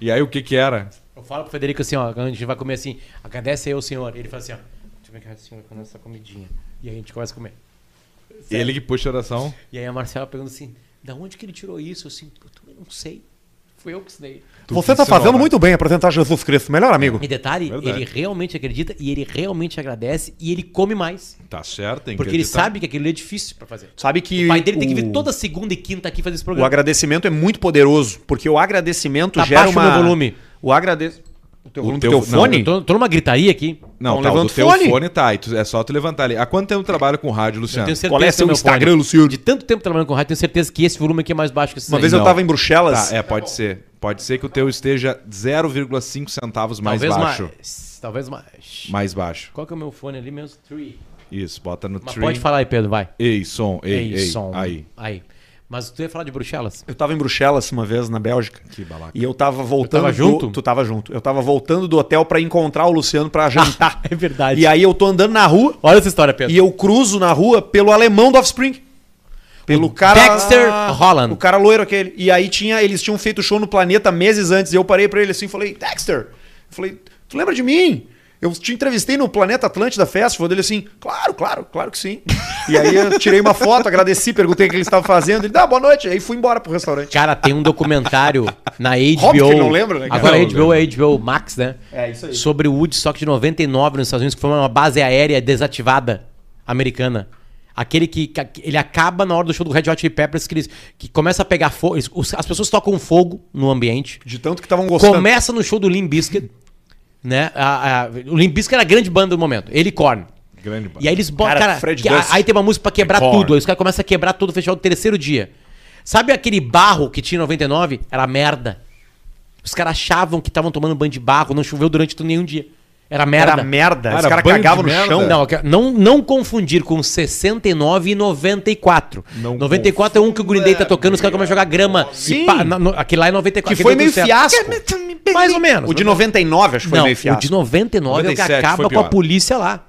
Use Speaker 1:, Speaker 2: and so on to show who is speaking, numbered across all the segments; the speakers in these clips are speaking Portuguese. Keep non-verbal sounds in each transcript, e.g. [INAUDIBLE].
Speaker 1: e aí o que que era?
Speaker 2: Eu falo pro Federico assim, ó, quando a gente vai comer assim, agradece aí ao senhor. Ele fala assim, ó, deixa eu ver que o senhor com essa comidinha. E aí a gente começa a comer.
Speaker 1: Ele que puxa a oração.
Speaker 2: E aí a Marcela pergunta assim, da onde que ele tirou isso? Eu assim, eu também não sei. Fui eu que ensinei.
Speaker 1: Tu
Speaker 3: Você
Speaker 1: que
Speaker 3: tá
Speaker 1: ensinou,
Speaker 3: fazendo
Speaker 1: né?
Speaker 3: muito bem apresentar Jesus Cristo, melhor amigo.
Speaker 2: E detalhe,
Speaker 1: Verdade.
Speaker 2: ele realmente acredita e ele realmente agradece e ele come mais.
Speaker 1: Tá certo, tem que
Speaker 2: Porque ele
Speaker 1: acreditar.
Speaker 2: sabe que aquilo ali é difícil pra fazer.
Speaker 4: Sabe que
Speaker 2: O pai dele tem que
Speaker 4: o-
Speaker 2: vir toda segunda e quinta aqui fazer esse
Speaker 4: O
Speaker 2: programa.
Speaker 4: agradecimento é muito poderoso, porque o agradecimento
Speaker 2: Tá
Speaker 4: gera
Speaker 2: baixo
Speaker 4: uma...
Speaker 2: meu volume.
Speaker 4: O agradecimento... O
Speaker 1: O
Speaker 4: teu volume é
Speaker 1: teu-
Speaker 4: do teu
Speaker 1: não,
Speaker 4: fone?
Speaker 2: Eu tô, tô numa gritaria aqui.
Speaker 1: Não,
Speaker 4: Então
Speaker 1: tá, o
Speaker 4: levanta
Speaker 1: do
Speaker 4: o
Speaker 1: teu
Speaker 4: fone.
Speaker 1: fone tá. e tu- É só tu levantar ali. Há quanto tempo tu trabalha com rádio,
Speaker 2: Eu
Speaker 1: Luciano?
Speaker 2: tenho certeza
Speaker 4: Qual é
Speaker 2: que
Speaker 4: seu
Speaker 2: o meu
Speaker 4: Instagram,
Speaker 2: fone.
Speaker 4: Luciano?
Speaker 2: De tanto tempo trabalhando com rádio, tenho certeza que esse volume aqui é mais baixo que esse.
Speaker 4: Uma
Speaker 2: aí.
Speaker 4: vez eu
Speaker 1: Não.
Speaker 4: tava em Bruxelas.
Speaker 1: Tá, é, pode ser. Pode ser que o teu esteja 0,5 centavos mais
Speaker 2: Talvez
Speaker 1: baixo.
Speaker 2: mais. Talvez mais.
Speaker 1: Mais baixo.
Speaker 2: Qual que é o meu fone ali mesmo? Three.
Speaker 1: Isso, bota no
Speaker 2: Mas
Speaker 1: tree.
Speaker 2: pode falar aí, Pedro, vai.
Speaker 1: Ei, som, ei, ei,
Speaker 2: som.
Speaker 1: Aí.
Speaker 2: Aí. Mas tu ia falar de Bruxelas?
Speaker 4: Eu tava em Bruxelas uma vez, na Bélgica.
Speaker 1: Que balaca.
Speaker 4: E eu tava voltando.
Speaker 2: tava
Speaker 4: do-
Speaker 2: junto?
Speaker 4: Tu tava junto. Eu tava voltando do hotel pra encontrar o Luciano
Speaker 1: [LAUGHS]
Speaker 4: pra jantar.
Speaker 2: é verdade.
Speaker 4: E aí eu tô andando na rua
Speaker 2: Olha essa história, Pedro.
Speaker 4: e eu cruzo na rua pelo alemão do Offspring. Pelo cara.
Speaker 2: Dexter Holland.
Speaker 4: O cara loiro aquele. E aí tinha, eles tinham feito show no planeta meses antes. E eu parei pra ele assim e falei, Dexter! Eu falei, tu lembra de mim? Eu te entrevistei no Planeta Atlântida Festival dele assim, claro, claro, claro que sim. E aí eu tirei uma foto, agradeci, perguntei o que ele estava fazendo. Ele, dá, boa noite. Aí fui embora pro restaurante.
Speaker 2: Cara, tem um documentário na
Speaker 4: [LAUGHS] Óbvio
Speaker 2: HBO.
Speaker 4: que ele não lembra, né, cara?
Speaker 2: Agora a
Speaker 1: Não,
Speaker 2: HBO é HBO Max, né?
Speaker 4: É, isso aí.
Speaker 2: Sobre o Woodstock de 99 nos Estados Unidos, que foi uma base aérea desativada americana. Aquele que, que- ele acaba na hora do show do Red Hot Chili Peppers, que, eles, que começa a pegar fogo. eles- os- as pessoas tocam fogo no ambiente.
Speaker 4: De tanto que estavam gostando.
Speaker 2: Começa no show do Limp Bizkit, né? A- a- o Limp Bizkit era a grande banda do momento. Ele e Korn.
Speaker 1: Grande
Speaker 2: E aí eles botam,
Speaker 4: Cara,
Speaker 2: cara,
Speaker 4: Fred
Speaker 2: que- a-
Speaker 4: Durst.
Speaker 2: aí tem uma música pra quebrar
Speaker 1: Korn.
Speaker 2: tudo. Aí os caras começam a quebrar tudo o festival do terceiro dia. Sabe aquele barro que tinha em 99? Era merda. Os caras achavam que estavam tomando banho de barro, não choveu durante todo nenhum dia. Era merda.
Speaker 4: Era merda.
Speaker 1: Cara,
Speaker 4: Os caras
Speaker 1: banho de
Speaker 4: cagavam no
Speaker 1: merda.
Speaker 4: chão.
Speaker 2: Não, que- não, não confundir com 69 e 94.
Speaker 1: Não
Speaker 2: 94 é um que o Green Day tá tocando, os caras começam a jogar grama.
Speaker 4: Sim.
Speaker 2: E pá, na- no- aquele lá é 94.
Speaker 4: Que foi
Speaker 2: aquele
Speaker 4: meio
Speaker 2: deu certo.
Speaker 4: fiasco.
Speaker 2: Mais ou menos. né?
Speaker 4: O de 99, acho que foi
Speaker 2: Não,
Speaker 4: meio fiasco.
Speaker 2: o de 99 é o
Speaker 1: 97
Speaker 2: que
Speaker 1: foi
Speaker 2: acaba com
Speaker 1: pior.
Speaker 2: a polícia lá.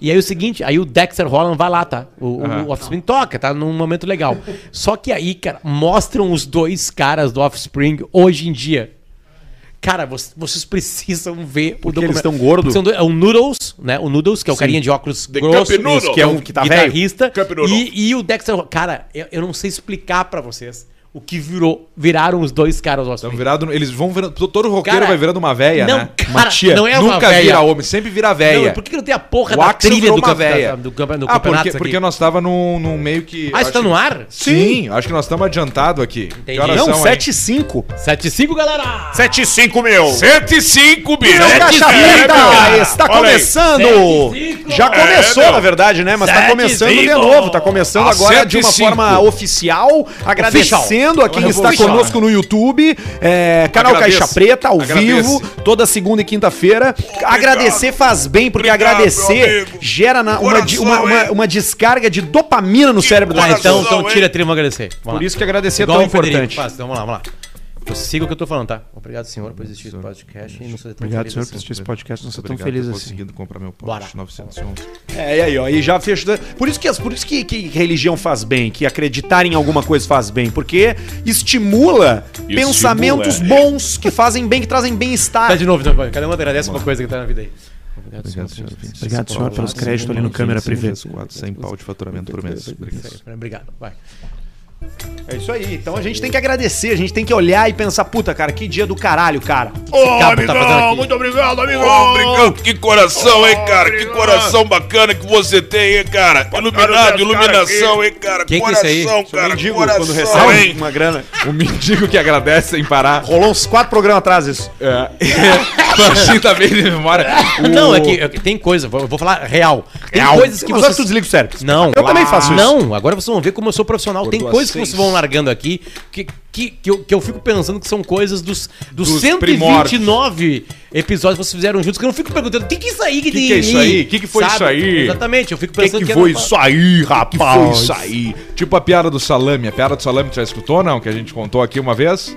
Speaker 2: E aí o seguinte, aí o Dexter Holland vai lá, tá? O, o-
Speaker 1: Aham.
Speaker 2: o Offspring toca, tá num momento legal. Só que aí, cara, mostram os dois caras do Offspring hoje em dia. Cara, vo- vocês precisam ver o
Speaker 4: eles
Speaker 2: documento-
Speaker 4: tão gordo?
Speaker 2: São dois- é o Noodles, né? O Noodles, que é o carinha de óculos
Speaker 1: The
Speaker 2: grosso,
Speaker 1: Cup Noodles.
Speaker 4: que é um que tá velho.
Speaker 2: guitarrista.
Speaker 1: Cup Noodle.
Speaker 2: E, e o Dexter Holland. Cara, eu, eu não sei explicar pra vocês o que virou, viraram os dois caras do
Speaker 1: Tão
Speaker 2: Offspring.
Speaker 1: virado, eles vão virando. Todo roqueiro
Speaker 2: Cara,
Speaker 1: vai virando uma véia,
Speaker 2: não,
Speaker 1: né?
Speaker 2: cara,
Speaker 1: uma tia.
Speaker 2: não é uma
Speaker 1: Nunca
Speaker 2: véia.
Speaker 1: vira homem, sempre vira
Speaker 2: Não,
Speaker 1: véia.
Speaker 2: e por que que não tem a porra
Speaker 1: o
Speaker 2: da
Speaker 1: Axel
Speaker 2: trilha
Speaker 1: virou
Speaker 2: do,
Speaker 1: uma
Speaker 2: campe...
Speaker 1: véia.
Speaker 2: da- do, campe... do
Speaker 1: ah,
Speaker 2: campeonato?
Speaker 1: porque,
Speaker 2: aqui?
Speaker 1: porque nós tava num, num meio que.
Speaker 2: Ah, isso tá
Speaker 1: acho-
Speaker 2: no ar?
Speaker 1: Sim, acho que nós estamos adiantado aqui.
Speaker 2: Entendi. É um
Speaker 4: Não,
Speaker 1: são,
Speaker 4: 7 e 5.
Speaker 2: 7 e 5, galera!
Speaker 3: 7 e 5 mil.
Speaker 5: 105, bicho.
Speaker 4: Caixa Preta está
Speaker 5: né, Olha aí.
Speaker 4: começando.
Speaker 2: Sete e cinco.
Speaker 4: Já começou,
Speaker 5: É, meu.
Speaker 4: na verdade, né? Mas tá
Speaker 2: Sete e
Speaker 4: começando de
Speaker 2: cinco.
Speaker 4: novo. Tá começando
Speaker 5: Ah,
Speaker 4: agora
Speaker 5: sete
Speaker 4: de uma
Speaker 5: e cinco.
Speaker 4: forma oficial. Agradecendo a quem está
Speaker 1: Official.
Speaker 4: conosco no YouTube. é, canal
Speaker 5: Agradeço.
Speaker 4: Caixa Preta, ao
Speaker 5: Agradeço.
Speaker 4: vivo, toda segunda e quinta-feira. Agradecer faz bem, porque
Speaker 5: Obrigado, meu
Speaker 4: agradecer
Speaker 5: amigo.
Speaker 4: gera na- uma,
Speaker 5: Coração,
Speaker 4: di- uma- uma-
Speaker 5: hein?
Speaker 4: uma descarga de dopamina no cérebro da
Speaker 2: Tá,
Speaker 5: coração,
Speaker 4: gente.
Speaker 2: então, então
Speaker 5: hein?
Speaker 2: tira a trilha, vamos agradecer. Vamos
Speaker 4: Por
Speaker 2: lá.
Speaker 4: isso que agradecer é
Speaker 2: Igual
Speaker 4: tão
Speaker 2: o Frederico
Speaker 4: importante.
Speaker 2: faz, então vamos lá, vamos lá. Eu sigo o que eu tô falando, tá? Obrigado, senhor, por existir esse podcast e não ser tão feliz assim.
Speaker 4: assistir esse podcast. Nós
Speaker 1: Obrigado, tô
Speaker 4: assim.
Speaker 1: conseguindo comprar meu Porsche
Speaker 2: Bora.
Speaker 1: 911.
Speaker 4: É, e aí, ó, e já fechou. Por isso que, as- por isso que, que religião faz bem, que acreditar em alguma coisa faz bem, porque estimula, pensamentos bons que fazem bem, que trazem
Speaker 2: Tá
Speaker 4: bem-estar.
Speaker 2: de novo, então, vai. cada um agradece uma coisa que tá na vida aí. Obrigado,
Speaker 1: Obrigado,
Speaker 2: senhor.
Speaker 1: senhor.
Speaker 4: Obrigado, senhor, pelos créditos ali no câmera privê.
Speaker 1: 100 pau de faturamento por mês. Obrigado.
Speaker 2: Isso aí, Obrigado, vai.
Speaker 4: É isso aí. Então a gente tem que agradecer, a gente tem que olhar e pensar, puta, cara, que dia do caralho, cara.
Speaker 2: Cabo
Speaker 5: Ô,
Speaker 2: tá fazendo aqui.
Speaker 5: amigão, muito obrigado, amigão. obrigado, que coração, hein, cara. Que coração bacana que você tem, hein, cara. Iluminado, iluminação, hein, cara.
Speaker 2: Que que é isso
Speaker 5: coração,
Speaker 2: aí?
Speaker 5: cara.
Speaker 4: Mendigo,
Speaker 5: coração,
Speaker 4: quando recebe
Speaker 5: hein.
Speaker 4: uma grana.
Speaker 1: O mendigo que agradece sem
Speaker 2: [LAUGHS]
Speaker 1: parar.
Speaker 4: Rolou uns quatro programas atrás isso.
Speaker 1: É. assim também de memória.
Speaker 2: Não, é que, é que tem coisa, vou, eu vou falar real. Tem coisas que
Speaker 4: Mas
Speaker 2: vocês...
Speaker 4: tu desliga o cérebro.
Speaker 2: Não. Ah,
Speaker 4: Eu também faço isso.
Speaker 2: Não, agora vocês vão ver como eu sou profissional. Tem
Speaker 1: Acordou
Speaker 2: coisas
Speaker 1: às
Speaker 2: que
Speaker 1: seis.
Speaker 2: vocês vão largando aqui que, que, que, eu, que eu fico pensando que são coisas dos, dos,
Speaker 1: Dos
Speaker 2: 129 episódios que vocês fizeram juntos, que eu não fico perguntando o que, que é isso aí que,
Speaker 1: que é isso aí? Que que foi isso aí?
Speaker 2: Exatamente, eu fico
Speaker 1: O que,
Speaker 2: pensando é
Speaker 1: que foi
Speaker 2: era-
Speaker 1: isso aí, rapaz?
Speaker 4: foi
Speaker 1: isso aí? Tipo a piada do salame. A piada do salame tu já escutou, não? Que a gente contou aqui uma vez?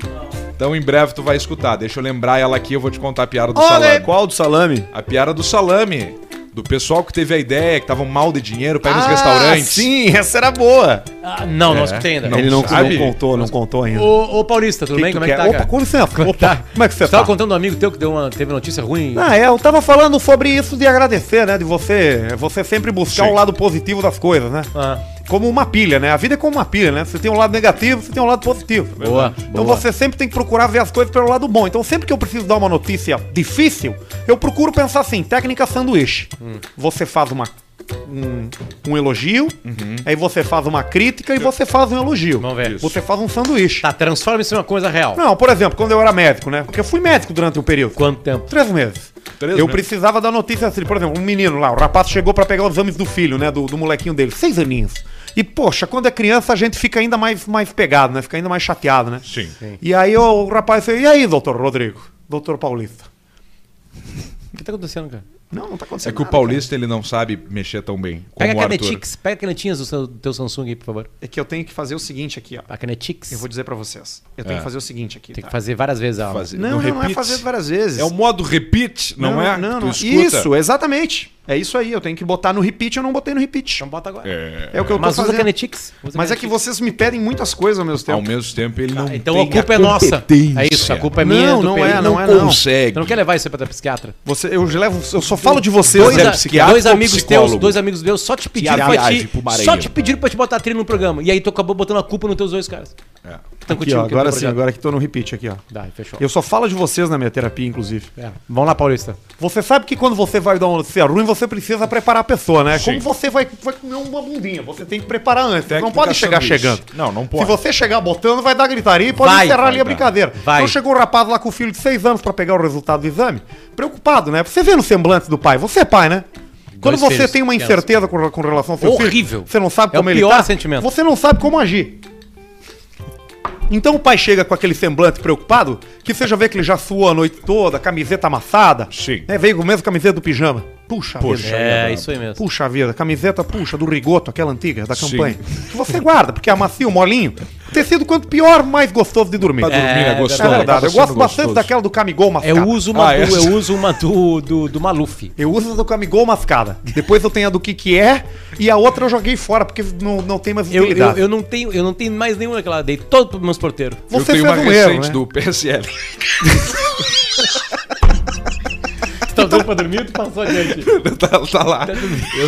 Speaker 1: Então em breve tu vai escutar. Deixa eu lembrar ela aqui, eu vou te contar a piada do
Speaker 4: Olha,
Speaker 1: salame.
Speaker 4: qual do salame?
Speaker 1: A piada do salame. Do pessoal que teve a ideia, que estavam mal de dinheiro pra ir nos
Speaker 4: Ah,
Speaker 1: restaurantes.
Speaker 4: Sim, essa era boa.
Speaker 2: Ah, não, não escutei ainda.
Speaker 1: Não
Speaker 4: Ele não,
Speaker 1: sabe?
Speaker 4: não contou, não contou ainda.
Speaker 2: Ô, ô, Paulista, tudo
Speaker 4: Que
Speaker 2: bem?
Speaker 4: que
Speaker 2: Como
Speaker 4: tu
Speaker 2: é que
Speaker 4: quer?
Speaker 2: tá,
Speaker 4: Opa,
Speaker 2: cara?
Speaker 4: com licença. Opa, como é que você
Speaker 2: Você tava
Speaker 4: tá?
Speaker 2: contando um amigo teu que deu uma, teve notícia ruim?
Speaker 4: Ah, é, eu tava falando sobre isso de agradecer, né? De você, você sempre buscar o lado positivo das coisas, né?
Speaker 2: Ah.
Speaker 4: Como uma pilha, né? A vida é como uma pilha, né? Você tem um lado negativo, você tem um lado positivo.
Speaker 2: Boa,
Speaker 4: Então
Speaker 2: boa.
Speaker 4: você sempre tem que procurar ver as coisas pelo lado bom. Então sempre que eu preciso dar uma notícia difícil, eu procuro pensar assim, técnica sanduíche.
Speaker 2: Hum.
Speaker 4: Você faz uma um, um elogio, aí você faz uma crítica e você faz um elogio.
Speaker 2: Uhum. Vamos ver.
Speaker 4: Você faz um sanduíche.
Speaker 2: Tá, transforma isso em uma coisa real.
Speaker 4: Não, por exemplo, quando eu era médico, né? Porque eu fui médico durante um período.
Speaker 2: Quanto tempo?
Speaker 4: Três meses.
Speaker 1: Três
Speaker 4: eu
Speaker 1: meses.
Speaker 4: precisava dar notícia assim. Por exemplo, um menino lá, o rapaz chegou pra pegar os exames do filho, né? Do, do molequinho dele. Seis aninhos. E, poxa, quando é criança a gente fica ainda mais, mais pegado, né? Fica ainda mais chateado, né?
Speaker 1: Sim.
Speaker 4: E aí o rapaz disse, e aí, doutor Rodrigo? Doutor Paulista.
Speaker 2: O que tá acontecendo, cara?
Speaker 4: Não, não tá acontecendo
Speaker 1: É que o
Speaker 4: nada,
Speaker 1: Paulista ele não sabe mexer tão bem.
Speaker 2: Pega é
Speaker 1: como o Arthur.
Speaker 2: canetix, pega canetinhas do, seu- do teu Samsung aí, por favor.
Speaker 4: cara. É que eu tenho que fazer o seguinte aqui, ó.
Speaker 2: A canetix.
Speaker 4: Eu vou dizer pra vocês. Eu tenho
Speaker 1: É.
Speaker 4: que fazer o seguinte aqui,
Speaker 2: Tem que
Speaker 4: tá?
Speaker 2: fazer várias vezes a aula.
Speaker 1: Fazer-
Speaker 4: Não, não, não é
Speaker 1: repeat.
Speaker 4: fazer várias vezes.
Speaker 1: É o modo repeat, não, é?
Speaker 4: Não,
Speaker 1: Tu
Speaker 4: não.
Speaker 1: escuta.
Speaker 4: Isso, exatamente. É isso aí. Eu tenho que botar no repeat, eu não botei no repeat.
Speaker 2: Então bota agora.
Speaker 1: É.
Speaker 4: É o que eu
Speaker 2: Mas
Speaker 4: tô
Speaker 2: usa
Speaker 4: fazendo.
Speaker 2: canetix. usa
Speaker 4: Mas é
Speaker 2: canetix.
Speaker 4: que vocês me pedem muitas coisas ao mesmo
Speaker 1: Ao
Speaker 4: tempo.
Speaker 1: mesmo tempo ele não
Speaker 2: Então
Speaker 1: tem
Speaker 2: a culpa é nossa.
Speaker 1: competência.
Speaker 2: É isso, a culpa é minha.
Speaker 4: Não,
Speaker 2: do
Speaker 4: não
Speaker 2: Pedro.
Speaker 4: é, não é,
Speaker 2: Você
Speaker 4: não.
Speaker 1: consegue.
Speaker 2: não quer levar isso pra psiquiatra?
Speaker 4: Você, eu, levo, eu só falo de vocês.
Speaker 2: Dois,
Speaker 4: né?
Speaker 1: é
Speaker 2: a-
Speaker 1: psiquiatra
Speaker 2: dois
Speaker 1: ou
Speaker 2: amigos
Speaker 1: psicólogo?
Speaker 2: teus, dois amigos meus só te pediram
Speaker 1: Viagem
Speaker 2: pra ti,
Speaker 1: pro Maranhão.
Speaker 2: só
Speaker 4: né?
Speaker 2: te pediram pra te botar trilho no programa. E aí tu acabou botando a culpa nos teus dois caras.
Speaker 1: É.
Speaker 2: Então
Speaker 4: Aqui, ó, agora sim, agora que tô no repeat aqui, ó.
Speaker 2: Dá, fechou.
Speaker 4: Eu só falo de vocês na minha terapia, inclusive.
Speaker 2: É, Vamos lá, Paulista.
Speaker 4: Você sabe que quando você vai dar uma notícia ruim, você precisa preparar a pessoa, né? Como você vai, vai comer uma bundinha, você tem que preparar antes. Você não
Speaker 1: Técnica
Speaker 4: pode chegar
Speaker 1: sanduíche.
Speaker 4: chegando.
Speaker 1: Não, não pode.
Speaker 4: Se você chegar botando, vai dar gritaria e pode
Speaker 2: Vai,
Speaker 4: encerrar
Speaker 2: vai
Speaker 4: ali a
Speaker 2: dar.
Speaker 4: brincadeira.
Speaker 2: Vai.
Speaker 4: Então chegou o rapaz lá com o filho de seis anos pra pegar o resultado do exame, preocupado, né? Você vê no semblante do pai, você é pai, né? Quando você
Speaker 2: filhos,
Speaker 4: tem uma
Speaker 2: criança.
Speaker 4: incerteza com, com relação ao seu
Speaker 2: Horrível.
Speaker 4: filho, você não sabe
Speaker 2: É o
Speaker 4: como ele
Speaker 2: pior
Speaker 4: tá,
Speaker 2: sentimento.
Speaker 4: você não sabe como agir. Então o pai chega com aquele semblante preocupado, que você já vê que ele já suou a noite toda, camiseta amassada.
Speaker 1: Sim.
Speaker 4: Né, veio com a mesma camiseta do pijama. Puxa,
Speaker 1: Puxa.
Speaker 4: vida.
Speaker 2: É, isso aí mesmo.
Speaker 4: Puxa vida, camiseta puxa do Rigoto, aquela antiga da
Speaker 1: Sim.
Speaker 4: campanha. Que você guarda, porque é macio, molinho. Tecido quanto pior, mais gostoso de dormir.
Speaker 1: Pra dormir é,
Speaker 2: É
Speaker 1: gostoso.
Speaker 4: É verdade,
Speaker 1: Acaba
Speaker 4: eu gosto
Speaker 1: sendo
Speaker 4: bastante
Speaker 1: gostoso.
Speaker 4: daquela do Camigol mascada.
Speaker 2: Eu É uso uma,
Speaker 4: é.
Speaker 1: Ah,
Speaker 2: do,
Speaker 1: essa.
Speaker 2: eu uso uma do, do, do Maluf.
Speaker 4: Eu uso a do Camigol mascada. Depois eu tenho a do que que é e a outra eu joguei fora porque não, não tem mais
Speaker 2: Eu, eu,
Speaker 4: utilidade.
Speaker 2: eu não tenho, eu não tenho mais nenhuma daquela. Dei todo pro meus porteiros.
Speaker 1: Eu tenho uma
Speaker 4: um
Speaker 1: recente
Speaker 4: né?
Speaker 1: do PSL.
Speaker 2: Tá dando pra dormir, tu passou adiante.
Speaker 1: [LAUGHS] tá, tá lá.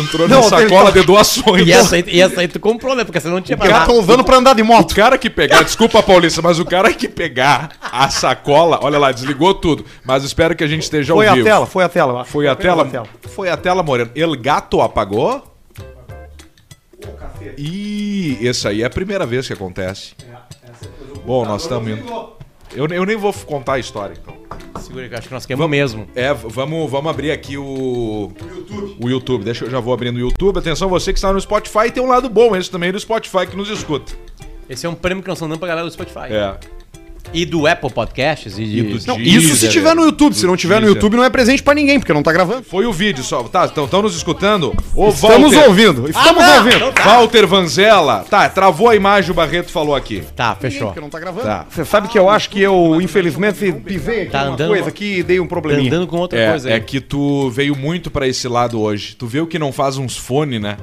Speaker 1: Entrou
Speaker 4: Não,
Speaker 1: na
Speaker 4: tem-
Speaker 1: sacola de doações.
Speaker 2: E essa, aí, e essa aí tu comprou, né? Porque você não tinha
Speaker 4: Os caras
Speaker 2: nada.
Speaker 4: estão
Speaker 1: Ah,
Speaker 4: usando pra andar de
Speaker 1: O
Speaker 4: moto.
Speaker 1: cara que pegar, desculpa Paulista, mas o cara que pegar a sacola, olha lá, desligou tudo. Mas espero que a gente esteja
Speaker 4: Foi
Speaker 1: ao
Speaker 4: a
Speaker 1: vivo.
Speaker 4: tela, foi a tela. eu acho.
Speaker 1: Foi a tela,
Speaker 4: apenas
Speaker 1: foi a tela, Moreno. El gato apagou? Ih, esse aí é a primeira vez que acontece. Bom, nós estamos indo. Eu, eu nem vou contar a história, então.
Speaker 2: Segura aí, que eu acho que nós queimamos mesmo.
Speaker 1: É, v- vamos, vamos abrir aqui o. YouTube. O YouTube. Deixa eu já vou abrindo o YouTube. Atenção, você que está no Spotify, tem um lado bom esse também do Spotify que nos escuta.
Speaker 2: Esse é um prêmio que nós estamos dando pra galera do Spotify.
Speaker 1: É.
Speaker 2: E do Apple Podcasts e de...
Speaker 1: E do
Speaker 4: Não,
Speaker 1: Deezer.
Speaker 4: isso se tiver no YouTube. Se não tiver no
Speaker 1: Deezer.
Speaker 4: YouTube, não é presente pra ninguém, porque não tá gravando.
Speaker 1: Foi o vídeo só, tá? Então estão nos escutando? Ô,
Speaker 4: Estamos
Speaker 1: Walter,
Speaker 4: ouvindo, estamos
Speaker 2: não,
Speaker 4: ouvindo.
Speaker 2: não
Speaker 1: Walter Vanzella. Tá, travou a imagem, o Barreto falou aqui.
Speaker 2: Tá, fechou.
Speaker 4: não tá gravando.
Speaker 1: Tá.
Speaker 4: Você sabe que eu acho que eu, infelizmente, pisei aqui
Speaker 2: Tá
Speaker 4: numa
Speaker 2: andando-
Speaker 4: coisa aqui e dei um
Speaker 2: Tá
Speaker 4: probleminha.
Speaker 2: andando com outra
Speaker 1: É,
Speaker 2: coisa aí.
Speaker 1: é que tu veio muito pra esse lado hoje. Tu viu que não faz uns fone, né?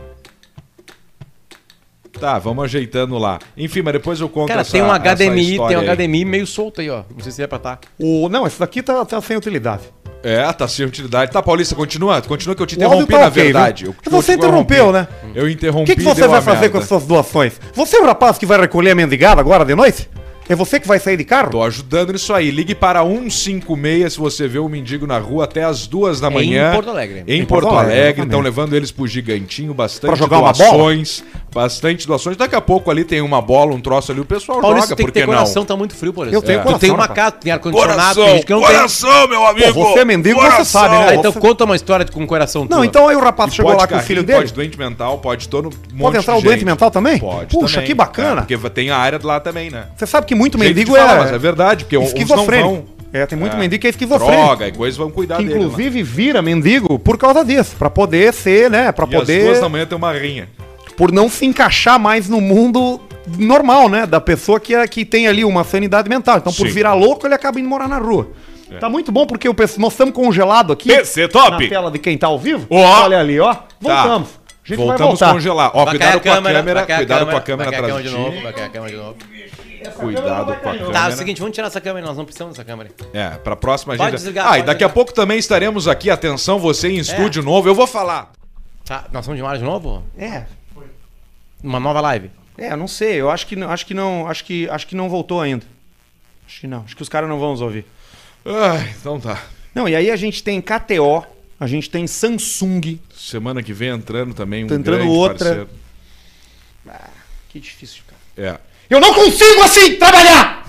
Speaker 1: Tá, vamos ajeitando lá. Enfim, mas depois eu conto
Speaker 2: Cara,
Speaker 1: essa
Speaker 2: tem um
Speaker 1: essa
Speaker 2: HDMI, tem
Speaker 1: história
Speaker 2: um
Speaker 1: aí.
Speaker 2: HDMI meio solto aí, ó. Não sei se é pra tá.
Speaker 4: O, não, esse daqui tá, tá sem utilidade.
Speaker 1: É, tá sem utilidade. Tá, Paulista, continua. Continua que eu te
Speaker 4: O áudio
Speaker 1: interrompi,
Speaker 4: tá
Speaker 1: na
Speaker 4: ok,
Speaker 1: verdade.
Speaker 4: viu?
Speaker 1: Eu- eu
Speaker 4: Você
Speaker 1: te
Speaker 4: interrompeu,
Speaker 1: interrompi.
Speaker 4: né?
Speaker 1: Eu
Speaker 4: O
Speaker 1: interrompi
Speaker 4: que, que você
Speaker 1: deu
Speaker 4: vai
Speaker 1: a
Speaker 4: fazer
Speaker 1: merda.
Speaker 4: com as suas doações? Você é o rapaz que vai recolher a mendigada agora de noite? É você que vai sair de carro?
Speaker 1: Tô ajudando nisso aí. Ligue para 156 se você vê um mendigo na rua até as duas da
Speaker 2: Em
Speaker 1: manhã.
Speaker 2: Porto Alegre.
Speaker 1: Em,
Speaker 4: Em
Speaker 1: Porto,
Speaker 4: Porto Alegre,
Speaker 1: Alegre. Estão
Speaker 4: exatamente.
Speaker 1: levando eles pro Gigantinho. Bastante
Speaker 4: Pra jogar uma
Speaker 1: doações. Bastante doações. Daqui a pouco ali tem uma bola, um troço ali. O pessoal
Speaker 2: Paulista,
Speaker 1: joga,
Speaker 2: tem
Speaker 1: por
Speaker 2: que ter
Speaker 1: que não?
Speaker 2: coração, tá muito frio, Paulista.
Speaker 4: Eu tenho
Speaker 2: Tu
Speaker 4: coração,
Speaker 2: tem uma
Speaker 4: rapaz.
Speaker 2: casa, tem ar-condicionado, tem
Speaker 5: Coração,
Speaker 2: gente que não
Speaker 5: coração, meu amigo.
Speaker 4: Pô, você é mendigo, você sabe, né?
Speaker 2: tem. Tá,
Speaker 4: Você-
Speaker 2: então conta uma história de- com o coração
Speaker 4: Não,
Speaker 2: tua.
Speaker 4: então aí o rapaz
Speaker 1: E
Speaker 4: chegou
Speaker 1: pode
Speaker 4: lá com o filho
Speaker 1: carrinho,
Speaker 4: dele.
Speaker 1: Pode doente mental, pode todo um
Speaker 4: Pode entrar o doente mental também?
Speaker 1: Pode.
Speaker 4: Puxa,
Speaker 1: também.
Speaker 4: que bacana.
Speaker 1: É, porque tem a área lá também, né?
Speaker 4: Você sabe que muito
Speaker 1: Jeito de
Speaker 4: mendigo
Speaker 1: falar,
Speaker 4: é,
Speaker 1: mas é verdade, porque uns não
Speaker 4: esquizofrênico.
Speaker 1: vão.
Speaker 4: É, tem muito
Speaker 1: É.
Speaker 4: mendigo que é esquizofrênico.
Speaker 1: Droga, e coisas vão cuidar
Speaker 4: que
Speaker 1: dele. né? lá.
Speaker 4: inclusive vira mendigo por causa disso, Pra poder ser, né, Pra
Speaker 1: E às
Speaker 4: poder
Speaker 1: duas da manhã tem uma rinha.
Speaker 4: por não se encaixar mais no mundo normal, né, da pessoa que é, que tem ali uma sanidade mental. Então por
Speaker 1: Sim.
Speaker 4: virar louco, ele acaba indo morar na rua.
Speaker 2: É.
Speaker 4: Tá muito bom porque o pessoal- nós estamos congelados aqui.
Speaker 5: PC top.
Speaker 4: Na tela de quem tá ao vivo.
Speaker 5: Ó.
Speaker 4: Olha ali, ó.
Speaker 2: Tá.
Speaker 4: Voltamos. A gente vai
Speaker 1: Voltamos
Speaker 4: voltar.
Speaker 1: a congelar. Ó,
Speaker 2: Vai
Speaker 1: cuidado
Speaker 2: cair
Speaker 1: com a câmera,
Speaker 2: vai cair
Speaker 1: cuidado com a câmera
Speaker 2: vai cair a
Speaker 1: atrás de
Speaker 2: de novo,
Speaker 1: ti.
Speaker 2: vai cair a câmera de novo.
Speaker 1: Cuidado com a câmera.
Speaker 2: Tá, é o seguinte, vamos tirar essa câmera, nós não precisamos dessa câmera.
Speaker 1: É, pra próxima
Speaker 2: Pode
Speaker 1: agenda.
Speaker 2: desligar,
Speaker 1: ah, e
Speaker 2: pode
Speaker 1: daqui a
Speaker 2: desligar. É.
Speaker 1: pouco também estaremos aqui, atenção, você em estúdio novo, eu vou falar.
Speaker 2: Tá, nós estamos de mar de novo?
Speaker 4: É.
Speaker 2: Uma nova live.
Speaker 4: É, eu não sei. Eu acho que não, acho que não, acho que acho que não voltou ainda. Acho que não. Acho que os caras não vão nos ouvir.
Speaker 1: Ai, então tá.
Speaker 4: Não, e aí a gente tem KTO, a gente tem Samsung.
Speaker 1: Semana que vem entrando também um
Speaker 4: Tá entrando
Speaker 1: grande
Speaker 4: outra.
Speaker 1: parceiro.
Speaker 4: Ah, Que difícil, cara.
Speaker 1: É,
Speaker 4: Eu não consigo assim trabalhar.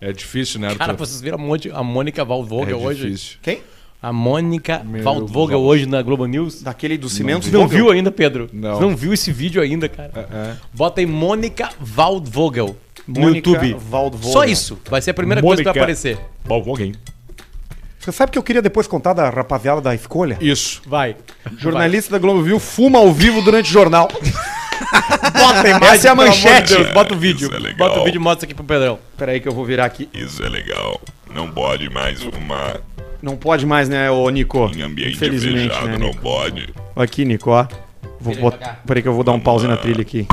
Speaker 1: é difícil, né, Arthur?
Speaker 2: Cara, vocês viram a, Monte- a Mônica
Speaker 1: é
Speaker 2: Valvogel hoje?
Speaker 1: difícil.
Speaker 4: Quem?
Speaker 2: A Mônica
Speaker 1: Meu
Speaker 2: Valvogel
Speaker 1: Deus.
Speaker 2: hoje na Globo News?
Speaker 4: Daquele dos cimentos.
Speaker 2: Você não viu ainda, Pedro?
Speaker 1: Não.
Speaker 2: Você não viu esse vídeo ainda, cara?
Speaker 1: É,
Speaker 2: Bota aí Mônica Waldvogel no
Speaker 4: Mônica
Speaker 2: YouTube.
Speaker 4: Waldvogel.
Speaker 2: Só isso. Vai ser a primeira coisa que vai aparecer.
Speaker 1: Bom, alguém.
Speaker 3: Você sabe que eu queria depois contar da rapaziada da escolha?
Speaker 1: Isso.
Speaker 2: Vai.
Speaker 4: Jornalista da Globo Viu fuma ao vivo durante o [LAUGHS] jornal.
Speaker 2: Bota a imagem,
Speaker 4: Essa é a
Speaker 2: pelo amor de
Speaker 4: manchete.
Speaker 2: Deus. Bota o vídeo.
Speaker 5: Isso é legal.
Speaker 2: Bota o vídeo e mostra aqui pro Pedrão.
Speaker 4: Peraí que eu vou virar aqui.
Speaker 5: Isso é legal. Não pode mais fumar
Speaker 4: Não pode mais, né, ô Nico?
Speaker 5: em ambiente
Speaker 4: Infelizmente,
Speaker 5: fechado,
Speaker 4: né,
Speaker 5: não
Speaker 4: Nico?
Speaker 5: pode.
Speaker 4: Aqui, Nico, ó. Vou
Speaker 2: Vira
Speaker 4: botar-
Speaker 2: pra cá.
Speaker 4: Peraí que eu vou dar um pause na trilha aqui.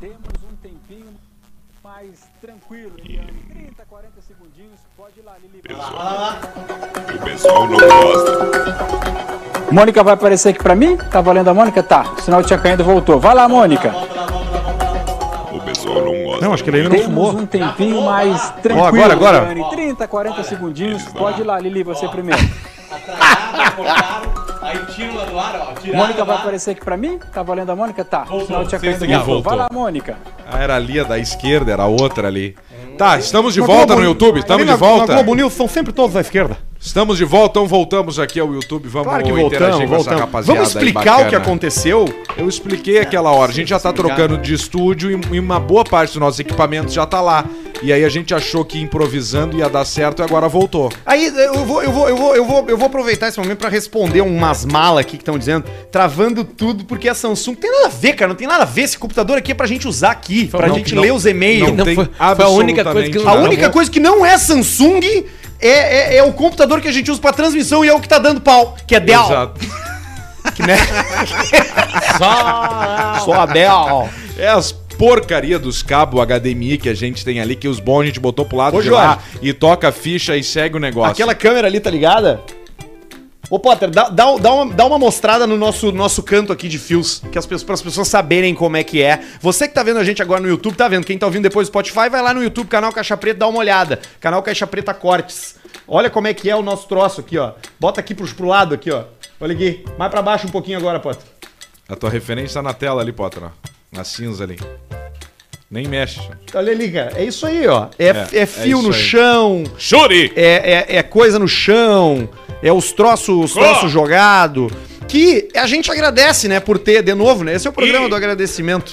Speaker 6: Temos um tempinho mais tranquilo, entre 30, 40 segundinhos, pode ir lá, Lili.
Speaker 5: O pessoal não gosta.
Speaker 6: Mônica vai aparecer aqui pra mim? Tá valendo a Mônica? Tá. O sinal tinha caído e voltou. Vai lá, Mônica.
Speaker 5: O pessoal não gosta.
Speaker 3: Não, acho
Speaker 2: é
Speaker 3: que ele ainda não
Speaker 6: Temos
Speaker 3: fumou.
Speaker 6: um tempinho mais tranquilo.
Speaker 4: agora, agora.
Speaker 6: Dani. 30, 40 segundinhos, pode ir lá, Lili, você primeiro.
Speaker 2: Aí tira lá do ar, ó.
Speaker 6: Mônica vai aparecer aqui pra mim? Tá valendo a Mônica? Tá. O sinal tinha caído e
Speaker 1: seguiu,
Speaker 6: voltou. Vai lá,
Speaker 1: voltou.
Speaker 6: Mônica.
Speaker 1: Ah, era ali a da esquerda, era a outra ali.
Speaker 4: Hum.
Speaker 1: Tá, estamos de volta no YouTube, estamos de
Speaker 3: Na
Speaker 1: volta.
Speaker 3: Globo News são sempre todos à esquerda.
Speaker 1: Estamos de volta, então voltamos aqui ao YouTube, vamos
Speaker 4: Claro que
Speaker 1: interagir
Speaker 4: voltamos,
Speaker 1: com essa
Speaker 4: voltamos.
Speaker 1: rapaziada
Speaker 4: Vamos
Speaker 1: aí
Speaker 4: explicar o que
Speaker 1: bacana.
Speaker 4: aconteceu?
Speaker 1: Eu expliquei aquela hora, a gente já tá trocando de estúdio e e uma boa parte do nosso equipamento já tá lá. E aí a gente achou que improvisando ia dar certo e agora voltou.
Speaker 4: Aí eh, eu vou, eu vou, eu vou, eu vou, eu vou aproveitar esse momento pra responder umas malas aqui que estão dizendo, travando tudo, porque a Samsung tem nada a ver, cara, não tem nada a ver. Esse computador aqui é pra gente usar aqui, pra
Speaker 2: Não,
Speaker 4: gente
Speaker 1: não.
Speaker 4: ler os e-mails.
Speaker 1: Não tem
Speaker 2: foi, foi a única coisa que
Speaker 1: absolutamente
Speaker 4: A
Speaker 1: não.
Speaker 4: única coisa que não é Samsung é, é, é o computador que a gente usa pra transmissão e é o que tá dando pau, que é Dell.
Speaker 1: Exato.
Speaker 4: Que, né? [LAUGHS] Só, a Dell.
Speaker 1: É as porcaria dos cabos HDMI que a gente tem ali, que os bons a gente botou pro lado
Speaker 4: Ô,
Speaker 1: de
Speaker 4: Jorge.
Speaker 1: lá e toca a ficha e segue o negócio.
Speaker 4: Aquela câmera ali tá ligada? Ô Potter, dá, dá, um, dá uma, dá uma mostrada no nosso, nosso canto aqui de fios, que as pessoas, pras pessoas saberem como é que é. Você que tá vendo a gente agora no YouTube, tá vendo? Quem tá ouvindo depois do Spotify, vai lá no YouTube, canal Caixa Preta, dá uma olhada. Canal Caixa Preta Cortes. Olha como é que é o nosso troço aqui, ó. Bota aqui pros, pro lado aqui, ó. Olha aqui. Mais pra baixo um pouquinho agora, Potter.
Speaker 1: A tua referência tá na tela ali, Potter, ó. Na cinza ali. Nem mexe.
Speaker 4: Olha ali, cara. É isso aí, ó. É, é,
Speaker 1: é
Speaker 4: fio
Speaker 1: isso
Speaker 4: no
Speaker 1: aí.
Speaker 4: chão,
Speaker 5: Chore!
Speaker 4: é, é, é coisa no chão, é os troços, os
Speaker 5: Ó.
Speaker 4: troços jogado. Que a gente agradece, né, por ter, de novo, né? Esse é o programa
Speaker 5: Ih.
Speaker 4: do agradecimento.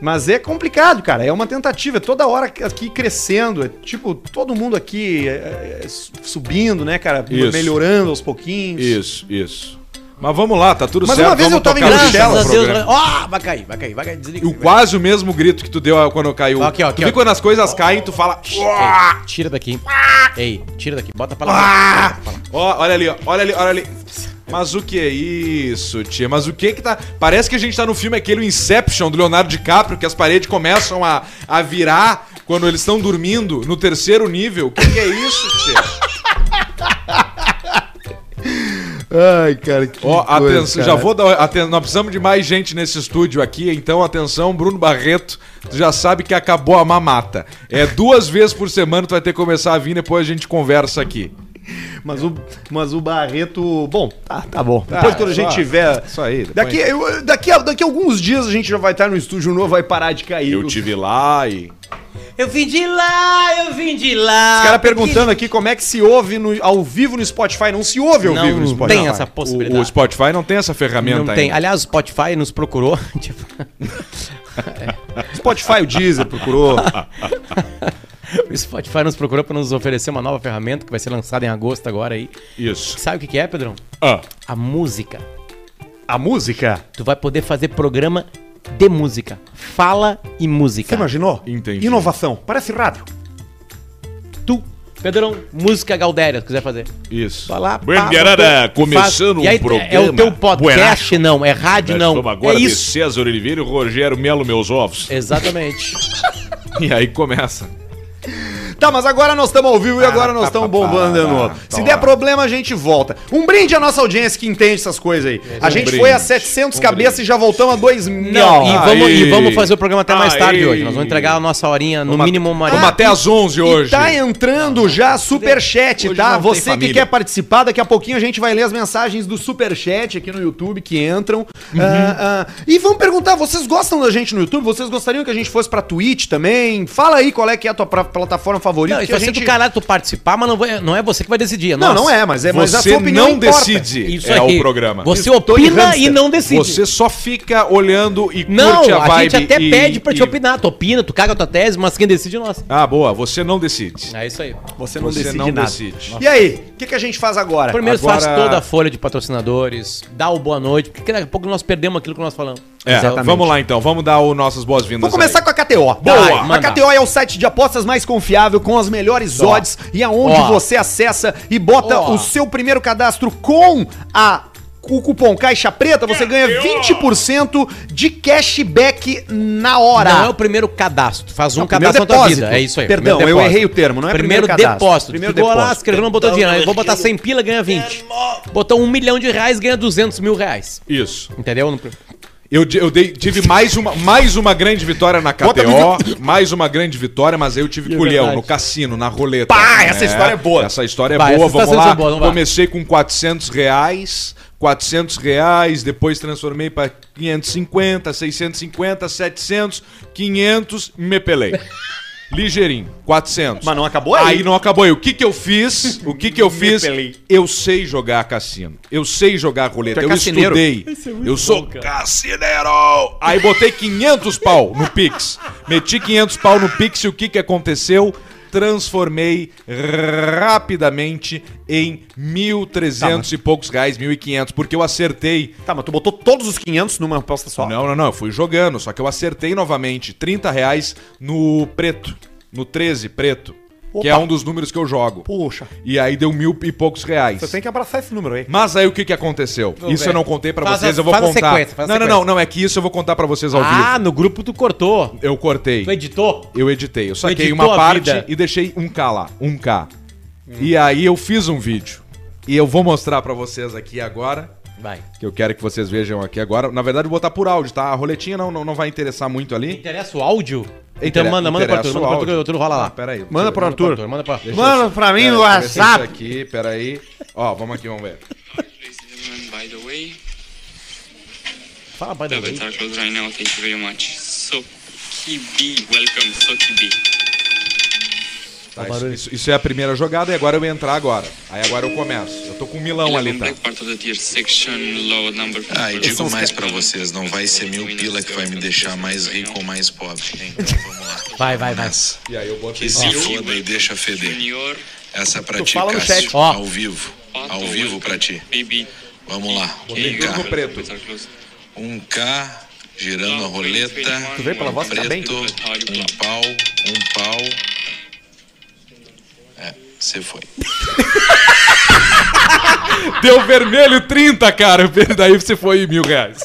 Speaker 4: Mas é complicado, cara. É uma tentativa, é toda hora aqui crescendo. É tipo, todo mundo aqui é, é, subindo, né, cara?
Speaker 1: Isso.
Speaker 4: Melhorando aos pouquinhos.
Speaker 1: Isso, isso. Mas vamos lá, tá tudo
Speaker 4: Mas
Speaker 1: certo.
Speaker 4: uma vez
Speaker 1: vamos
Speaker 4: eu tava em
Speaker 1: tocar no
Speaker 4: Graças
Speaker 1: tela
Speaker 4: a né?
Speaker 1: o programa.
Speaker 2: Ó, vai cair, vai cair, vai cair. Desliga.
Speaker 1: E o quase o mesmo grito que tu deu quando caiu.
Speaker 2: Aqui, ó, aqui,
Speaker 1: tu viu
Speaker 2: ó.
Speaker 1: quando as coisas caem, tu fala.
Speaker 2: Ei, tira daqui. Ei, tira daqui. Bota pra lá.
Speaker 1: Ah! Ó, olha ali, ó, olha ali, olha ali. Mas o que é isso, tia? Mas o que que tá. Parece que a gente tá no filme aquele Inception do Leonardo DiCaprio, que as paredes começam a, a virar quando eles estão dormindo no terceiro nível. O que, que é isso, tia?
Speaker 4: Ai, cara, que
Speaker 1: Ó,
Speaker 4: coisa,
Speaker 1: atenção, já
Speaker 4: cara.
Speaker 1: vou dar. Aten nós precisamos de mais gente nesse estúdio aqui, então atenção, Bruno Barreto, tu já sabe que acabou a mamata. É duas vezes por semana tu vai ter que começar a vir, depois a gente conversa aqui.
Speaker 4: Mas o, mas o Barreto. Bom, tá, tá bom. Depois quando a
Speaker 1: só-
Speaker 4: gente tiver.
Speaker 1: só aí, depois-
Speaker 4: Daqui, eu- daqui, a, daqui a alguns dias a gente já vai estar no estúdio novo, vai parar de cair.
Speaker 1: Eu
Speaker 4: Os
Speaker 1: tive lá e.
Speaker 2: Eu vim de lá, eu vim de lá. Os
Speaker 4: caras perguntando aqui como é que se ouve no- ao vivo no Spotify. Não se ouve ao
Speaker 2: Não
Speaker 4: vivo no Spotify.
Speaker 2: tem essa possibilidade.
Speaker 1: O, o Spotify não tem essa ferramenta
Speaker 2: Não tem.
Speaker 1: ainda.
Speaker 2: Aliás, o Spotify nos procurou. [LAUGHS] tipo,
Speaker 4: Spotify, o Deezer procurou.
Speaker 2: [LAUGHS] o Spotify nos procurou pra nos oferecer uma nova ferramenta que vai ser lançada em agosto agora aí.
Speaker 1: Isso.
Speaker 2: Sabe o que que é, Pedrão?
Speaker 1: Ah.
Speaker 2: A música.
Speaker 4: a música?
Speaker 2: Tu vai poder fazer programa de música. Fala e música.
Speaker 3: Você imaginou?
Speaker 1: Entendi.
Speaker 3: Inovação. Parece rádio.
Speaker 2: tu Pedrão, música Galdéria, se quiser fazer.
Speaker 1: Isso.
Speaker 2: Vai lá.
Speaker 5: Bem, galera, começando
Speaker 2: faz- e aí,
Speaker 5: o programa.
Speaker 2: É o teu podcast, não. É rádio,
Speaker 5: Nós
Speaker 2: não.
Speaker 5: somos agora
Speaker 2: é
Speaker 5: de
Speaker 2: isso.
Speaker 5: César Oliveira e Rogério Melo, meus ovos.
Speaker 2: Exatamente.
Speaker 1: E aí começa.
Speaker 4: Tá, mas agora nós estamos ao
Speaker 2: Ah,
Speaker 4: vivo e agora
Speaker 2: tá,
Speaker 4: nós estamos bombando de novo. Se der problema, a gente volta. Um brinde à nossa audiência que entende essas coisas aí.
Speaker 2: É, um
Speaker 4: A gente
Speaker 1: brinde.
Speaker 4: foi a 700 cabeças e já voltamos a 2 mil.
Speaker 2: Não, e vamos,
Speaker 1: aí.
Speaker 2: e vamos fazer o programa até mais tarde
Speaker 1: Aí.
Speaker 2: hoje. Nós vamos entregar a nossa horinha, no mínimo uma
Speaker 1: Vamos
Speaker 2: horinha.
Speaker 1: até às 11 hoje.
Speaker 4: E tá entrando já superchat,
Speaker 1: Hoje
Speaker 4: tá?
Speaker 1: não tem
Speaker 4: Você que
Speaker 1: família.
Speaker 4: quer participar, daqui a pouquinho a gente vai ler as mensagens do superchat aqui no YouTube que entram.
Speaker 1: Uhum.
Speaker 4: Ah, ah, e vamos perguntar, vocês gostam da gente no YouTube? Vocês gostariam que a gente fosse pra Twitch também? Fala aí qual é que é a tua pra- plataforma favorita.
Speaker 2: Não, isso
Speaker 4: que a
Speaker 2: vai ser do caralho tu participar, mas não, vai- não é você que vai decidir.
Speaker 4: Não,
Speaker 2: nós.
Speaker 4: não é, mas é mas a
Speaker 1: Você
Speaker 4: sua opinião
Speaker 1: não
Speaker 4: importa.
Speaker 1: decide.
Speaker 2: Isso
Speaker 1: é
Speaker 2: aí.
Speaker 1: o programa.
Speaker 2: Você
Speaker 4: Tony
Speaker 2: opina
Speaker 4: Hamster.
Speaker 2: e não decide.
Speaker 1: Você só fica olhando e
Speaker 2: Não,
Speaker 1: curte a
Speaker 2: a,
Speaker 1: vibe.
Speaker 2: gente até
Speaker 1: e-
Speaker 2: pede pra
Speaker 1: e-
Speaker 2: te opinar. Tu opina, tu caga a tua tese, mas quem decide é nós.
Speaker 1: Ah, boa. Você não decide.
Speaker 2: É isso aí.
Speaker 4: Você
Speaker 1: Você não decide.
Speaker 4: E aí, o que, que a gente faz agora?
Speaker 2: Primeiro
Speaker 1: Agora-
Speaker 2: faz toda a folha de patrocinadores, dá o boa noite, porque daqui a pouco nós perdemos aquilo que nós falamos.
Speaker 1: É, vamos lá então. Vamos dar o nossas boas-vindas.
Speaker 4: Vamos começar com a KTO.
Speaker 2: Boa,
Speaker 4: Vai, a
Speaker 2: manda.
Speaker 4: KTO é o site de apostas mais confiável, com as melhores odds e aonde
Speaker 2: Ó.
Speaker 4: você acessa e bota
Speaker 2: Ó.
Speaker 4: o seu primeiro cadastro com a o cupom Caixa Preta, você ganha 20% de cashback na hora.
Speaker 2: Não é o primeiro cadastro, tu faz um
Speaker 4: Não, primeiro
Speaker 2: cadastro na tua
Speaker 4: depósito.
Speaker 2: vida. É isso aí.
Speaker 4: Perdão,
Speaker 2: primeiro
Speaker 4: eu
Speaker 2: depósito.
Speaker 4: errei o termo, não é
Speaker 2: primeiro,
Speaker 4: primeiro cadastro.
Speaker 2: depósito.
Speaker 4: Primeiro
Speaker 2: tu ficou lá,
Speaker 4: depósito.
Speaker 2: escreveu, não botou dinheiro. aí Vou botar 100 pila, ganha 20. Botou um milhão de reais, ganha 200 mil reais.
Speaker 1: Isso.
Speaker 2: Entendeu? No-
Speaker 1: Eu, di- eu dei- tive mais uma, mais uma grande vitória na KTO, mais uma grande vitória, mas aí eu tive colhão
Speaker 2: é verdade.
Speaker 1: no cassino, na roleta.
Speaker 4: Pá, essa história é boa.
Speaker 1: Essa história é
Speaker 2: Vai,
Speaker 1: boa,
Speaker 2: essa
Speaker 1: vamos
Speaker 2: está sendo
Speaker 1: lá.
Speaker 2: boa, vamos lá.
Speaker 1: Comecei com 400 reais, 400 reais, depois transformei pra 550, 650, 700, 500, me
Speaker 2: [LAUGHS]
Speaker 1: pelei. Ligeirinho, 400.
Speaker 4: Mas não acabou aí.
Speaker 1: Aí não acabou aí. O que que eu fiz? O que que eu fiz?
Speaker 4: pelei.
Speaker 1: Eu sei jogar cassino. Eu sei jogar roleta.
Speaker 4: Tu é
Speaker 1: eu
Speaker 4: cassineiro.
Speaker 1: estudei. eu sou
Speaker 5: Cassineiro!
Speaker 1: Aí botei 500 pau no Pix. Meti 500 pau no Pix e o que que aconteceu? Transformei rapidamente em 1.300 e poucos reais, 1.500, porque eu acertei.
Speaker 4: Tá, mas tu botou todos os 500 numa aposta só.
Speaker 1: Não, não, não, eu fui jogando, só que eu acertei novamente 30 reais no preto, no 13 preto, que é
Speaker 4: Opa.
Speaker 1: um dos números que eu jogo.
Speaker 4: Puxa,
Speaker 1: E aí deu mil e poucos reais.
Speaker 3: Você tem que abraçar esse número aí.
Speaker 1: Mas aí o que que aconteceu? isso
Speaker 2: velho.
Speaker 1: eu não contei pra
Speaker 2: Faz
Speaker 1: vocês,
Speaker 2: a-
Speaker 1: eu vou
Speaker 2: faz a
Speaker 1: contar.
Speaker 2: sequência, faz a
Speaker 1: não, não,
Speaker 2: sequência.
Speaker 1: não, não é que isso eu vou contar pra vocês ao vivo.
Speaker 2: Ah, no grupo tu cortou.
Speaker 1: Eu cortei.
Speaker 2: Tu editou.
Speaker 1: Eu editei. Eu saquei
Speaker 2: editou
Speaker 1: uma
Speaker 2: a
Speaker 1: parte
Speaker 2: vida. Hum.
Speaker 1: e deixei um K lá. Um K. E aí eu fiz um vídeo. E eu vou mostrar pra vocês aqui agora.
Speaker 2: Vai.
Speaker 1: Que eu quero que vocês vejam aqui agora. Na verdade, eu vou botar por áudio, tá? A roletinha não, não, não vai interessar muito ali.
Speaker 2: Interessa o áudio? Então
Speaker 1: Intere-
Speaker 2: manda, manda pro
Speaker 1: interessa
Speaker 2: Arthur,
Speaker 1: o
Speaker 2: manda pro Arthur, que o
Speaker 1: áudio.
Speaker 2: Arthur rola
Speaker 1: Ah,
Speaker 2: lá.
Speaker 1: pera aí. Deixa
Speaker 4: Manda
Speaker 1: eu-
Speaker 4: pro Arthur.
Speaker 2: Arthur, manda pra...
Speaker 1: deixa eu-
Speaker 4: Manda pra mim
Speaker 1: pera
Speaker 4: no
Speaker 1: aí, deixa eu ver se
Speaker 4: WhatsApp.
Speaker 1: isso aqui, pera aí. Ó, vamos aqui, vamos ver. Tá,
Speaker 7: Ladies and gentlemen, by the way,
Speaker 2: Fala, pai da
Speaker 7: the
Speaker 2: vez.
Speaker 7: guitar goes right now. Thank you very much. Soki B, welcome, Soki B.
Speaker 1: Tá, isso, isso- isso é a primeira jogada e agora eu vou entrar agora. Aí agora eu começo. Eu tô com um milão ali,
Speaker 7: Eleven
Speaker 1: tá?
Speaker 7: black part of the tier section, low number.
Speaker 8: Ah, e digo mais pra vocês, não vai ser mil pila que vai me deixar mais rico ou mais pobre. Então vamos lá.
Speaker 2: Vai, vai, vai.
Speaker 8: Essa.
Speaker 1: E aí eu botei.
Speaker 8: Que se foda e deixa feder.
Speaker 7: Junior,
Speaker 8: Essa é pra ti,
Speaker 4: fala no
Speaker 8: Cássio.
Speaker 4: chat.
Speaker 2: Ó.
Speaker 8: Ao vivo.
Speaker 9: é
Speaker 8: Ao vivo pra ti.
Speaker 7: BB.
Speaker 8: Vamos lá.
Speaker 7: Hey,
Speaker 8: Um
Speaker 1: tudo no
Speaker 8: K.
Speaker 1: preto.
Speaker 7: guitar close.
Speaker 8: Um K. Girando a roleta.
Speaker 7: Tu vê pela
Speaker 8: um
Speaker 7: voz que tá bem?
Speaker 8: preto, Um pau. Um pau. É, você foi.
Speaker 2: é
Speaker 1: Deu vermelho 30, cara. Daí você foi em mil reais.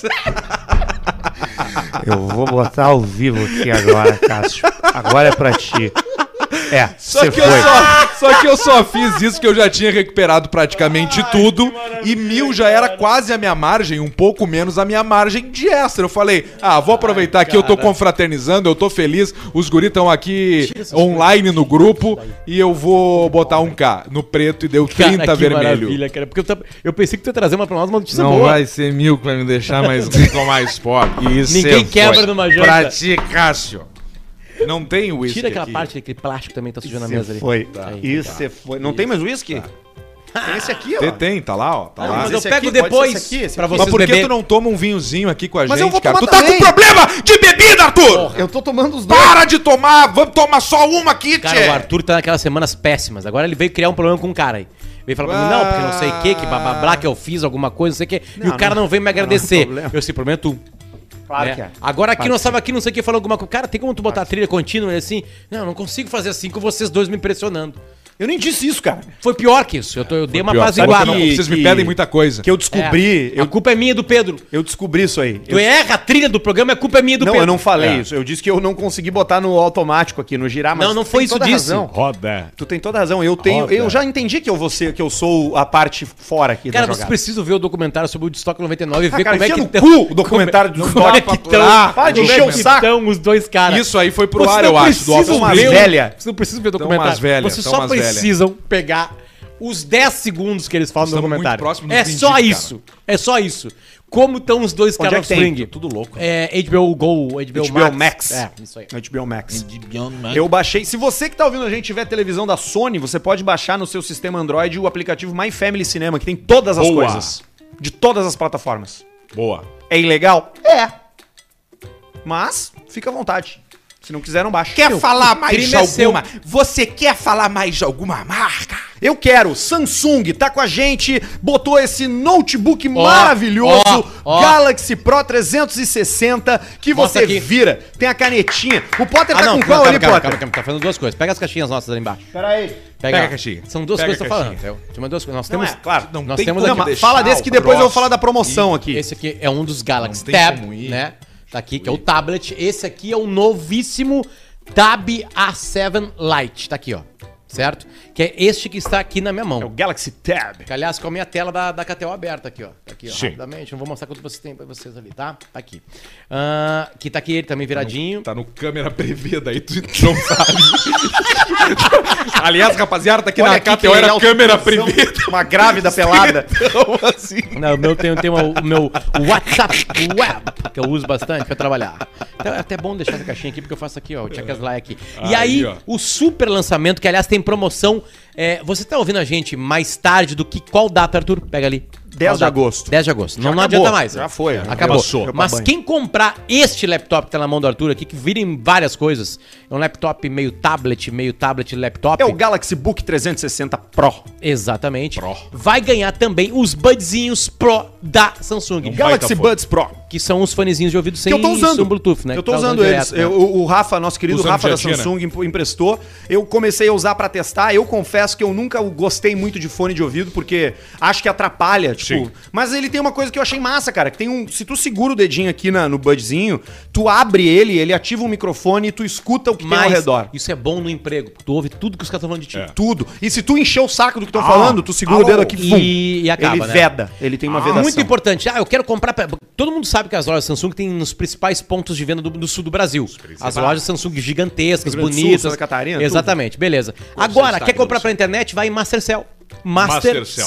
Speaker 10: Eu vou botar ao vivo aqui agora, Cássio. Agora é pra ti. É,
Speaker 1: Só
Speaker 10: você
Speaker 1: que,
Speaker 10: foi.
Speaker 1: eu só, só que eu só fiz isso que eu já tinha recuperado praticamente tudo. E mil já era quase a minha margem, um pouco menos a minha margem de extra. Eu falei, ah, vou aproveitar que eu tô confraternizando, eu tô feliz, os guris estão aqui online no grupo e eu vou botar um K no preto e deu 30
Speaker 2: Cara, que
Speaker 1: vermelho.
Speaker 2: maravilha, cara. Porque eu, tava- eu pensei que tu ia trazer uma pra nós, uma notícia
Speaker 1: Não
Speaker 2: boa.
Speaker 1: vai ser mil que vai me deixar mais rico ou mais pobre. Isso
Speaker 2: [LAUGHS] Ninguém
Speaker 1: eu
Speaker 2: quebra
Speaker 1: fui.
Speaker 2: numa janta.
Speaker 1: Pra ti, Cássio. Não tem uísque
Speaker 2: Tira aquela
Speaker 1: aqui.
Speaker 2: parte, aquele plástico também tá sujando a mesa
Speaker 3: Você
Speaker 2: ali.
Speaker 3: foi.
Speaker 2: Aí.
Speaker 3: Isso você foi. Não tem mais whisky?
Speaker 4: tem esse aqui, ó.
Speaker 1: Tem, tem, tá lá, ó. Tá lá.
Speaker 2: Mas eu
Speaker 4: esse
Speaker 2: pego
Speaker 4: aqui, pode
Speaker 2: depois
Speaker 4: ser esse aqui, esse
Speaker 2: pra
Speaker 4: aqui.
Speaker 1: Mas
Speaker 2: vocês
Speaker 1: por que
Speaker 2: beberem.
Speaker 1: tu não toma um vinhozinho aqui com a
Speaker 4: Mas
Speaker 1: gente,
Speaker 4: eu vou
Speaker 1: cara? Tu
Speaker 4: tomar
Speaker 1: tá
Speaker 4: também.
Speaker 1: com problema de bebida, Arthur!
Speaker 4: Eu tô tomando os dois.
Speaker 1: Para de tomar! Vamos tomar só uma aqui,
Speaker 2: Cara, o Arthur tá naquelas semanas péssimas. Agora ele veio criar um problema com o cara aí. Veio falar pra mim, não, porque não sei o que, que blá, blá, blá, que eu fiz alguma coisa, não sei o que. E o cara não, veio me agradecer. eu se prometo. Claro que é. Agora aqui nós estávamos aqui, não sei o que, falou alguma coisa. Cara, tem como tu botar a trilha contínua? Ele assim, não, eu não consigo fazer assim com vocês dois me impressionando.
Speaker 4: Eu nem disse isso, cara.
Speaker 2: Foi pior que isso. Eu, tô- eu dei uma
Speaker 1: Pior, sabe que
Speaker 2: apaziguada.
Speaker 1: não-
Speaker 4: E-
Speaker 1: vocês me
Speaker 4: e-
Speaker 1: pedem muita coisa.
Speaker 4: Que eu descobri,
Speaker 2: É, A
Speaker 4: eu,
Speaker 2: culpa é minha e do Pedro.
Speaker 4: eu descobri isso aí.
Speaker 2: Tu erra a trilha do programa, a culpa é minha e do
Speaker 4: Não,
Speaker 2: Pedro.
Speaker 4: eu não falei
Speaker 2: É.
Speaker 4: isso. Eu disse que eu não consegui botar no automático aqui, no girar, mas
Speaker 2: Não, não
Speaker 4: tu
Speaker 2: foi
Speaker 4: tem
Speaker 2: isso
Speaker 4: toda a
Speaker 2: disso.
Speaker 4: razão.
Speaker 5: Roda.
Speaker 4: Tu tem toda a razão. Eu tenho, eu já entendi que eu vou ser, que eu sou a parte fora aqui
Speaker 2: Cara,
Speaker 4: da
Speaker 2: vocês
Speaker 4: jogada.
Speaker 2: precisam ver o documentário sobre o Destoque 99 e ver
Speaker 4: Ah,
Speaker 2: [LAUGHS]
Speaker 4: cara,
Speaker 2: como é
Speaker 4: enfia
Speaker 2: que
Speaker 4: no cu o documentário do
Speaker 2: como é
Speaker 4: Destoque.
Speaker 2: que
Speaker 1: Ah,
Speaker 2: estão,
Speaker 4: para de
Speaker 2: como
Speaker 4: encher
Speaker 2: é
Speaker 4: o
Speaker 2: que
Speaker 4: saco.
Speaker 2: estão os dois caras.
Speaker 1: Isso aí foi pro
Speaker 2: Vocês
Speaker 1: ar,
Speaker 2: não
Speaker 1: eu acho, do
Speaker 2: precisam
Speaker 1: Office
Speaker 4: umas
Speaker 1: Blade.
Speaker 2: ver o-
Speaker 4: velha.
Speaker 2: Vocês não precisam ver o
Speaker 1: Tão
Speaker 2: documentário.
Speaker 1: umas velha,
Speaker 2: Vocês
Speaker 1: tão
Speaker 2: só
Speaker 1: umas velha.
Speaker 2: precisam pegar os 10 segundos que eles falam
Speaker 1: Estamos
Speaker 2: no
Speaker 1: muito
Speaker 2: documentário.
Speaker 1: próximos dos
Speaker 2: é
Speaker 1: 20,
Speaker 2: só
Speaker 1: cara.
Speaker 2: isso. É só isso. Como estão os dois
Speaker 4: Onde é
Speaker 2: caras
Speaker 4: que tem?
Speaker 2: Spring?
Speaker 4: Tudo louco.
Speaker 2: É, HBO Go, HBO,
Speaker 4: HBO Max.
Speaker 2: É, isso aí.
Speaker 4: HBO Max. Eu baixei. Se você que tá ouvindo a gente tiver televisão da Sony, você pode baixar no seu sistema Android o aplicativo My Family Cinema, que tem todas as
Speaker 5: Boa.
Speaker 4: coisas. De todas as plataformas.
Speaker 5: Boa.
Speaker 4: É ilegal? É. Mas, fica à vontade. Se não quiser, não baixa.
Speaker 1: Quer falar mais
Speaker 2: crime é
Speaker 1: alguma? Você quer falar mais de alguma marca?
Speaker 4: Eu quero. Samsung tá com a gente, botou esse notebook
Speaker 2: Ó,
Speaker 4: maravilhoso,
Speaker 2: ó, ó.
Speaker 4: Galaxy Pro 360, que
Speaker 2: Mostra
Speaker 4: você
Speaker 2: aqui.
Speaker 4: vira. Tem a canetinha. O Potter tá
Speaker 2: Ah, não,
Speaker 4: com qual
Speaker 2: calma,
Speaker 4: ali,
Speaker 2: calma,
Speaker 4: Potter?
Speaker 2: calma, calma, tá fazendo duas coisas. Pega as caixinhas nossas ali embaixo.
Speaker 4: Peraí.
Speaker 2: Pega,
Speaker 1: Pega a caixinha.
Speaker 2: São duas
Speaker 1: Pega
Speaker 2: coisas que eu tô
Speaker 1: a
Speaker 2: falando. Eu te duas coisas. Nós
Speaker 4: Não
Speaker 2: temos.
Speaker 4: é, claro,
Speaker 1: não
Speaker 2: nós
Speaker 1: tem
Speaker 2: temos
Speaker 1: como
Speaker 2: aqui.
Speaker 1: deixar
Speaker 4: Fala desse que
Speaker 1: o
Speaker 4: depois eu vou
Speaker 1: troço
Speaker 4: falar da promoção aqui.
Speaker 2: Esse aqui é um dos
Speaker 1: Não
Speaker 2: Galaxy
Speaker 1: tem
Speaker 2: Tab,
Speaker 1: como ir.
Speaker 2: né? Tá aqui, que é o tablet. Esse aqui é o novíssimo Tab A7 Lite. Tá aqui, ó. Certo? Que é este que está aqui na minha mão.
Speaker 4: É o Galaxy Tab.
Speaker 2: Que, aliás, com a minha tela da, da KTO aberta aqui, ó. Tá Aqui, ó,
Speaker 5: Sim.
Speaker 2: rapidamente. Não vou mostrar quanto vocês têm pra vocês ali, tá? Tá aqui. Ah, que tá aqui ele também viradinho.
Speaker 1: Tá no câmera [LAUGHS] prevê, daí tu não
Speaker 2: [LAUGHS]
Speaker 1: sabe. Aliás, rapaziada, tá aqui
Speaker 4: Olha
Speaker 1: na
Speaker 4: aqui
Speaker 1: KTO
Speaker 4: que
Speaker 1: era
Speaker 4: legal,
Speaker 1: câmera
Speaker 4: situação.
Speaker 1: prevê.
Speaker 2: é
Speaker 4: [LAUGHS] Uma grávida pelada.
Speaker 2: Não, o meu tem, tem o, o meu WhatsApp Web, que eu uso bastante pra trabalhar. Então é até bom deixar essa caixinha aqui, porque eu faço aqui, ó, o check as lá aqui. E
Speaker 1: Aí,
Speaker 2: aí,
Speaker 1: ó.
Speaker 2: o super lançamento, que aliás tem promoção. é, você tá ouvindo a gente mais tarde do que qual data, Arthur? Pega ali.
Speaker 4: 10
Speaker 2: Qual
Speaker 4: de
Speaker 2: data?
Speaker 4: agosto.
Speaker 2: 10 de agosto. Não, não
Speaker 4: acabou,
Speaker 2: adianta mais.
Speaker 4: já foi, já
Speaker 2: Acabou.
Speaker 4: passou.
Speaker 2: Mas
Speaker 4: Acabou.
Speaker 2: quem comprar este laptop que tá na mão do Arthur aqui, que vira em várias coisas, é um laptop meio tablet, meio tablet laptop.
Speaker 4: É o Galaxy Book 360 Pro.
Speaker 2: Exatamente. Vai ganhar também os budzinhos Pro da Samsung.
Speaker 4: Galaxy Buds Pro.
Speaker 2: Que são os fonezinhos de ouvido sem
Speaker 4: que eu tô usando.
Speaker 2: som Bluetooth, né?
Speaker 4: Eu
Speaker 2: Que
Speaker 4: tô
Speaker 2: tá
Speaker 4: usando eles.
Speaker 2: direto, né?
Speaker 4: Eu- o o Rafa, nosso querido
Speaker 1: Usando
Speaker 4: Rafa da
Speaker 1: direitinho, né?
Speaker 4: Samsung, emp- emprestou. Eu comecei a usar pra testar. Eu confesso que eu nunca gostei muito de fone de ouvido, porque acho que atrapalha, tipo.
Speaker 1: Sim.
Speaker 4: Mas ele tem uma coisa que eu achei massa, cara. Que tem um. Se tu segura o dedinho aqui na- no budzinho, tu abre ele, ele ativa o microfone e tu escuta o que
Speaker 2: Mas
Speaker 4: tem ao redor.
Speaker 2: isso é bom no emprego. porque Tu ouve tudo que os caras estão falando de ti.
Speaker 4: Tudo. E se tu encher o saco do que estão falando, tu segura o dedo aqui
Speaker 2: E-
Speaker 4: pum.
Speaker 2: Ah, e acaba,
Speaker 4: Ele
Speaker 2: né?
Speaker 4: veda. Ele tem uma vedação.
Speaker 2: Muito importante. Ah, eu quero comprar. pra- Todo mundo sabe que as lojas Samsung tem nos principais pontos de venda do, do sul do Brasil. As lojas Samsung gigantescas,
Speaker 4: Rio Grande do Sul,
Speaker 2: bonitas.
Speaker 4: Santa Catarina, tudo.
Speaker 2: Exatamente, beleza. Agora, quer comprar pela internet? Vai em Mastercell.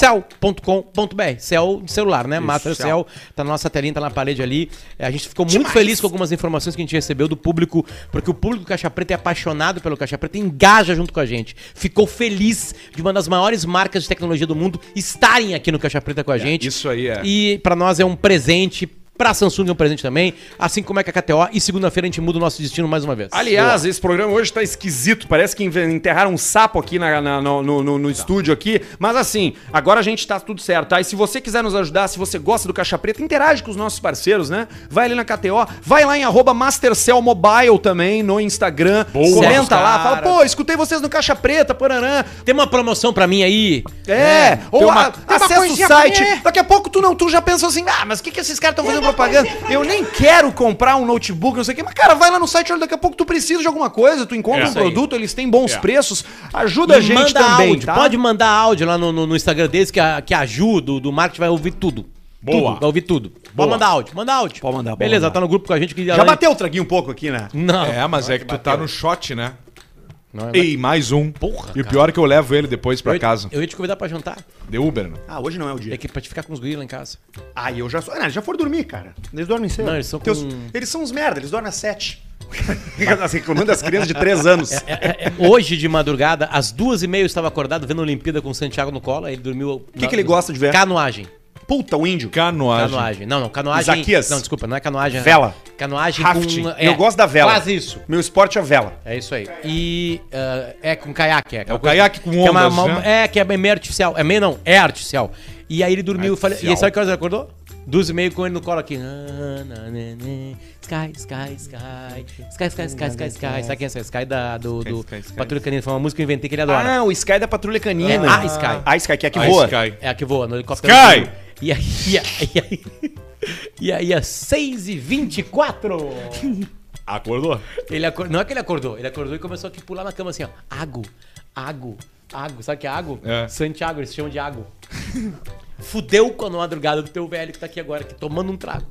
Speaker 2: Mastercell.com.br. Cell de celular, né? Mastercell. Tá na nossa telinha, tá na parede ali. É, A gente ficou muito feliz com algumas informações que a gente recebeu do público, porque o público do Caixa Preta é apaixonado pelo Caixa Preta, engaja junto com a gente. Ficou feliz de uma das maiores marcas de tecnologia do mundo estarem aqui no Caixa Preta com a gente gente.
Speaker 1: Isso aí é.
Speaker 2: E pra nós é um presente. Pra Samsung é um presente também, assim como é que a KTO. E segunda-feira a gente muda o nosso destino mais uma vez.
Speaker 4: Aliás, esse programa hoje tá esquisito. Parece que inve- enterraram um sapo aqui na- na- no, no- no- no estúdio aqui. Mas assim, agora a gente tá tudo certo, tá? E se você quiser nos ajudar, se você gosta do Caixa Preta, interage com os nossos parceiros, né? Vai ali na KTO, vai lá em arroba Mastercell Mobile também no Instagram. Comenta
Speaker 2: Certo,
Speaker 4: lá, fala,
Speaker 2: cara.
Speaker 4: pô, escutei vocês no Caixa Preta, porarã.
Speaker 2: tem uma promoção pra mim aí.
Speaker 4: É, ou
Speaker 1: uma-
Speaker 4: a-
Speaker 1: tem
Speaker 4: acessa o site. Daqui a pouco tu não, tu já pensou assim, ah, mas o que, que esses caras estão fazendo propaganda? Eu nem quero comprar um notebook, não sei o quê. Mas, cara, vai lá no site, olha, daqui a pouco tu precisa de alguma coisa, tu encontra um
Speaker 2: Isso aí.
Speaker 4: produto, eles têm bons
Speaker 5: É.
Speaker 4: preços. Ajuda a
Speaker 2: E
Speaker 4: gente
Speaker 2: manda
Speaker 4: também,
Speaker 2: áudio.
Speaker 4: tá?
Speaker 2: Pode mandar áudio lá no, no- no Instagram deles que a, que a Ju do, do marketing vai ouvir tudo.
Speaker 5: Boa.
Speaker 2: Tudo, vai ouvir tudo. Pode mandar áudio, manda áudio. Pode mandar, Beleza, tá no grupo com a gente que
Speaker 4: Já bateu o traguinho um pouco aqui, né?
Speaker 2: Não.
Speaker 1: É, mas é que tu tá no shot, né?
Speaker 2: Não, é-
Speaker 1: Ei, mais um.
Speaker 2: Porra,
Speaker 1: e o
Speaker 2: cara.
Speaker 1: pior é que eu levo ele depois pra
Speaker 2: eu,
Speaker 1: casa.
Speaker 2: Eu ia te convidar pra jantar.
Speaker 1: De Uber, né?
Speaker 4: Ah, hoje não é o dia.
Speaker 2: É que pra te ficar com os guris lá em casa.
Speaker 4: Ah, e eu já sou. Ah, eles já foram dormir, cara. Eles dormem cedo.
Speaker 2: Não, eles são
Speaker 4: Teus-
Speaker 2: com-
Speaker 4: eles são uns merda, eles dormem às [LAUGHS] sete. Reclamando das crianças de três anos.
Speaker 2: É, é, hoje de madrugada, às duas e meia eu estava acordado vendo a Olimpíada com o Santiago no colo. Ele dormiu. O
Speaker 4: que ele gosta de ver?
Speaker 2: Canoagem.
Speaker 4: Puta, o índio.
Speaker 1: Canoagem.
Speaker 2: Canoagem. Não, não, canoagem.
Speaker 4: Isaquias.
Speaker 2: Não, desculpa, não é canoagem.
Speaker 4: Vela.
Speaker 2: Canoagem
Speaker 4: Rafting.
Speaker 2: com. é,
Speaker 4: eu gosto da vela.
Speaker 2: Quase isso.
Speaker 4: Meu esporte é vela.
Speaker 2: É isso aí. E ah, é com caiaque. É, aquela
Speaker 1: o
Speaker 2: coisa
Speaker 1: caiaque com
Speaker 2: que é, uma-
Speaker 1: ondas,
Speaker 2: uma-
Speaker 1: né?
Speaker 2: é, que é meio artificial. É meio não, é artificial. E aí ele dormiu. eu Falei, e aí sabe que horas ele acordou? Duas e meio com ele no colo aqui. Ah, na, né, né. Sky, Sky, Sky. Sky, Sky, Sky, Sky, Sky. Sabe quem é essa? Sky da, do, do
Speaker 1: Sky, Sky.
Speaker 2: Patrulha Canina. Foi uma música que eu inventei que ele adora.
Speaker 4: Ah, o Sky da Patrulha Canina.
Speaker 2: É, a Sky.
Speaker 4: A Sky, que é a que
Speaker 1: Ah,
Speaker 4: voa.
Speaker 1: Sky.
Speaker 2: É a que voa no helicóptero.
Speaker 1: Sky!
Speaker 2: do Sul. E aí, e aí, e aí, e aí às 6h24,
Speaker 11: Acordou?
Speaker 2: ele acor- não é que ele acordou, ele acordou e começou a tipo, pular na cama assim, ó. Água, água, água. Sabe o que é água?
Speaker 1: É.
Speaker 2: Santiago, eles chamam de água. Fudeu com a madrugada do teu velho que tá aqui agora, que tomando um trago.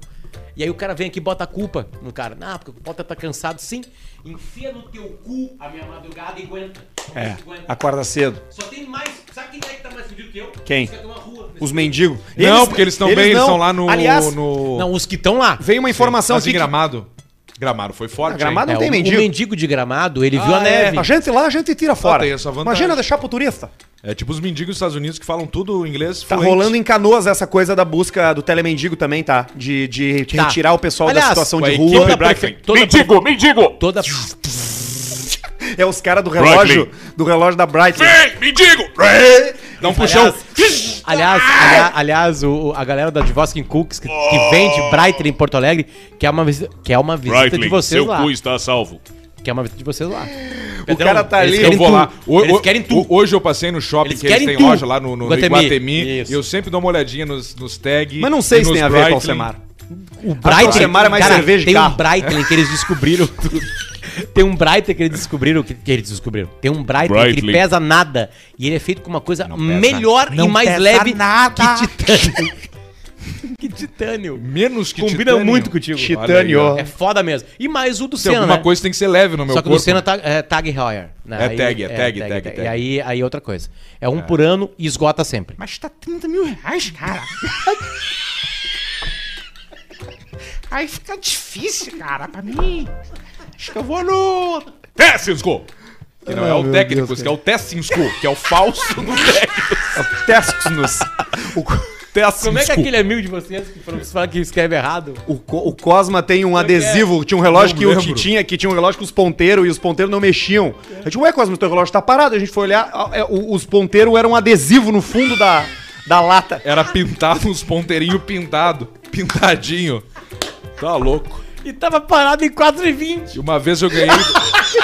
Speaker 2: E aí o cara vem aqui e bota a culpa no cara. Ah, porque o Potter tá cansado, sim. Enfia no teu cu a minha madrugada e aguenta.
Speaker 4: É,
Speaker 2: Aguenta.
Speaker 4: acorda cedo.
Speaker 2: Só tem mais. Sabe quem é que tá mais fudido que eu?
Speaker 4: Quem?
Speaker 2: Os caras tão na rua.
Speaker 4: Os mendigos.
Speaker 1: Não, porque eles estão bem, eles
Speaker 4: não.
Speaker 1: estão lá no.
Speaker 4: Aliás,
Speaker 1: no...
Speaker 2: Não, os que estão lá.
Speaker 4: veio uma informação
Speaker 1: Mas
Speaker 4: aqui.
Speaker 1: em
Speaker 4: que-
Speaker 1: Gramado. Gramado foi forte.
Speaker 4: Ah, Gramado
Speaker 1: hein?
Speaker 4: não
Speaker 2: É,
Speaker 4: tem
Speaker 2: o,
Speaker 4: mendigo.
Speaker 2: o mendigo de gramado, ele viu
Speaker 1: Ah,
Speaker 2: a neve.
Speaker 1: é.
Speaker 3: A gente lá, a gente tira
Speaker 4: Tá
Speaker 3: fora.
Speaker 1: tem essa vantagem.
Speaker 3: Imagina deixar pro turista.
Speaker 1: É tipo os mendigos dos Estados Unidos que falam tudo inglês.
Speaker 4: Tá
Speaker 1: fluente.
Speaker 4: rolando em canoas essa coisa da busca do telemendigo também, tá? De, de
Speaker 2: Tá.
Speaker 4: retirar o pessoal
Speaker 2: Aliás,
Speaker 4: da situação
Speaker 1: com
Speaker 4: de
Speaker 1: a
Speaker 4: rua.
Speaker 1: equipe
Speaker 2: Toda prefe... toda,
Speaker 11: Mendigo, mendigo!
Speaker 2: toda-
Speaker 4: É os caras do relógio,
Speaker 11: Brightling.
Speaker 4: do relógio da Bright.
Speaker 5: Ei, mendigo!
Speaker 1: Dá um puxão.
Speaker 2: Aliás, aliás, alia- aliás, o- o- a galera da Divoskin Cooks que, que
Speaker 4: Oh.
Speaker 2: vende Brighton em Porto Alegre, que é uma visita, que é uma visita de
Speaker 11: Brightling,
Speaker 2: vocês
Speaker 11: seu
Speaker 2: lá.
Speaker 11: cu está salvo.
Speaker 2: Que é uma visita de vocês lá. O
Speaker 4: cara tá ali,
Speaker 1: Eu vou lá. O-
Speaker 2: eles
Speaker 1: o-
Speaker 2: querem
Speaker 1: o-
Speaker 2: tudo.
Speaker 1: Hoje eu passei no shopping
Speaker 2: Eles
Speaker 1: que eles têm
Speaker 2: querem tu.
Speaker 1: loja lá no, no, no
Speaker 2: Guatemi.
Speaker 1: Iguatemi.
Speaker 2: Isso.
Speaker 1: E eu sempre dou uma olhadinha nos, nos tags.
Speaker 4: Mas não sei se tem a ver com o Alcemar.
Speaker 1: Semar.
Speaker 2: O Brighton,
Speaker 4: Alcemar é mais cerveja de
Speaker 2: tem
Speaker 4: carro.
Speaker 2: um Brighton que eles descobriram [LAUGHS] tudo. Tem um Brighton que eles descobriram que, que eles descobriram. Tem um Brighton que ele
Speaker 11: Breitling.
Speaker 2: pesa nada e ele é feito com uma coisa
Speaker 1: pesa.
Speaker 2: melhor e
Speaker 1: Não
Speaker 2: mais
Speaker 1: pesa
Speaker 2: leve
Speaker 1: nada.
Speaker 2: que titânio. que titânio.
Speaker 1: Menos que
Speaker 2: Combina muito contigo.
Speaker 1: Titânio. Olha aí, ó.
Speaker 2: É foda mesmo. E mais o do
Speaker 1: Se
Speaker 2: Senna,
Speaker 1: alguma
Speaker 2: né?
Speaker 1: coisa tem que ser leve no meu
Speaker 2: Só que o
Speaker 1: corpo.
Speaker 2: do Senna tá, é tag heuer. né?
Speaker 1: É tag, é tag, tag, tag.
Speaker 2: E aí, aí outra coisa. É um por ano e esgota sempre.
Speaker 1: Mas tá 30 mil reais, cara. Aí fica difícil, cara, pra mim. Acho que eu vou no. Tessinsko! Que não é o técnico, que é o Tessinsko, que é o falso
Speaker 4: [LAUGHS]
Speaker 1: do técnico.
Speaker 4: Tescnos. O, co-
Speaker 2: Como é que aquele amigo de vocês que falou- que fala que escreve errado?
Speaker 4: o, co- o Cosma tem um adesivo, tinha um relógio
Speaker 1: é Não
Speaker 4: que, o-
Speaker 1: lembro.
Speaker 4: que tinha, que tinha um relógio com os ponteiros e os ponteiros não mexiam. A gente, ué, Cosma, teu relógio tá parado. A gente foi olhar, a- é, o- os ponteiros eram um adesivo no fundo da, da lata.
Speaker 1: Era pintado uns ponteirinhos pintado, pintadinho. Tá louco.
Speaker 2: E tava parado em 4,20.
Speaker 1: E uma vez eu ganhei.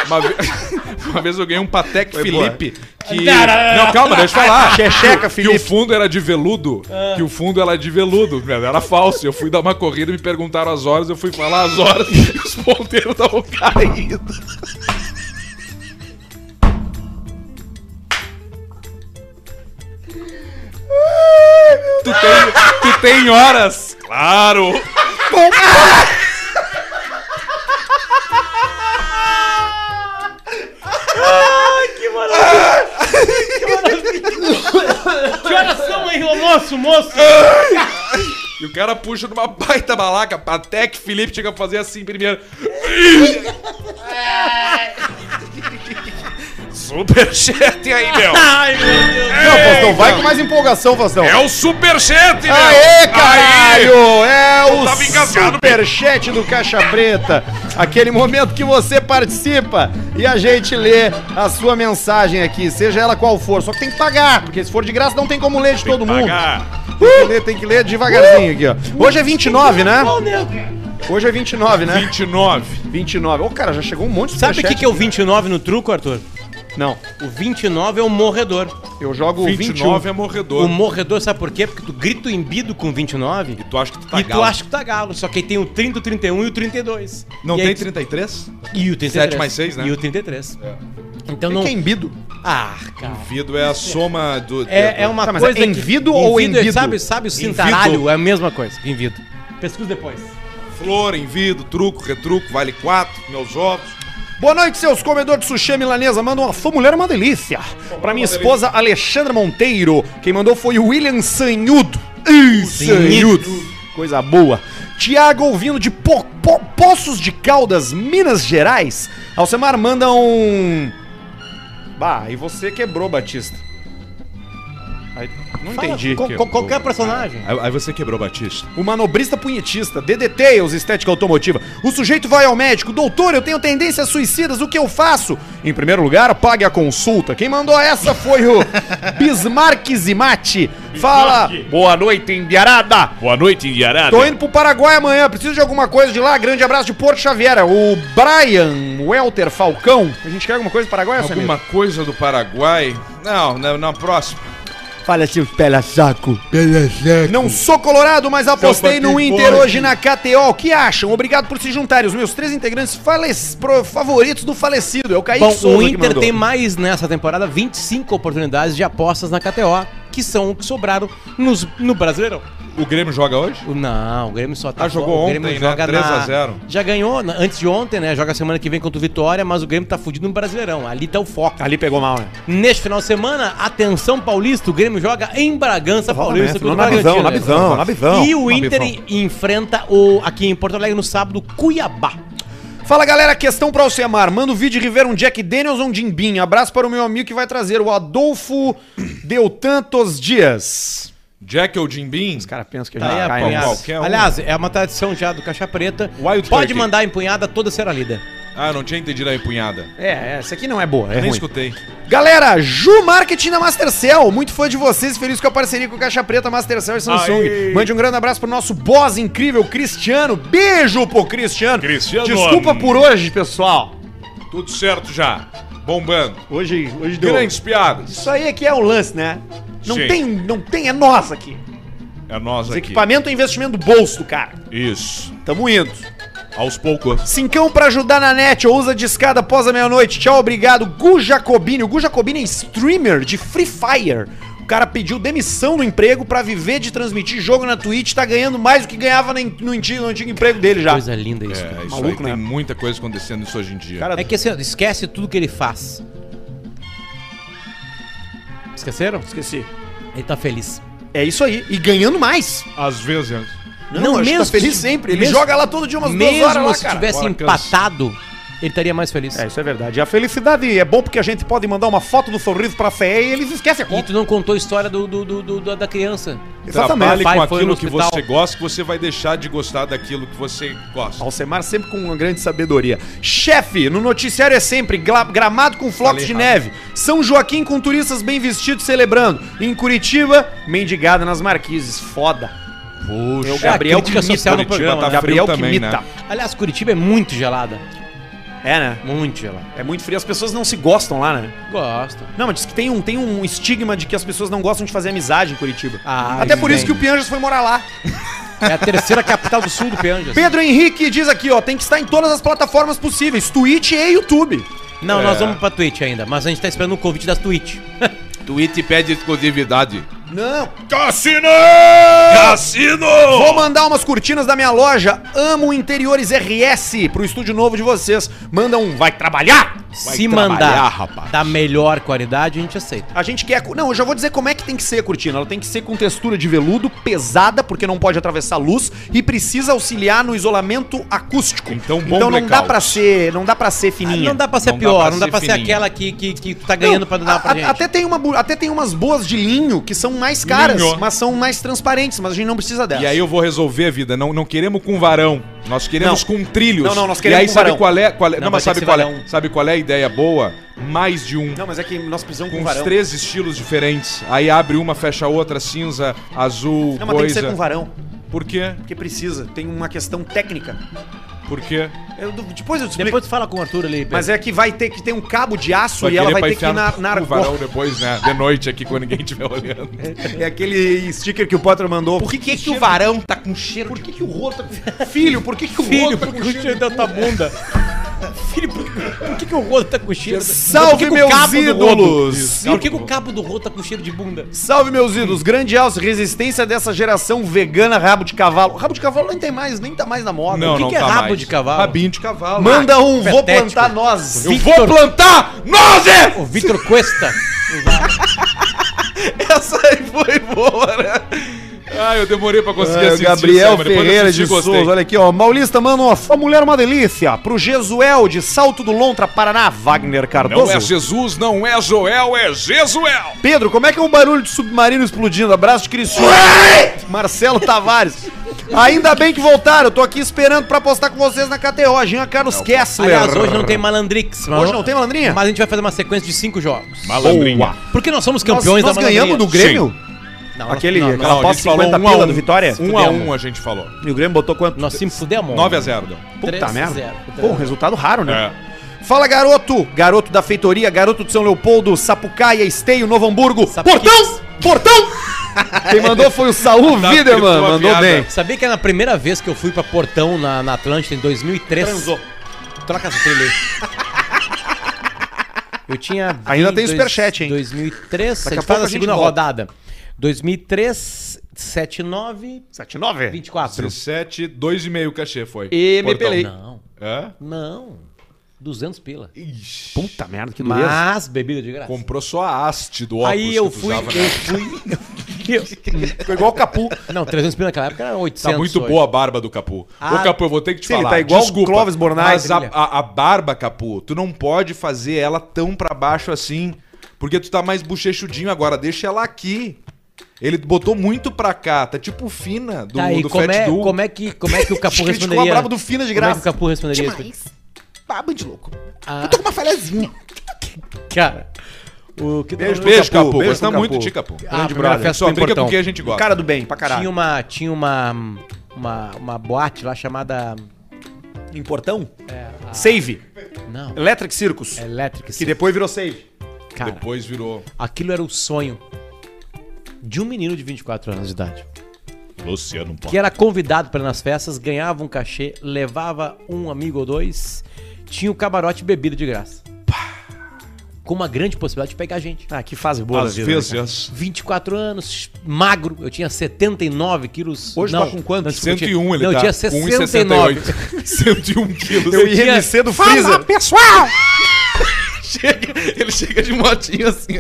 Speaker 1: Uma, ve- [LAUGHS] uma vez eu ganhei um Patek Felipe que.
Speaker 2: Não, não, não.
Speaker 1: Não, calma, deixa eu falar.
Speaker 4: [LAUGHS] Checheca,
Speaker 1: Que o
Speaker 4: Felipe.
Speaker 1: fundo era de veludo.
Speaker 2: Ah.
Speaker 1: Que o fundo era de veludo. mas Era falso. Eu fui dar uma corrida e me perguntaram as horas. Eu fui falar as horas [LAUGHS] e os ponteiros estavam caindo. Tu tem, tu tem horas? Claro!
Speaker 2: Que horas são aí, ô moço, moço?
Speaker 1: E o cara puxa numa baita balaca. Patek Felipe chega a fazer assim primeiro.
Speaker 5: Superchat aí, meu!
Speaker 2: Ai, meu Deus.
Speaker 4: Não, Faustão, vai com mais empolgação, Faustão.
Speaker 5: É o superchat,
Speaker 1: né?
Speaker 5: meu!
Speaker 4: Aê, caralho! É o
Speaker 5: tava engasgado,
Speaker 4: superchat do Caixa Preta. Aquele momento que você participa e a gente lê a sua mensagem aqui, seja ela qual for. Só que tem que pagar, porque se for de graça não tem como ler de todo mundo.
Speaker 11: Pagar.
Speaker 4: Tem que ler, tem que ler devagarzinho aqui, ó. Hoje é 29, né? Hoje é 29, né?
Speaker 1: 29.
Speaker 4: 29. Ô, cara, já chegou um monte de
Speaker 2: Sabe o que, que é
Speaker 4: eu...
Speaker 2: o 29 no truco, Arthur?
Speaker 4: Não,
Speaker 2: O 29 é o morredor.
Speaker 4: eu jogo 29
Speaker 1: 29 é morredor.
Speaker 2: um. O morredor, sabe por quê? Porque tu grita o embido com 29
Speaker 1: Tu acha que tu tá
Speaker 2: e tu
Speaker 1: galo.
Speaker 2: acha que tá galo. Só que aí tem o 30, o 31 e o 32.
Speaker 1: Não
Speaker 2: e
Speaker 1: tem
Speaker 2: aí tu-
Speaker 1: 33?
Speaker 2: E o 33.
Speaker 1: Sete mais seis, né?
Speaker 2: E o 33. Então não...
Speaker 4: que é embido.
Speaker 2: Ah, cara.
Speaker 1: Vido é a soma do.
Speaker 2: É, é uma
Speaker 4: Tá, mas é
Speaker 2: coisa. que-
Speaker 4: envido ou
Speaker 2: é-
Speaker 4: envido?
Speaker 2: Sabe, sabe o cintaralho? É a mesma coisa. Envido. Pesquisa depois.
Speaker 1: Flor, envido, truco, retruco, vale 4, meus ovos.
Speaker 4: Boa noite, seus comedores de sushi milanesa. Manda uma sua mulher é uma delícia. Pra minha esposa Alexandra Monteiro. Quem mandou foi o William Sanhudo. Ih, Sanhudo. Coisa boa. Tiago ouvindo de Po- Po- Poços de Caldas, Minas Gerais. Alcemar manda um. Bah, e você quebrou, Batista. Aí, não entendi. Ah,
Speaker 2: Co- co-
Speaker 4: é
Speaker 2: qualquer personagem.
Speaker 1: Aí, aí você quebrou, Batista.
Speaker 4: O manobrista punhetista, DDTales, estética automotiva. O sujeito vai ao médico, doutor, eu tenho tendências suicidas, o que eu faço?
Speaker 11: [LAUGHS]
Speaker 4: Em primeiro lugar, pague a consulta. Quem mandou essa foi o Bismarck Zimati. Fala!
Speaker 11: Boa noite, Indiarada. Boa noite, Indiarada.
Speaker 4: Tô indo pro Paraguai amanhã, preciso de alguma coisa de lá. Grande abraço de Porto Xaviera. O Brian Welter Falcão. A gente quer alguma coisa do Paraguai,
Speaker 1: Alguma
Speaker 4: Samir?
Speaker 1: coisa do Paraguai? Não, na, na próxima.
Speaker 10: Fala, seus pela saco.
Speaker 4: Não sou colorado, mas
Speaker 1: Seu
Speaker 4: apostei no
Speaker 1: Patrick
Speaker 4: Inter
Speaker 1: Borges.
Speaker 4: hoje na KTO. O que acham? Obrigado por se juntarem. Os meus três integrantes fales- pro- favoritos do falecido. É o Kaique
Speaker 2: Bom,
Speaker 4: Souza
Speaker 2: o
Speaker 4: que
Speaker 2: Inter
Speaker 4: mandou.
Speaker 2: tem mais nessa temporada 25 oportunidades de apostas na KTO, que são o que sobraram nos, no Brasileirão.
Speaker 1: O Grêmio joga hoje?
Speaker 2: O- Não, o Grêmio só tá.
Speaker 1: Ah, jogou
Speaker 2: fora, o
Speaker 1: ontem,
Speaker 2: Grêmio
Speaker 1: né?
Speaker 2: joga
Speaker 1: 3 a
Speaker 2: na-
Speaker 1: 0.
Speaker 2: Já ganhou na- antes de ontem, né? Joga semana que vem contra o Vitória, mas o Grêmio tá fudido no Brasileirão. Ali tá o foco.
Speaker 4: Ali pegou mal, né?
Speaker 2: Neste final de semana, atenção paulista, o Grêmio joga em Bragança Paulista
Speaker 3: Não, na
Speaker 2: Bragantino,
Speaker 3: visão, na
Speaker 2: né?
Speaker 3: visão, na visão.
Speaker 2: E o Inter enfrenta o aqui em Porto Alegre no sábado Cuiabá.
Speaker 4: Fala galera, questão pra Alcemar. Manda o vídeo de Rivera um Jack Daniels ou um Jimbim. Abraço para o meu amigo que vai trazer o Adolfo Deu Tantos Dias.
Speaker 1: Jack ou Jim Beam?
Speaker 4: Os caras pensam que
Speaker 2: Tá aí a
Speaker 4: Ah, cai
Speaker 2: punhada.
Speaker 4: nessa.
Speaker 1: qualquer um.
Speaker 2: Aliás, é uma tradição já do Caixa Preta.
Speaker 1: Wild
Speaker 2: Pode
Speaker 1: Turkey.
Speaker 2: mandar a empunhada toda será lida.
Speaker 1: Ah, não tinha entendido a empunhada.
Speaker 4: É, essa aqui não é boa, é
Speaker 1: Nem
Speaker 4: ruim.
Speaker 1: escutei.
Speaker 4: Galera, Ju Marketing da Mastercell, muito fã de vocês, feliz com a parceria com o Caixa Preta, Mastercell e Samsung.
Speaker 11: Aê.
Speaker 4: Mande um grande abraço pro nosso boss incrível, Cristiano. Beijo pro Cristiano.
Speaker 11: Cristiano.
Speaker 4: Desculpa por hoje, pessoal.
Speaker 1: Tudo certo já. Bombando.
Speaker 4: Hoje, hoje
Speaker 1: Grandes piadas.
Speaker 4: Isso aí aqui é o lance, né? Não
Speaker 1: Sim.
Speaker 4: tem, não tem, é nós aqui.
Speaker 1: É nós
Speaker 4: Os
Speaker 1: aqui.
Speaker 4: equipamento é investimento do bolso do cara.
Speaker 1: Isso.
Speaker 4: Tamo indo.
Speaker 1: Aos poucos.
Speaker 4: Cincão pra ajudar na net, ou usa de escada após a meia-noite. Tchau, obrigado. Gu Jacobini. O Gu Jacobini é streamer de Free Fire. O cara pediu demissão no emprego pra viver de transmitir jogo na Twitch. Tá ganhando mais do que ganhava no, en- no antigo, no antigo emprego dele já.
Speaker 2: Coisa linda isso. cara.
Speaker 1: É, isso
Speaker 4: Maluco,
Speaker 1: aí
Speaker 4: né?
Speaker 1: tem muita coisa acontecendo isso hoje em dia.
Speaker 4: Cara,
Speaker 2: É que assim, ó, esquece tudo que ele faz. Esqueceram?
Speaker 4: esqueci.
Speaker 2: Ele tá feliz.
Speaker 4: É isso aí. E ganhando mais.
Speaker 1: Às vezes. né?
Speaker 2: Não,
Speaker 4: acho que
Speaker 2: mesmo
Speaker 4: tá feliz
Speaker 2: se-
Speaker 4: sempre. Ele
Speaker 2: mesmo-
Speaker 4: joga lá todo dia umas duas horas
Speaker 2: Mesmo
Speaker 4: lá,
Speaker 2: se
Speaker 4: cara.
Speaker 2: tivesse
Speaker 1: Bora, cansa.
Speaker 2: empatado, ele estaria mais feliz.
Speaker 4: É, isso é verdade. A felicidade é bom porque a gente pode mandar uma foto do sorriso pra CE e eles esquecem a
Speaker 2: E
Speaker 4: conta.
Speaker 2: tu não contou a história do, do- do- do- do- da criança.
Speaker 1: Trabalhe
Speaker 2: Pai
Speaker 1: com
Speaker 2: foi no
Speaker 1: aquilo que
Speaker 2: hospital.
Speaker 1: você gosta, que você vai deixar de gostar daquilo que você gosta.
Speaker 4: Alcemar sempre com uma grande sabedoria. Chefe, no noticiário é sempre gla- gramado com flocos
Speaker 1: Falei
Speaker 4: de
Speaker 1: errado.
Speaker 4: neve. São Joaquim com turistas bem vestidos celebrando. Em Curitiba, mendigada nas marquises. Foda.
Speaker 2: Puxa,
Speaker 4: É o Gabriel
Speaker 2: a crítica
Speaker 4: que imita
Speaker 2: social no
Speaker 1: Curitiba,
Speaker 2: programa.
Speaker 1: tá
Speaker 2: né?
Speaker 1: frio
Speaker 4: Gabriel que
Speaker 1: também,
Speaker 4: imita.
Speaker 1: né?
Speaker 2: Aliás, Curitiba é muito gelada.
Speaker 4: É, né?
Speaker 2: Muito gelada.
Speaker 4: É muito frio. As pessoas não se gostam lá, né?
Speaker 2: Gosto.
Speaker 4: Não, mas diz que tem um, tem um estigma de que as pessoas não gostam de fazer amizade em Curitiba.
Speaker 2: Ah,
Speaker 4: Até por isso que
Speaker 2: bem.
Speaker 4: o Pianjas foi morar lá.
Speaker 2: É a terceira capital do sul do Peanjas.
Speaker 4: Pedro Henrique diz aqui, ó, tem que estar em todas as plataformas possíveis, Twitch e YouTube.
Speaker 2: Não,
Speaker 4: É.
Speaker 2: nós vamos pra Twitch ainda, mas a gente tá esperando o convite das Twitch.
Speaker 1: Tweet pede exclusividade.
Speaker 4: Não,
Speaker 5: Cassino! Cassino!
Speaker 4: Vou mandar umas cortinas da minha loja. Amo Interiores RS pro estúdio novo de vocês. Manda um vai trabalhar.
Speaker 2: Se mandar da melhor qualidade, a gente aceita.
Speaker 4: A gente quer. cu- Não, eu já vou dizer como é que tem que ser a cortina. Ela tem que ser com textura de veludo, pesada, porque não pode atravessar a luz e precisa auxiliar no isolamento acústico.
Speaker 1: Então, bom
Speaker 4: não dá
Speaker 1: blackout.
Speaker 4: pra ser, não dá para ser
Speaker 2: Ah,
Speaker 4: fininha.
Speaker 2: não dá pra ser
Speaker 1: Não dá
Speaker 2: pior,
Speaker 1: pra
Speaker 2: não dá
Speaker 1: ser
Speaker 2: pra ser
Speaker 1: fininha.
Speaker 2: aquela que, que, que tu tá ganhando pra
Speaker 4: a-
Speaker 2: dar pra
Speaker 4: a-
Speaker 2: gente.
Speaker 4: até tem uma bu- até tem umas boas de linho que são mais caras,
Speaker 1: Linho.
Speaker 4: mas são mais transparentes, mas a gente não precisa dessa.
Speaker 1: E aí eu vou resolver a vida. Não, não queremos com varão. Nós queremos
Speaker 4: Não.
Speaker 1: com trilhos.
Speaker 4: Não, não, nós
Speaker 1: E
Speaker 4: queremos
Speaker 1: aí
Speaker 4: com
Speaker 1: sabe
Speaker 4: varão.
Speaker 1: qual é, qual é-
Speaker 2: Não,
Speaker 1: Não, mas
Speaker 2: mas tem que
Speaker 1: sabe
Speaker 2: ser
Speaker 1: qual
Speaker 2: varão.
Speaker 1: é, sabe qual é a ideia boa? Mais de um.
Speaker 4: Não, mas é que nós precisamos
Speaker 1: Com
Speaker 4: um
Speaker 1: os
Speaker 4: varão.
Speaker 1: três estilos diferentes. Aí abre uma, fecha a outra, cinza, azul,
Speaker 4: Não, mas tem que
Speaker 1: coisa.
Speaker 4: ser com varão,
Speaker 1: Por quê?
Speaker 4: porque precisa, tem uma questão técnica.
Speaker 1: Por quê?
Speaker 4: Eu- depois eu te explico.
Speaker 2: Depois tu fala com o Arthur ali, Pedro.
Speaker 4: Mas é que vai ter que ter um cabo de aço
Speaker 1: Vai
Speaker 4: e ela
Speaker 1: querer
Speaker 4: vai
Speaker 1: pra
Speaker 4: ter que ir
Speaker 1: enfiar
Speaker 4: na,
Speaker 1: no
Speaker 4: na
Speaker 1: cu, varão depois, né? De noite aqui, quando ninguém estiver olhando.
Speaker 4: É aquele sticker que o Potter mandou. Por que que, o varão tá com cheiro? Por que que o rosto [LAUGHS] tá... Filho, por que que o
Speaker 2: Filho,
Speaker 4: rosto
Speaker 2: por que o tá cheiro da [LAUGHS] tua bunda? Filho, por, por que, que o rodo tá com cheiro? da- Por
Speaker 4: Salve
Speaker 2: que que o
Speaker 4: meus
Speaker 2: cabo do rodo-
Speaker 4: ídolos!
Speaker 2: Isso, Por que, que o cabo do rodo tá com cheiro de bunda?
Speaker 4: Salve meus ídolos, grande alce, resistência dessa geração vegana rabo de cavalo. Rabo de cavalo nem tem mais, nem tá mais na moda.
Speaker 1: Não,
Speaker 2: que
Speaker 1: não
Speaker 2: que é
Speaker 1: tá
Speaker 2: rabo
Speaker 1: mais.
Speaker 2: de cavalo?
Speaker 1: Rabinho de cavalo.
Speaker 4: Manda um, vou
Speaker 2: Patético.
Speaker 4: plantar nós.
Speaker 1: Eu vou plantar nozes!
Speaker 2: O Victor Cuesta.
Speaker 4: Essa aí foi boa, né?
Speaker 1: Ah, eu demorei pra conseguir
Speaker 4: Ah,
Speaker 1: assistir.
Speaker 4: Gabriel
Speaker 1: Samara. Depois eu
Speaker 4: Ferreira
Speaker 1: assisti,
Speaker 4: de
Speaker 1: gostei.
Speaker 4: Souza, olha aqui, ó. Paulista, mano, ó, sua mulher é uma delícia. Pro Jesuel de Salto do Lontra, Paraná, Wagner
Speaker 1: Não
Speaker 4: Cardoso.
Speaker 1: é Jesus, não é Joel, é Jesuel.
Speaker 4: Pedro, como é que é um barulho de submarino explodindo? Abraço de Cristiano. Marcelo Tavares. Ainda bem que voltaram, eu tô aqui esperando pra postar com vocês na KTO. Jean Carlos Kessler.
Speaker 2: Aliás, hoje não tem Malandrix. mas-
Speaker 4: Hoje não tem malandrinha?
Speaker 2: Mas a gente vai fazer uma sequência de cinco jogos.
Speaker 11: Malandrinha.
Speaker 2: Porque nós somos
Speaker 4: Nós-
Speaker 2: campeões
Speaker 4: nós,
Speaker 2: da
Speaker 4: ganhamos
Speaker 2: malandrinha.
Speaker 4: do Grêmio?
Speaker 2: Não,
Speaker 4: Aquele,
Speaker 2: não, não,
Speaker 4: aquela
Speaker 1: a
Speaker 4: aposta
Speaker 1: gente
Speaker 4: de
Speaker 1: falou
Speaker 4: 50
Speaker 1: um a
Speaker 4: pila
Speaker 1: um.
Speaker 4: do Vitória?
Speaker 1: Um a um a gente falou.
Speaker 4: E o Grêmio botou quanto?
Speaker 2: Nós se fudemos.
Speaker 1: 9x0, deu.
Speaker 4: Puta
Speaker 2: 3 a
Speaker 4: merda.
Speaker 2: 0.
Speaker 4: Pô, um resultado raro, né?
Speaker 1: É.
Speaker 4: Fala, garoto! Garoto da feitoria, garoto de São Leopoldo, Sapucaia, Esteio, Novo Hamburgo. Portão! Portão! Quem mandou foi o Saul
Speaker 1: Tá,
Speaker 4: Wiedemann,
Speaker 1: tripou a
Speaker 4: mandou
Speaker 1: piada.
Speaker 4: bem.
Speaker 2: Sabia que era a primeira vez que eu fui pra Portão na, na Atlântida em 2003?
Speaker 4: Transou.
Speaker 2: Troca essa trilha aí. [LAUGHS] Eu tinha.
Speaker 4: Ainda
Speaker 2: vinte-
Speaker 4: tem
Speaker 2: dois-
Speaker 4: superchat, hein?
Speaker 2: 2003,
Speaker 4: Daqui
Speaker 2: a
Speaker 4: a
Speaker 2: gente faz
Speaker 4: pouco
Speaker 2: a
Speaker 4: a gente
Speaker 2: segunda
Speaker 4: volta.
Speaker 2: rodada. 2003, 79,
Speaker 4: 7-9?
Speaker 2: 24.
Speaker 1: 17, 2,5 o cachê foi.
Speaker 4: E me
Speaker 1: Portão.
Speaker 4: pelei.
Speaker 2: Não,
Speaker 1: É?
Speaker 2: não. 200 pila.
Speaker 1: Ixi,
Speaker 4: Puta merda, que dureza.
Speaker 2: Mas bebida de graça.
Speaker 1: comprou só a haste do óculos.
Speaker 2: Aí
Speaker 1: que
Speaker 2: eu
Speaker 1: tu
Speaker 2: fui, eu
Speaker 1: usava, né?
Speaker 2: fui. eu-
Speaker 4: Ficou igual o Capu.
Speaker 2: Não, 300 pila naquela época era 800.
Speaker 1: Tá muito
Speaker 2: hoje.
Speaker 1: boa a barba do Capu.
Speaker 2: Ah.
Speaker 1: Ô, Capu, eu vou ter que te
Speaker 4: Sim, ele
Speaker 1: falar.
Speaker 4: tá igual o Clóvis Bornai.
Speaker 1: Mas a,
Speaker 2: Trilha.
Speaker 1: a- a barba, Capu, tu não pode fazer ela tão pra baixo assim, porque tu tá mais bochechudinho agora. Deixa ela aqui. Ele botou muito pra cá. Tá tipo fina do,
Speaker 2: Tá, e
Speaker 1: do
Speaker 2: como
Speaker 1: Fat
Speaker 2: é,
Speaker 1: Du.
Speaker 2: como é que, como é que o Capu
Speaker 4: Criticou [LAUGHS] a
Speaker 2: responderia?
Speaker 4: braba do Fina
Speaker 2: Como
Speaker 4: de
Speaker 2: é que
Speaker 4: graça.
Speaker 2: o Capu responderia? isso?
Speaker 4: Baba de louco.
Speaker 2: Ah,
Speaker 4: Uma falhazinha.
Speaker 2: cara, o que
Speaker 1: Beijo,
Speaker 2: o
Speaker 1: beijo,
Speaker 4: Capu,
Speaker 1: Capu.
Speaker 4: beijo
Speaker 1: Gostamos
Speaker 4: pro
Speaker 1: muito
Speaker 4: Capu.
Speaker 1: de ti, Capu.
Speaker 2: Ah, a
Speaker 4: Grande
Speaker 2: primeira
Speaker 4: brother.
Speaker 2: festa
Speaker 1: Só
Speaker 2: foi em
Speaker 1: brinca com
Speaker 2: Portão.
Speaker 1: quem a gente gosta.
Speaker 4: Cara do bem, pra caralho.
Speaker 2: Tinha uma, tinha uma, uma, uma boate lá chamada...
Speaker 4: Em Portão?
Speaker 1: É,
Speaker 4: Save.
Speaker 2: Não,
Speaker 4: Electric Circus.
Speaker 2: Electric.
Speaker 4: Que depois virou Save.
Speaker 2: Cara,
Speaker 1: Depois virou
Speaker 2: aquilo era o sonho de um menino de 24 anos de idade.
Speaker 11: Luciano
Speaker 2: que era convidado para ir nas festas, ganhava um cachê, levava um amigo ou dois, tinha o camarote e bebida de graça. Com uma grande possibilidade de pegar gente.
Speaker 4: Ah, que fase boa
Speaker 1: às
Speaker 4: da vida. né, cara?
Speaker 1: vezes é.
Speaker 2: 24 anos, magro, eu tinha 79 quilos.
Speaker 4: Hoje tá com quanto?
Speaker 2: não, desculpa, eu tinha-
Speaker 1: 101 ele
Speaker 2: não,
Speaker 1: tá.
Speaker 2: eu tinha 69.
Speaker 1: [LAUGHS] 1,68. 101 quilos.
Speaker 4: Eu
Speaker 2: Eu tinha-
Speaker 4: ia IMC do Freezer.
Speaker 1: pessoal!
Speaker 4: Ele chega de motinho assim.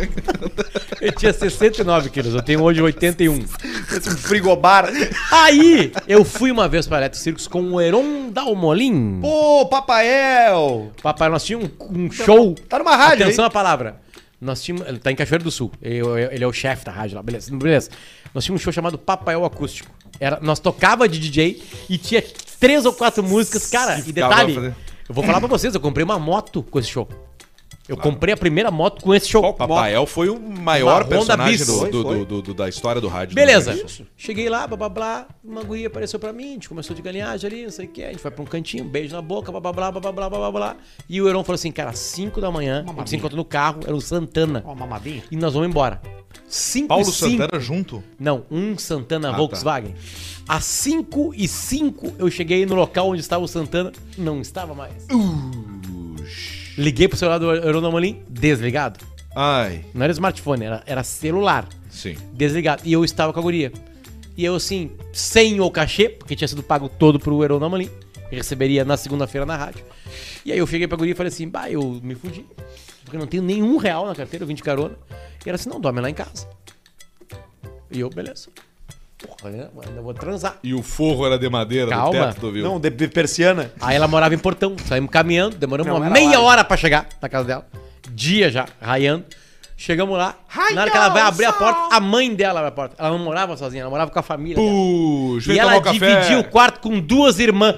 Speaker 2: Eu tinha 69 quilos, eu tenho hoje 81.
Speaker 4: Parece um frigobar.
Speaker 2: Aí, eu fui uma vez para Electro Circus com o Heron Dalmolin.
Speaker 4: Pô, Papael.
Speaker 2: Papai, nós tínhamos um, um show.
Speaker 4: Tá numa rádio,
Speaker 2: Atenção à palavra. Nós tínhamos. Ele tá em Cachoeiro do Sul. Eu- eu- ele é o chefe da rádio lá, beleza. Beleza. Nós tínhamos um show chamado Papael Acústico. Era, nós tocava de DJ e tinha três ou quatro músicas, cara. E
Speaker 1: ficava
Speaker 2: detalhe,
Speaker 1: fazendo-
Speaker 2: eu vou falar pra vocês, eu comprei uma moto com esse show. Eu comprei a primeira moto com esse show. Moto.
Speaker 1: Papael foi o
Speaker 2: Uma
Speaker 1: maior
Speaker 2: Honda
Speaker 1: personagem
Speaker 2: Bis.
Speaker 1: do,
Speaker 2: Foi,
Speaker 1: do- do- do- do- da história do rádio.
Speaker 2: Beleza.
Speaker 1: né?
Speaker 2: Cheguei lá, blá blá blá, uma guria apareceu pra mim, a gente começou de galinhagem ali, não sei o que, a gente foi pra um cantinho, um beijo na boca, blá blá blá blá blá blá blá blá, blá. E o Heron falou assim, cara, 5 da manhã, a gente se encontra no carro, era o Santana,
Speaker 4: Uma mamadinha.
Speaker 2: e nós vamos embora. 5
Speaker 1: Paulo
Speaker 2: e cinco-
Speaker 1: Santana junto?
Speaker 2: Não, um Santana
Speaker 1: tá.
Speaker 2: Volkswagen. Às 5 e 5 eu cheguei no local onde estava o Santana, não estava mais. Liguei pro celular do Heron Amolim, desligado.
Speaker 1: Ai,
Speaker 2: Não era smartphone, era, era celular
Speaker 1: sim.
Speaker 2: desligado. E eu estava com a guria. E eu, assim, sem o cachê, porque tinha sido pago todo pro Heron Amorim, receberia na segunda-feira na rádio. E aí eu cheguei pra guria e falei assim, bah, eu me fudi, porque eu não tenho nenhum real na carteira, eu vim de carona. E ela assim, não, dorme lá em casa. E eu, beleza. Porra, né? ainda vou transar.
Speaker 1: E o forro era de madeira
Speaker 2: Calma.
Speaker 1: do teto do avião.
Speaker 4: Não, de,
Speaker 1: [LAUGHS]
Speaker 4: de persiana.
Speaker 2: Aí ela morava em Portão, saímos caminhando, demoramos
Speaker 4: Não,
Speaker 2: uma
Speaker 4: era
Speaker 2: meia
Speaker 4: lá.
Speaker 2: hora pra chegar na casa dela. Dia já, raiando. Chegamos lá, na hora que ela vai abrir a porta, a mãe dela abre a porta. Ela não morava sozinha, ela morava com a família. dela.
Speaker 1: Puxa,
Speaker 2: E
Speaker 1: vem
Speaker 2: ela
Speaker 1: tomar um café.
Speaker 2: dividia o quarto com duas irmãs.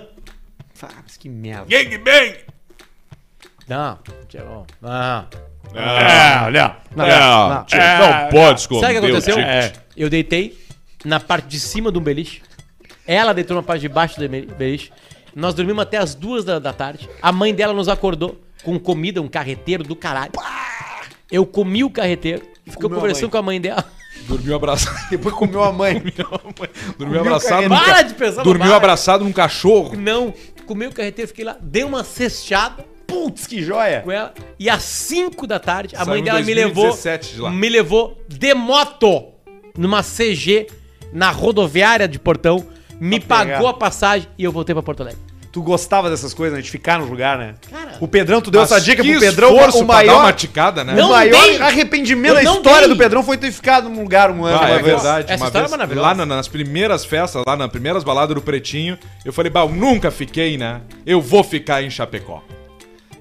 Speaker 4: Ah, mas que merda.
Speaker 5: Gang Bang!
Speaker 2: Não, Tchau. Não. Ah,
Speaker 11: É, olha.
Speaker 2: Não,
Speaker 11: Não,
Speaker 2: não.
Speaker 11: tio, não pode esconder.
Speaker 2: É, Sabe o que aconteceu?
Speaker 11: ticket.
Speaker 2: É. Eu deitei na parte de cima de um beliche. Ela deitou na parte de baixo do be- beliche. Nós dormimos até as duas da, da tarde. A mãe dela nos acordou com comida, um carreteiro do caralho. Eu comi o carreteiro, ficou
Speaker 4: Comeu a
Speaker 2: conversando
Speaker 4: mãe.
Speaker 2: com a mãe dela.
Speaker 1: Dormiu abraçado.
Speaker 4: Depois comeu a mãe.
Speaker 1: Dormiu abraçado. num
Speaker 2: Para
Speaker 1: ca-
Speaker 2: de pensar
Speaker 1: Dormiu
Speaker 2: bobagem.
Speaker 1: abraçado num cachorro.
Speaker 2: Não, comi o carreteiro, fiquei lá, dei uma cestada.
Speaker 4: Putz, que joia.
Speaker 2: com ela. E às 5 da tarde, a
Speaker 1: Saiu
Speaker 2: mãe
Speaker 1: em
Speaker 2: dela me
Speaker 1: 2017 de
Speaker 2: levou.
Speaker 1: lá.
Speaker 2: Me levou de moto numa CG na rodoviária de Portão. Me
Speaker 4: Pra pegar.
Speaker 2: pagou a passagem e eu voltei pra Porto Alegre.
Speaker 4: Tu gostava dessas coisas, né? De ficar no lugar, né?
Speaker 2: Cara.
Speaker 4: o Pedrão, tu deu essa
Speaker 1: Mas
Speaker 4: dica
Speaker 1: que
Speaker 4: pro Pedrão.
Speaker 1: esforço
Speaker 4: O
Speaker 1: pra dar uma
Speaker 4: maior,
Speaker 1: ticada, né?
Speaker 4: o
Speaker 2: Não
Speaker 4: maior
Speaker 2: dei.
Speaker 4: arrependimento da
Speaker 2: Eu não
Speaker 4: história
Speaker 2: dei.
Speaker 4: do Pedrão foi ter ficado num lugar um ano.
Speaker 1: Ah,
Speaker 4: uma
Speaker 1: é
Speaker 4: vez.
Speaker 1: verdade.
Speaker 2: Essa
Speaker 1: uma
Speaker 2: história
Speaker 1: vez,
Speaker 2: é maravilhosa.
Speaker 1: Lá na- nas primeiras festas, lá nas primeiras baladas do Pretinho, eu falei, bah, eu nunca fiquei, né? Eu vou ficar em Chapecó.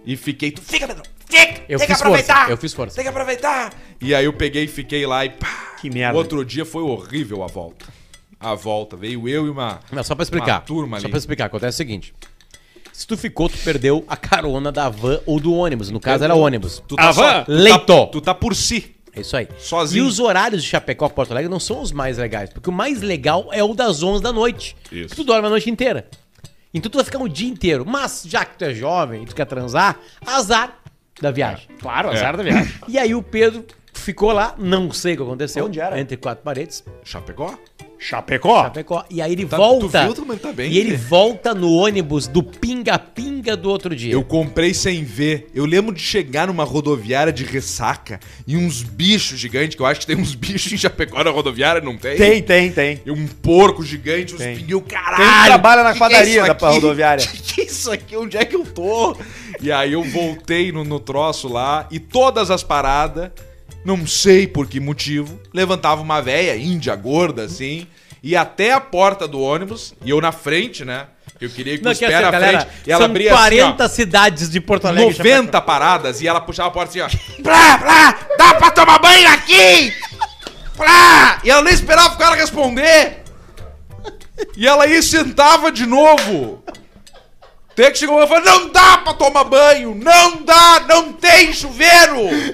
Speaker 1: E fiquei, tu fica, Pedrão, fica,
Speaker 2: Eu
Speaker 1: tem que
Speaker 2: fiz
Speaker 1: aproveitar.
Speaker 2: força. Eu fiz força.
Speaker 1: Tem que aproveitar. E aí eu peguei e fiquei lá e pá.
Speaker 4: Que merda.
Speaker 1: O outro dia foi horrível a volta. A volta. Veio eu e uma...
Speaker 2: Não, só pra explicar.
Speaker 1: Uma turma
Speaker 2: só
Speaker 1: ali.
Speaker 2: pra explicar, acontece o seguinte. Se tu ficou, tu perdeu a carona da van ou do ônibus. No caso, era ônibus.
Speaker 4: Ah,
Speaker 1: Tu tá
Speaker 11: Avan,
Speaker 1: só, tu
Speaker 2: leito.
Speaker 1: tá, tu tá por si.
Speaker 2: É isso aí.
Speaker 1: Sozinho.
Speaker 2: E os horários de Chapecó com Porto Alegre não são os mais legais, porque o mais legal é o das 11 da noite.
Speaker 11: Isso.
Speaker 2: Tu dorme a noite inteira. Então tu vai ficar o dia inteiro. Mas já que tu é jovem e tu quer transar, azar da viagem.
Speaker 1: É.
Speaker 10: Claro, azar da viagem.
Speaker 2: E aí o Pedro ficou lá, não sei o que aconteceu.
Speaker 4: Onde era?
Speaker 2: Entre quatro paredes,
Speaker 1: Chapecó?
Speaker 4: Chapecó?
Speaker 2: Chapecó. E aí ele
Speaker 1: Tá-
Speaker 2: volta.
Speaker 1: tu viu, mas tá bem,
Speaker 2: e ele
Speaker 1: né?
Speaker 2: volta no ônibus do pinga-pinga do outro dia.
Speaker 1: Eu comprei sem ver. Eu lembro de chegar numa rodoviária de ressaca e uns bichos gigantes, que eu acho que tem uns [LAUGHS] bichos em Chapecó na rodoviária, não tem?
Speaker 4: Tem, tem, tem.
Speaker 1: E um porco gigante, uns
Speaker 4: Tem.
Speaker 1: pneus, caralho.
Speaker 4: Quem trabalha na
Speaker 1: que que é
Speaker 4: padaria
Speaker 1: isso
Speaker 4: da
Speaker 1: aqui?
Speaker 4: rodoviária.
Speaker 1: [LAUGHS] Que que é isso aqui? Onde é que eu tô? E aí eu voltei no, no troço lá e todas as paradas, não sei por que motivo, levantava uma véia índia, gorda assim, e até a porta do ônibus, e eu na frente, né? Eu queria que
Speaker 2: Não,
Speaker 1: os
Speaker 2: que assim,
Speaker 1: pés na
Speaker 2: galera,
Speaker 1: frente. E ela
Speaker 2: são
Speaker 1: abria
Speaker 2: 40
Speaker 1: assim,
Speaker 2: cidades de Porto
Speaker 1: ó,
Speaker 2: Alegre.
Speaker 1: 90
Speaker 2: Chapecó.
Speaker 1: paradas e ela puxava a porta assim, ó. Plá, plá, dá pra tomar banho aqui? Plá! E ela nem esperava o cara responder. E ela aí sentava de novo. Tem que chegar e falar, não dá pra tomar banho, não dá, não tem chuveiro.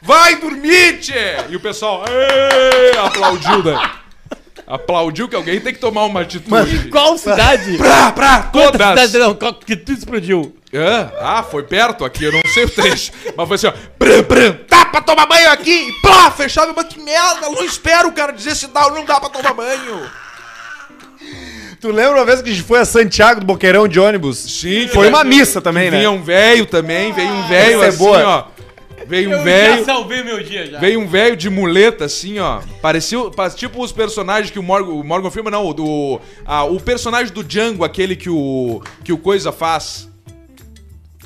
Speaker 1: Vai dormir, tchê. E o pessoal, "Ê", aplaudiu, né? Aplaudiu que alguém tem que tomar uma atitude.
Speaker 2: Qual cidade?
Speaker 1: [LAUGHS] Pra, pra,
Speaker 2: Quantas
Speaker 1: todas.
Speaker 2: cidades não? Qual que tudo explodiu?
Speaker 1: Hã? Ah, foi perto aqui, eu não sei o trecho. Mas foi assim, ó. Brum, brum, dá pra tomar banho aqui? E pá, fechava, mas que merda, eu não espero o cara dizer se dá ou não dá pra tomar banho.
Speaker 4: Tu lembra uma vez que a gente foi a Santiago do Boqueirão de ônibus?
Speaker 1: Sim,
Speaker 4: Foi uma missa também, né?
Speaker 1: Vinha um velho também, veio um velho
Speaker 4: Essa é
Speaker 1: assim,
Speaker 4: boa.
Speaker 1: ó. Veio um
Speaker 2: já
Speaker 1: velho.
Speaker 2: salvei meu dia já.
Speaker 1: Veio um velho de muleta, assim, ó. Parecia o- pa- tipo os personagens que o Morgan, o Morgan Freeman, não, o do. ah, o personagem do Django, aquele que o. que o Coisa faz.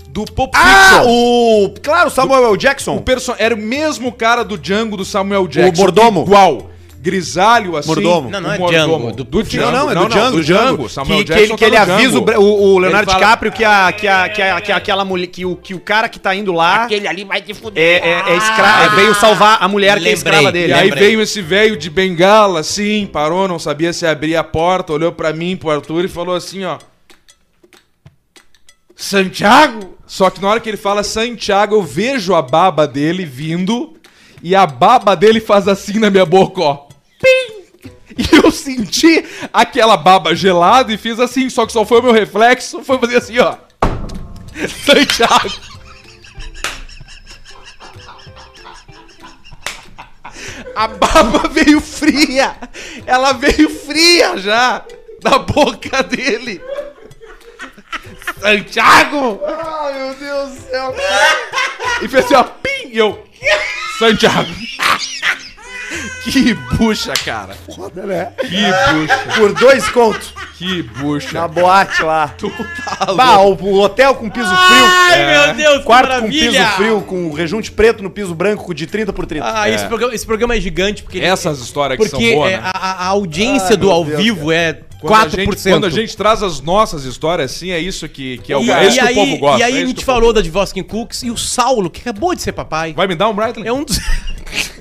Speaker 1: Do Pop
Speaker 4: Ah,
Speaker 1: Fiction.
Speaker 4: o... Claro, Samuel L.
Speaker 1: O
Speaker 4: Jackson.
Speaker 1: perso- era o mesmo cara do Django do Samuel Jackson.
Speaker 4: mordomo.
Speaker 1: Igual. Grisalho, assim.
Speaker 4: Mordomo.
Speaker 2: Não, não é
Speaker 1: O mordomo.
Speaker 2: Django, do-
Speaker 1: Do, Django.
Speaker 4: Não, não, é do Django,
Speaker 1: do Django. Samuel
Speaker 4: que, que
Speaker 1: Jackson
Speaker 4: ele, que ele
Speaker 1: tá no
Speaker 4: avisa o,
Speaker 1: Django.
Speaker 4: Bre- o- o Leonardo
Speaker 1: Ele fala-
Speaker 4: DiCaprio que, a, que, a, que, a, que, a- aquela mulher, que, o, que o cara que tá indo lá
Speaker 2: Aquele ali vai te fuder.
Speaker 4: é, é, é escra- é, veio salvar a mulher que
Speaker 2: Lembrei.
Speaker 4: é escrava dele.
Speaker 1: E aí
Speaker 2: Lembrei.
Speaker 1: veio esse velho de bengala, assim, parou, não sabia se abrir a porta, olhou pra mim, pro Arthur e falou assim, ó. Santiago? Só que na hora que ele fala Santiago, eu vejo a baba dele vindo e a baba dele faz assim na minha boca, ó. Pim! E eu senti aquela baba gelada e fiz assim, só que só foi o meu reflexo, foi fazer assim, ó. [LAUGHS] Santiago. A baba [LAUGHS] veio fria! Ela veio fria já! Da boca dele! Santiago! Ai, meu Deus do céu! E fez assim, ó, pim! E eu. Santiago! Que bucha, cara!
Speaker 4: Foda, né?
Speaker 1: Que bucha!
Speaker 4: Por dois contos.
Speaker 1: Que
Speaker 4: Na
Speaker 1: bucha!
Speaker 4: boate lá.
Speaker 1: Tu tá
Speaker 4: Bah,
Speaker 1: louco.
Speaker 4: o, o hotel com piso frio.
Speaker 2: Ai,
Speaker 1: É.
Speaker 2: meu Deus, que
Speaker 4: Quarto
Speaker 2: maravilha!
Speaker 4: com piso frio, com um rejunte preto no piso branco de 30 por 30.
Speaker 2: Ah, esse, programa, esse programa é gigante porque ele-
Speaker 1: Essas histórias que
Speaker 2: porque
Speaker 1: são boas,
Speaker 2: é,
Speaker 1: né?
Speaker 2: a, a- a audiência do ao vivo é 4%.
Speaker 1: Quando a gente- quando a gente traz as nossas histórias, assim, é isso que, que é o,
Speaker 2: e,
Speaker 1: é isso
Speaker 2: e
Speaker 1: que
Speaker 2: aí,
Speaker 1: o povo gosta.
Speaker 2: e aí
Speaker 1: é
Speaker 2: a
Speaker 1: isso que
Speaker 2: gente
Speaker 1: o povo-
Speaker 2: falou da Divoskin Cooks e o Saulo, que acabou de ser papai.
Speaker 1: Vai me dar um Brightling?
Speaker 2: É um dos [LAUGHS]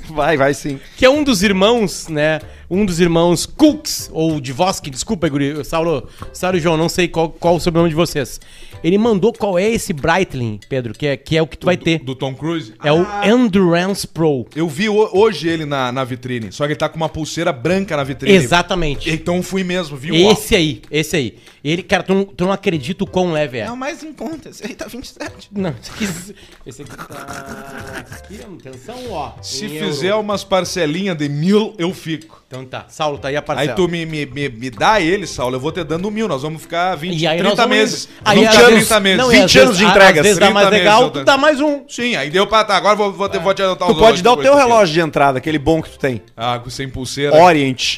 Speaker 4: Vai, vai sim.
Speaker 2: que é um dos irmãos, né? Um dos irmãos Cooks, ou Divoskin, desculpa, Guri, Saulo, Saulo e João, não sei qual, qual o sobrenome de vocês. Ele mandou qual é esse Breitling, Pedro, que é, que é o que tu vai ter.
Speaker 1: Do Tom Cruise?
Speaker 2: É o Endurance Pro.
Speaker 1: Eu vi ho- hoje ele na, na vitrine, só que ele tá com uma pulseira branca na vitrine.
Speaker 2: Exatamente.
Speaker 1: Então fui mesmo, viu?
Speaker 2: Esse aí, esse aí. Ele, cara, tu não, tu não acredita o quão leve é.
Speaker 1: mais em conta, esse aí tá 27.
Speaker 2: Não, esse aqui, esse aqui tá. Aqui, atenção, ó.
Speaker 1: Se
Speaker 2: em
Speaker 1: fizer
Speaker 2: euro.
Speaker 1: umas parcelinhas de mil, eu fico.
Speaker 2: Então tá, Saulo, tá aí a
Speaker 1: Aí
Speaker 2: parcela.
Speaker 1: tu me, me, me, me dá ele, Saulo, eu vou te dando mil, nós vamos ficar 20,
Speaker 2: E aí
Speaker 1: 30
Speaker 2: nós vamos
Speaker 1: meses.
Speaker 2: indo.
Speaker 1: 20
Speaker 2: Aí, às
Speaker 1: anos,
Speaker 2: vezes-
Speaker 1: 30 meses.
Speaker 2: não, é assim. e
Speaker 1: 20
Speaker 2: às
Speaker 1: anos.
Speaker 2: vezes-
Speaker 4: de entregas,
Speaker 2: Às vezes dá
Speaker 1: 30
Speaker 2: mais
Speaker 1: meses,
Speaker 2: legal,
Speaker 1: eu
Speaker 2: tu
Speaker 1: dou.
Speaker 2: dá mais um.
Speaker 1: Sim, aí deu pra... Tá, agora vou, vou, te, vou te
Speaker 2: É.
Speaker 1: adotar
Speaker 4: Tu pode dar o teu relógio de entrada, aquele bom que
Speaker 10: [LAUGHS]
Speaker 4: tu tem.
Speaker 1: Ah, com- sem pulseira.
Speaker 4: Orient.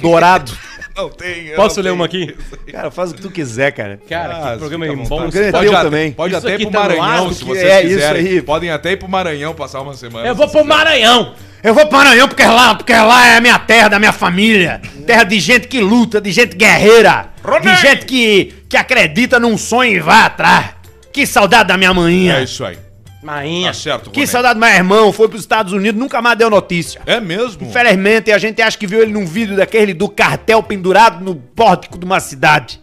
Speaker 4: Dourado.
Speaker 1: Não tem, eu
Speaker 2: Posso
Speaker 1: não
Speaker 2: ler
Speaker 1: tenho.
Speaker 2: uma aqui?
Speaker 4: Cara, faz o que tu quiser, cara.
Speaker 1: Ah,
Speaker 2: Cara, que programa é
Speaker 1: fica à
Speaker 2: bom.
Speaker 1: vontade.
Speaker 4: Grande
Speaker 1: Pode,
Speaker 4: teu
Speaker 1: até-
Speaker 4: também.
Speaker 1: pode
Speaker 2: Isso
Speaker 1: até ir
Speaker 2: aqui
Speaker 1: pro
Speaker 2: tá no
Speaker 1: Maranhão,
Speaker 2: ar,
Speaker 1: se
Speaker 4: que-
Speaker 1: vocês
Speaker 4: é, isso
Speaker 1: quiserem.
Speaker 4: aí.
Speaker 1: Podem até ir pro Maranhão passar uma semana.
Speaker 2: Eu
Speaker 1: se
Speaker 2: vou pro
Speaker 1: quiserem.
Speaker 2: Maranhão.
Speaker 10: Eu vou para Maranhão porque lá, porque lá é a minha terra, da minha família. Terra de gente que luta, de gente guerreira. De gente que, que acredita num sonho e vai atrás. Que saudade da minha
Speaker 1: É
Speaker 10: manhinha.
Speaker 1: isso aí.
Speaker 2: Mainha.
Speaker 1: Tá certo,
Speaker 10: que
Speaker 1: Ronei.
Speaker 10: saudade do meu irmão. Foi pros Estados Unidos, nunca mais deu notícia.
Speaker 1: É mesmo?
Speaker 10: Infelizmente, a gente acha que viu ele num vídeo daquele do cartel pendurado no pórtico de uma cidade.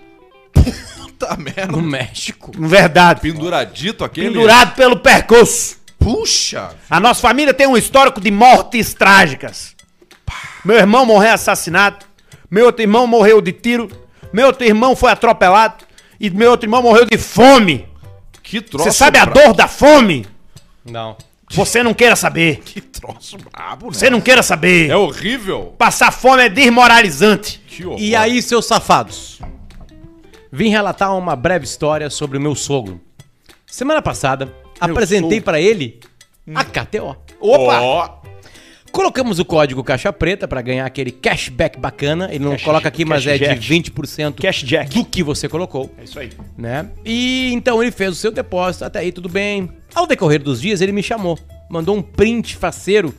Speaker 1: Puta Tá merda.
Speaker 2: No México.
Speaker 10: Verdade.
Speaker 1: Penduradito aquele.
Speaker 10: Pendurado pelo percurso. Puxa! A nossa família tem um histórico de mortes trágicas. Meu irmão morreu assassinado. Meu outro irmão morreu de tiro. Meu outro irmão foi atropelado. E meu outro irmão morreu de fome.
Speaker 1: Que troço
Speaker 10: Você sabe a
Speaker 1: brabo.
Speaker 10: dor da fome?
Speaker 2: Não.
Speaker 10: Você não queira saber.
Speaker 1: Que troço brabo, né?
Speaker 10: Você não queira saber.
Speaker 1: É horrível.
Speaker 10: Passar fome é desmoralizante.
Speaker 1: Que horror.
Speaker 2: E aí, seus safados? Vim relatar uma breve história sobre o meu sogro. Semana passada, apresentei pra ele a KTO.
Speaker 10: Opa!
Speaker 1: Ó,
Speaker 2: Colocamos o código caixa preta pra ganhar aquele cashback bacana. Ele não coloca aqui, mas é
Speaker 10: cashjack.
Speaker 2: de 20%
Speaker 10: Cashjack.
Speaker 2: do que você colocou,
Speaker 10: É isso aí.
Speaker 2: né? E então ele fez o seu depósito, até aí tudo bem. Ao decorrer dos dias, ele me chamou, mandou um print faceiro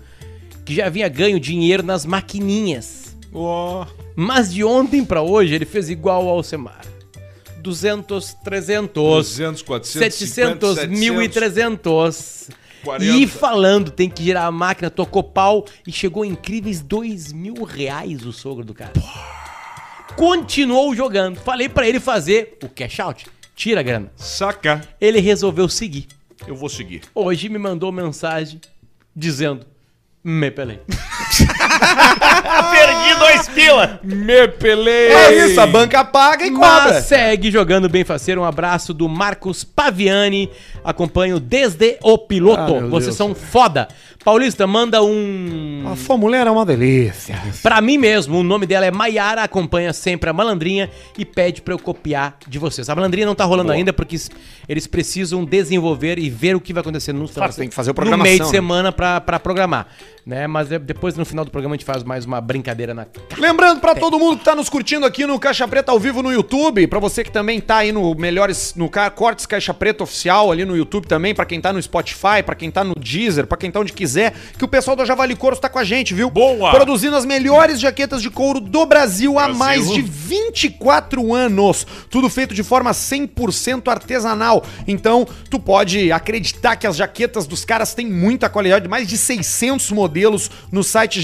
Speaker 2: que já havia ganho dinheiro nas maquininhas.
Speaker 1: ó.
Speaker 2: Mas de ontem pra hoje ele fez igual ao Semar. 200, 300,
Speaker 1: 200, 400,
Speaker 2: 700, 1.300.
Speaker 1: 40.
Speaker 2: E falando, tem que girar a máquina, tocou pau e chegou a incríveis dois mil reais o sogro do cara. Continuou jogando. Falei pra ele fazer o cash out. Tira a grana.
Speaker 1: Saca.
Speaker 2: Ele resolveu seguir.
Speaker 1: Eu vou seguir.
Speaker 2: Hoje me mandou mensagem dizendo: Me pelei.
Speaker 10: Perdi dois pila.
Speaker 1: Me pelei.
Speaker 4: É isso, a banca paga e cobra.
Speaker 2: Mas segue jogando bem faceiro. Um abraço do Marcos Paviani. Acompanho desde o
Speaker 4: Ah,
Speaker 2: piloto. Vocês são foda. Paulista, manda um.
Speaker 3: A sua mulher é uma delícia.
Speaker 2: Pra mim mesmo, o nome dela é Maiara, acompanha sempre a Malandrinha e pede pra eu copiar de vocês. A Malandrinha não tá rolando ainda porque s- eles precisam desenvolver e ver o que vai acontecer no final.
Speaker 4: Claro, tem que fazer a
Speaker 2: No meio de
Speaker 4: programação, né?
Speaker 2: semana pra, pra programar, né? Mas é- depois no final do programa a gente faz mais uma brincadeira na
Speaker 4: Lembrando pra todo mundo que tá nos curtindo aqui no Caixa Preta ao vivo no YouTube, pra você que também tá aí no melhores no Ca- Cortes Caixa Preta oficial ali no YouTube também, pra quem tá no Spotify, pra quem tá no Deezer, pra quem tá onde quiser, que o pessoal da Javali Couros tá com a gente, viu?
Speaker 11: Boa!
Speaker 4: Produzindo as melhores jaquetas de couro do Brasil, há
Speaker 11: Brasil.
Speaker 4: mais de 24 anos. Tudo feito de forma 100% artesanal. Então, tu pode acreditar que as jaquetas dos caras têm muita qualidade, mais de 600 modelos no site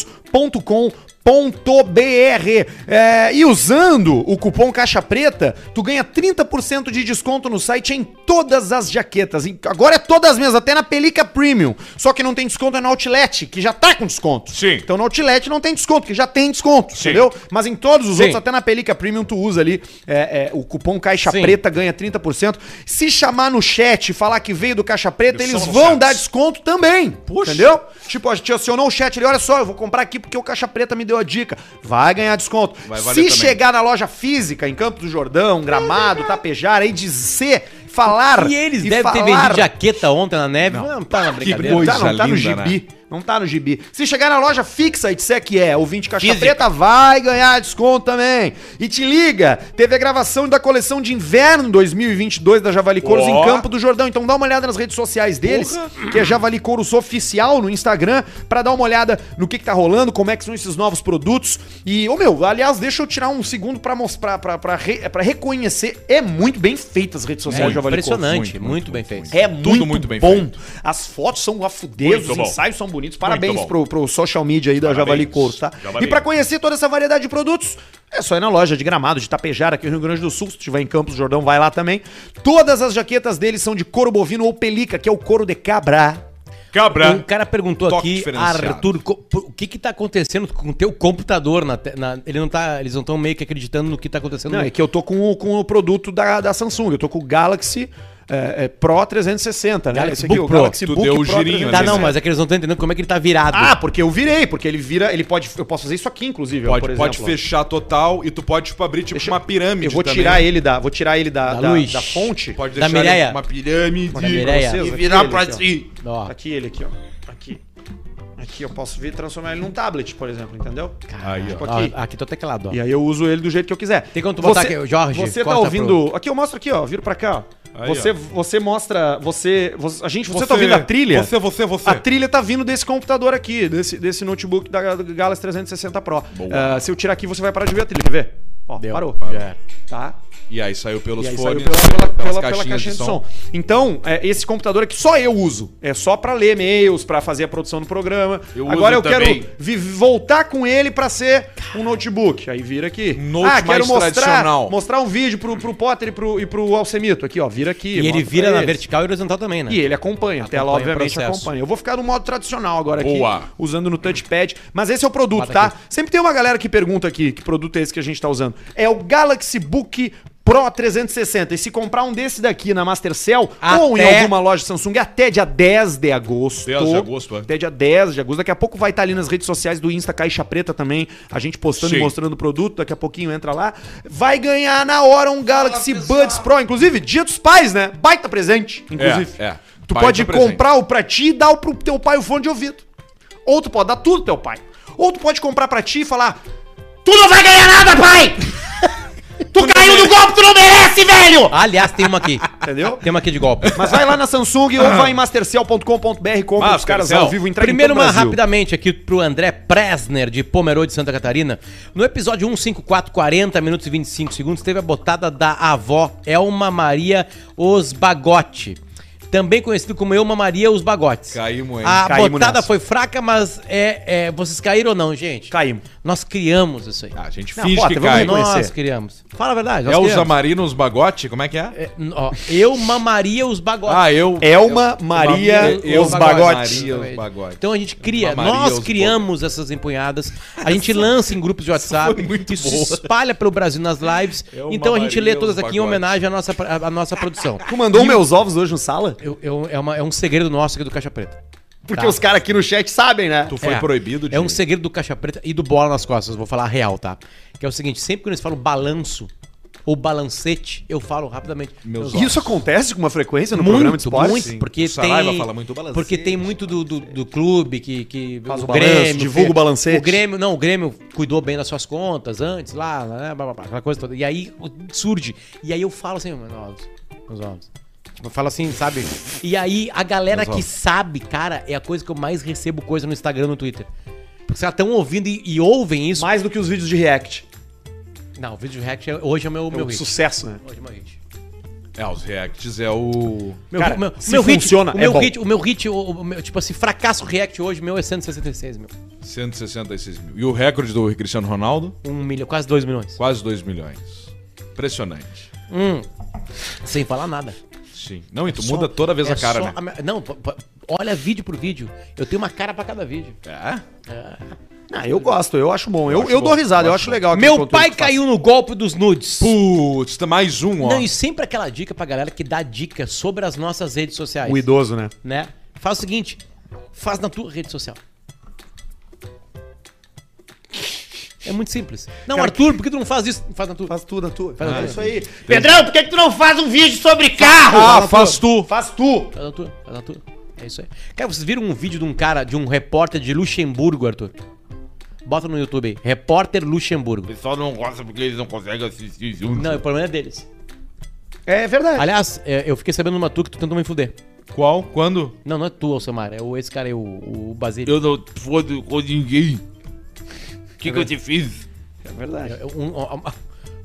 Speaker 4: javalicouros.com .br É, e usando o cupom Caixa Preta, tu ganha 30% de desconto no site em todas as jaquetas. E Agora é todas mesmo, até na Pelica Premium. Só que não tem desconto é no Outlet, que já tá com desconto.
Speaker 11: Sim.
Speaker 4: Então no Outlet não tem desconto, que já tem desconto,
Speaker 11: Sim.
Speaker 4: entendeu? Mas em todos os outros, até na Pelica Premium, tu usa ali é, é, o cupom Caixa
Speaker 2: Sim.
Speaker 4: Preta, ganha 30%. Se chamar no chat e falar que veio do Caixa Preta,
Speaker 11: Eles
Speaker 4: eles
Speaker 11: são
Speaker 4: vão
Speaker 11: chatos.
Speaker 4: dar desconto também. Entendeu? Tipo, a gente acionou o chat ali, olha só, eu vou comprar aqui porque o Caixa Preta me deu a dica. Vai ganhar desconto.
Speaker 1: Vai
Speaker 4: Se
Speaker 1: valer também.
Speaker 4: chegar na loja física, em Campo do Jordão, Gramado, Tapejara, aí dizer, falar...
Speaker 2: E eles devem ter
Speaker 4: falar-
Speaker 2: vendido jaqueta ontem na neve. Não, tá na brincadeira.
Speaker 1: coisa.
Speaker 4: Tá, não tá no
Speaker 1: linda,
Speaker 4: gibi.
Speaker 2: né?
Speaker 4: Não tá no gibi. Se chegar na loja fixa e disser que é ouvinte caixa
Speaker 10: Física.
Speaker 4: preta, vai ganhar desconto também. E te liga, teve a gravação da coleção de inverno 2022 da Javali Couros
Speaker 11: Ó.
Speaker 4: em Campo do Jordão. Então dá uma olhada nas redes sociais deles, que é Javali Couros Oficial no Instagram, pra dar uma olhada no que, que tá rolando, como é que são esses novos produtos. E, ô meu, aliás, deixa eu tirar um segundo pra mostrar, pra, pra, re- pra reconhecer. É muito bem feito as redes
Speaker 2: É
Speaker 4: sociais da Javali Couros. né?
Speaker 2: impressionante,
Speaker 1: muito,
Speaker 2: muito,
Speaker 1: muito,
Speaker 2: bem
Speaker 1: muito,
Speaker 2: feito.
Speaker 4: É
Speaker 1: Tudo
Speaker 4: muito,
Speaker 1: muito bem
Speaker 4: bom.
Speaker 1: feito.
Speaker 4: As fotos são a fuder,
Speaker 11: Muito
Speaker 4: os
Speaker 11: bom.
Speaker 4: ensaios são bonitos. Parabéns
Speaker 11: bom.
Speaker 4: pro, pro social media aí da
Speaker 11: Parabéns.
Speaker 4: Javali Couros, tá?
Speaker 11: Javali.
Speaker 4: E pra conhecer toda essa variedade de produtos, é só ir na loja de Gramado, de Tapejara, aqui no Rio Grande do Sul. Se estiver em Campos do Jordão, vai lá também. Todas as jaquetas deles são de couro bovino ou pelica, que é o couro de cabra.
Speaker 11: Cabra.
Speaker 2: Um cara perguntou
Speaker 1: Toque
Speaker 2: aqui,
Speaker 1: diferenciado.
Speaker 2: Arthur, co- por- o que que tá acontecendo com o teu computador? Na, te- na- ele não tá, eles não estão meio que acreditando no que tá acontecendo.
Speaker 4: Não,
Speaker 2: no-
Speaker 4: é que eu tô com o, com o produto da, da Samsung. Eu tô com o Galaxy é, é, Pro 360, né?
Speaker 2: Galaxy
Speaker 4: Esse
Speaker 2: Book Pro.
Speaker 1: Tu deu o girinho, né?
Speaker 2: Tá, não, mas é que eles não estão entendendo como é que ele tá virado.
Speaker 4: Ah, porque eu virei, porque ele vira, ele pode, eu posso fazer isso aqui, inclusive, ó,
Speaker 1: Pode,
Speaker 4: por
Speaker 1: pode
Speaker 4: exemplo, ó.
Speaker 1: fechar total e tu pode tipo, abrir tipo
Speaker 4: Deixa-
Speaker 1: uma pirâmide
Speaker 4: Eu vou
Speaker 1: também.
Speaker 4: tirar ele da, vou tirar ele né? da,
Speaker 2: Da
Speaker 4: da,
Speaker 2: luz.
Speaker 4: da fonte.
Speaker 1: Pode
Speaker 2: Da
Speaker 1: deixar
Speaker 2: Mireia.
Speaker 1: ele uma pirâmide
Speaker 2: Da Mireia.
Speaker 1: pra vocês,
Speaker 4: Aqui,
Speaker 1: e virar
Speaker 4: ele
Speaker 1: pra
Speaker 4: aqui, ó.
Speaker 1: ti.
Speaker 2: Ó,
Speaker 4: Aqui ele aqui, ó. Aqui. Aqui eu posso vir transformar ele num tablet, por exemplo, entendeu?
Speaker 1: Aí, ó.
Speaker 4: Tipo
Speaker 2: ó,
Speaker 4: aqui.
Speaker 2: aqui tá o teclado, ó.
Speaker 4: E aí eu uso ele do jeito que eu quiser.
Speaker 2: Tem como tu botar aqui, Jorge,
Speaker 4: Você tá
Speaker 2: corta
Speaker 4: ouvindo? Aqui eu mostro aqui, ó. Viro pra cá, ó.
Speaker 1: Aí,
Speaker 4: você,
Speaker 1: ó.
Speaker 4: você mostra, você, você- a gente, você, tá ouvindo a trilha?
Speaker 1: Você, você, você.
Speaker 4: A trilha tá vindo desse computador aqui, desse, desse notebook da Galaxy 360 Pro. Ah, se eu tirar aqui, você vai parar de ver a trilha, quer ver? Ó,
Speaker 2: Deu.
Speaker 4: parou.
Speaker 2: Já era.
Speaker 4: Tá?
Speaker 1: E aí saiu pelos
Speaker 4: e aí
Speaker 1: fones,
Speaker 4: saiu pela, pela,
Speaker 1: pelas
Speaker 4: pela- pela
Speaker 1: caixinhas
Speaker 4: caixinha de, som. Então, é, esse computador aqui só eu uso. É só pra ler e-mails, pra fazer a produção do programa.
Speaker 1: Eu
Speaker 4: Agora eu
Speaker 1: uso também.
Speaker 4: quero vi- voltar com ele pra ser um notebook. Aí vira aqui.
Speaker 1: Um
Speaker 4: Ah,
Speaker 1: Note mais
Speaker 4: mostrar,
Speaker 1: tradicional.
Speaker 4: mostrar um vídeo pro, pro Potter e pro, e pro Alcemito. Aqui, ó, vira aqui.
Speaker 2: E ele
Speaker 4: mostra
Speaker 2: vira
Speaker 4: pra
Speaker 2: na
Speaker 4: eles.
Speaker 2: vertical e horizontal também, né?
Speaker 4: E ele acompanha, a tela
Speaker 2: Acompanha o
Speaker 4: obviamente
Speaker 2: processo.
Speaker 4: acompanha. Eu vou ficar no modo tradicional agora
Speaker 5: Boa.
Speaker 4: aqui, usando no touchpad. Mas esse é o produto,
Speaker 2: Bota
Speaker 4: tá?
Speaker 2: aqui.
Speaker 4: Sempre tem uma galera que pergunta aqui que produto é esse que a gente tá usando. É o Galaxy Book Pro 360. E se comprar um desse daqui na Mastercell ou em
Speaker 2: Até-
Speaker 4: alguma loja Samsung até dia 10 de agosto.
Speaker 1: 10 de agosto, é.
Speaker 4: Até dia 10 de agosto. Daqui a pouco vai estar ali nas redes sociais do Insta Caixa Preta também, a gente postando e
Speaker 5: Sim.
Speaker 4: mostrando o produto. Daqui a pouquinho entra lá. Vai ganhar na hora um Galaxy Buds Pro, inclusive Dia dos Pais, né? Baita presente, inclusive.
Speaker 1: É, é.
Speaker 4: Tu
Speaker 1: Pai
Speaker 4: pode
Speaker 1: tá presente.
Speaker 4: comprar o pra ti e dar o pro teu pai o fone de ouvido. Ou tu pode dar tudo pro teu pai. Ou tu pode comprar pra ti e falar:
Speaker 10: Tu não vai ganhar nada, pai! tu caiu no golpe, tu não merece, velho!
Speaker 2: Aliás, tem uma aqui. [LAUGHS]
Speaker 4: Entendeu?
Speaker 2: Tem uma aqui de golpe.
Speaker 4: Mas vai lá na Samsung ou vai em mastercell.com.br compra os caras
Speaker 1: Mastercell.
Speaker 4: ao vivo entrega em
Speaker 2: Primeiro,
Speaker 4: todo o
Speaker 2: uma
Speaker 4: Brasil.
Speaker 2: rapidamente aqui pro André Presner, de Pomerode, de Santa Catarina. No episódio 154, 40 minutos e 25 segundos, teve a botada da avó Elma Maria Osbagote. Também conhecido como Elma Maria Os Bagotes.
Speaker 1: Caímos, hein?
Speaker 2: A
Speaker 4: Caímos
Speaker 2: botada
Speaker 4: nessa.
Speaker 2: foi fraca, mas é, é, vocês caíram ou não, gente?
Speaker 4: Caímos.
Speaker 2: Nós criamos isso aí.
Speaker 1: Ah, a gente
Speaker 4: Não,
Speaker 1: finge
Speaker 4: bota,
Speaker 1: que
Speaker 4: vamos
Speaker 1: cai.
Speaker 4: reconhecer.
Speaker 2: Nós criamos. Fala a verdade. nós
Speaker 1: É os
Speaker 2: criamos.
Speaker 1: Amarinos Bagote? Como é que é?
Speaker 2: É, ó, eu mamaria os bagotes.
Speaker 1: Ah, eu.
Speaker 4: Elma Maria
Speaker 1: Maria
Speaker 4: Os
Speaker 1: Os
Speaker 4: Bagotes.
Speaker 1: Maria Os Bagotes.
Speaker 2: Então a gente cria,
Speaker 1: Mamaria
Speaker 2: nós
Speaker 1: Os
Speaker 2: criamos essas empunhadas, a gente lança em grupos de WhatsApp,
Speaker 1: foi muito
Speaker 2: isso
Speaker 1: boa.
Speaker 2: se espalha pelo Brasil nas lives.
Speaker 1: Eu
Speaker 2: então a gente lê
Speaker 1: mamaria
Speaker 2: todas
Speaker 1: Os
Speaker 2: aqui em
Speaker 1: Bagotes.
Speaker 2: homenagem à nossa, à nossa produção.
Speaker 4: Tu mandou meus ovos hoje no sala?
Speaker 2: Eu- eu- é, uma- é um segredo nosso aqui do Caixa Preta.
Speaker 4: Porque
Speaker 2: Tá.
Speaker 4: os caras aqui no chat sabem, né?
Speaker 1: Tu foi
Speaker 2: É.
Speaker 1: proibido de.
Speaker 2: É um segredo do Caixa Preta e do Bola nas Costas, vou falar a real, tá? Que é o seguinte, sempre que eles falam balanço ou balancete, eu falo rapidamente.
Speaker 1: Meus
Speaker 4: Isso acontece com uma frequência no programa de
Speaker 2: Muito,
Speaker 4: esporte?
Speaker 2: muito,
Speaker 1: Sim.
Speaker 2: porque
Speaker 1: O Saraiva
Speaker 2: tem
Speaker 1: fala muito balancete,
Speaker 2: porque tem muito do, do, do clube que, que
Speaker 4: Faz o balanço, divulga o balancete.
Speaker 2: O Grêmio, não, o Grêmio cuidou bem das suas contas antes lá, né, blá, blá, blá, aquela coisa toda. E aí o- surge. E aí eu falo assim, meus ovos, meus ovos. Tipo, eu falo assim, sabe? E aí a galera que sabe, cara, é a coisa que eu mais recebo coisa no Instagram, no Twitter. Porque vocês estão ouvindo e, e ouvem isso.
Speaker 4: Mais do que os vídeos de react.
Speaker 2: Não, o vídeo de react é- hoje é o meu,
Speaker 4: É
Speaker 2: meu
Speaker 4: um
Speaker 2: hit.
Speaker 4: sucesso, né?
Speaker 2: Hoje é o meu hit.
Speaker 1: É, os reacts é o.
Speaker 2: Meu,
Speaker 4: Cara,
Speaker 2: meu,
Speaker 4: se
Speaker 2: meu
Speaker 4: funciona,
Speaker 2: hit, o
Speaker 4: é
Speaker 2: meu
Speaker 4: bom.
Speaker 2: hit, o meu hit, o, o meu, tipo assim, fracasso react hoje, meu é 166 mil.
Speaker 1: 166 mil. E o recorde do Cristiano Ronaldo?
Speaker 2: Um milhão, quase 2 milhões.
Speaker 1: Quase 2 milhões. Impressionante.
Speaker 2: Sem falar nada.
Speaker 1: Sim. Não, e tu
Speaker 2: Só-
Speaker 1: muda toda vez
Speaker 2: é
Speaker 1: a cara,
Speaker 2: só
Speaker 1: né?
Speaker 2: a minha- não, p- p- olha vídeo por vídeo. Eu tenho uma cara pra cada vídeo.
Speaker 4: É
Speaker 1: É?
Speaker 4: Ah, eu gosto, eu acho bom. Eu,
Speaker 1: acho
Speaker 4: eu
Speaker 1: bom,
Speaker 4: dou risada, eu
Speaker 1: eu
Speaker 4: acho legal. aquele
Speaker 2: meu
Speaker 4: conteúdo
Speaker 2: pai
Speaker 4: que faz.
Speaker 2: caiu no golpe dos nudes.
Speaker 1: Putz, tá mais um, ó.
Speaker 2: Não, e sempre aquela dica pra galera que dá dica sobre as nossas redes sociais.
Speaker 4: O idoso, né?
Speaker 2: né? Faz o seguinte, faz na tua rede social. É muito simples. Não, Arthur, por que tu não faz isso? Faz na tua.
Speaker 4: Faz tudo a tua.
Speaker 2: Faz na tua.
Speaker 4: é isso aí.
Speaker 10: Pedrão, por que, que tu não faz um vídeo sobre carro?
Speaker 1: Ah, faz tu.
Speaker 4: Faz tu.
Speaker 2: Faz Tá na tua, faz na tua. É isso aí. Cara, vocês viram um vídeo de um cara, de um repórter de Luxemburgo, Arthur? Bota no YouTube aí. Repórter Luxemburgo.
Speaker 5: pessoal não gosta porque eles não conseguem assistir juntos.
Speaker 2: Não, o problema é deles.
Speaker 4: É verdade.
Speaker 2: Aliás, é, eu fiquei sabendo numa tua que tu tentou me fuder.
Speaker 1: Qual? Quando?
Speaker 2: Não, não é tu, Alcemar. É o, esse cara aí, o, o Basílio.
Speaker 5: Eu não fodo com ninguém. O que, que eu te fiz?
Speaker 4: É verdade.
Speaker 2: É um- uma-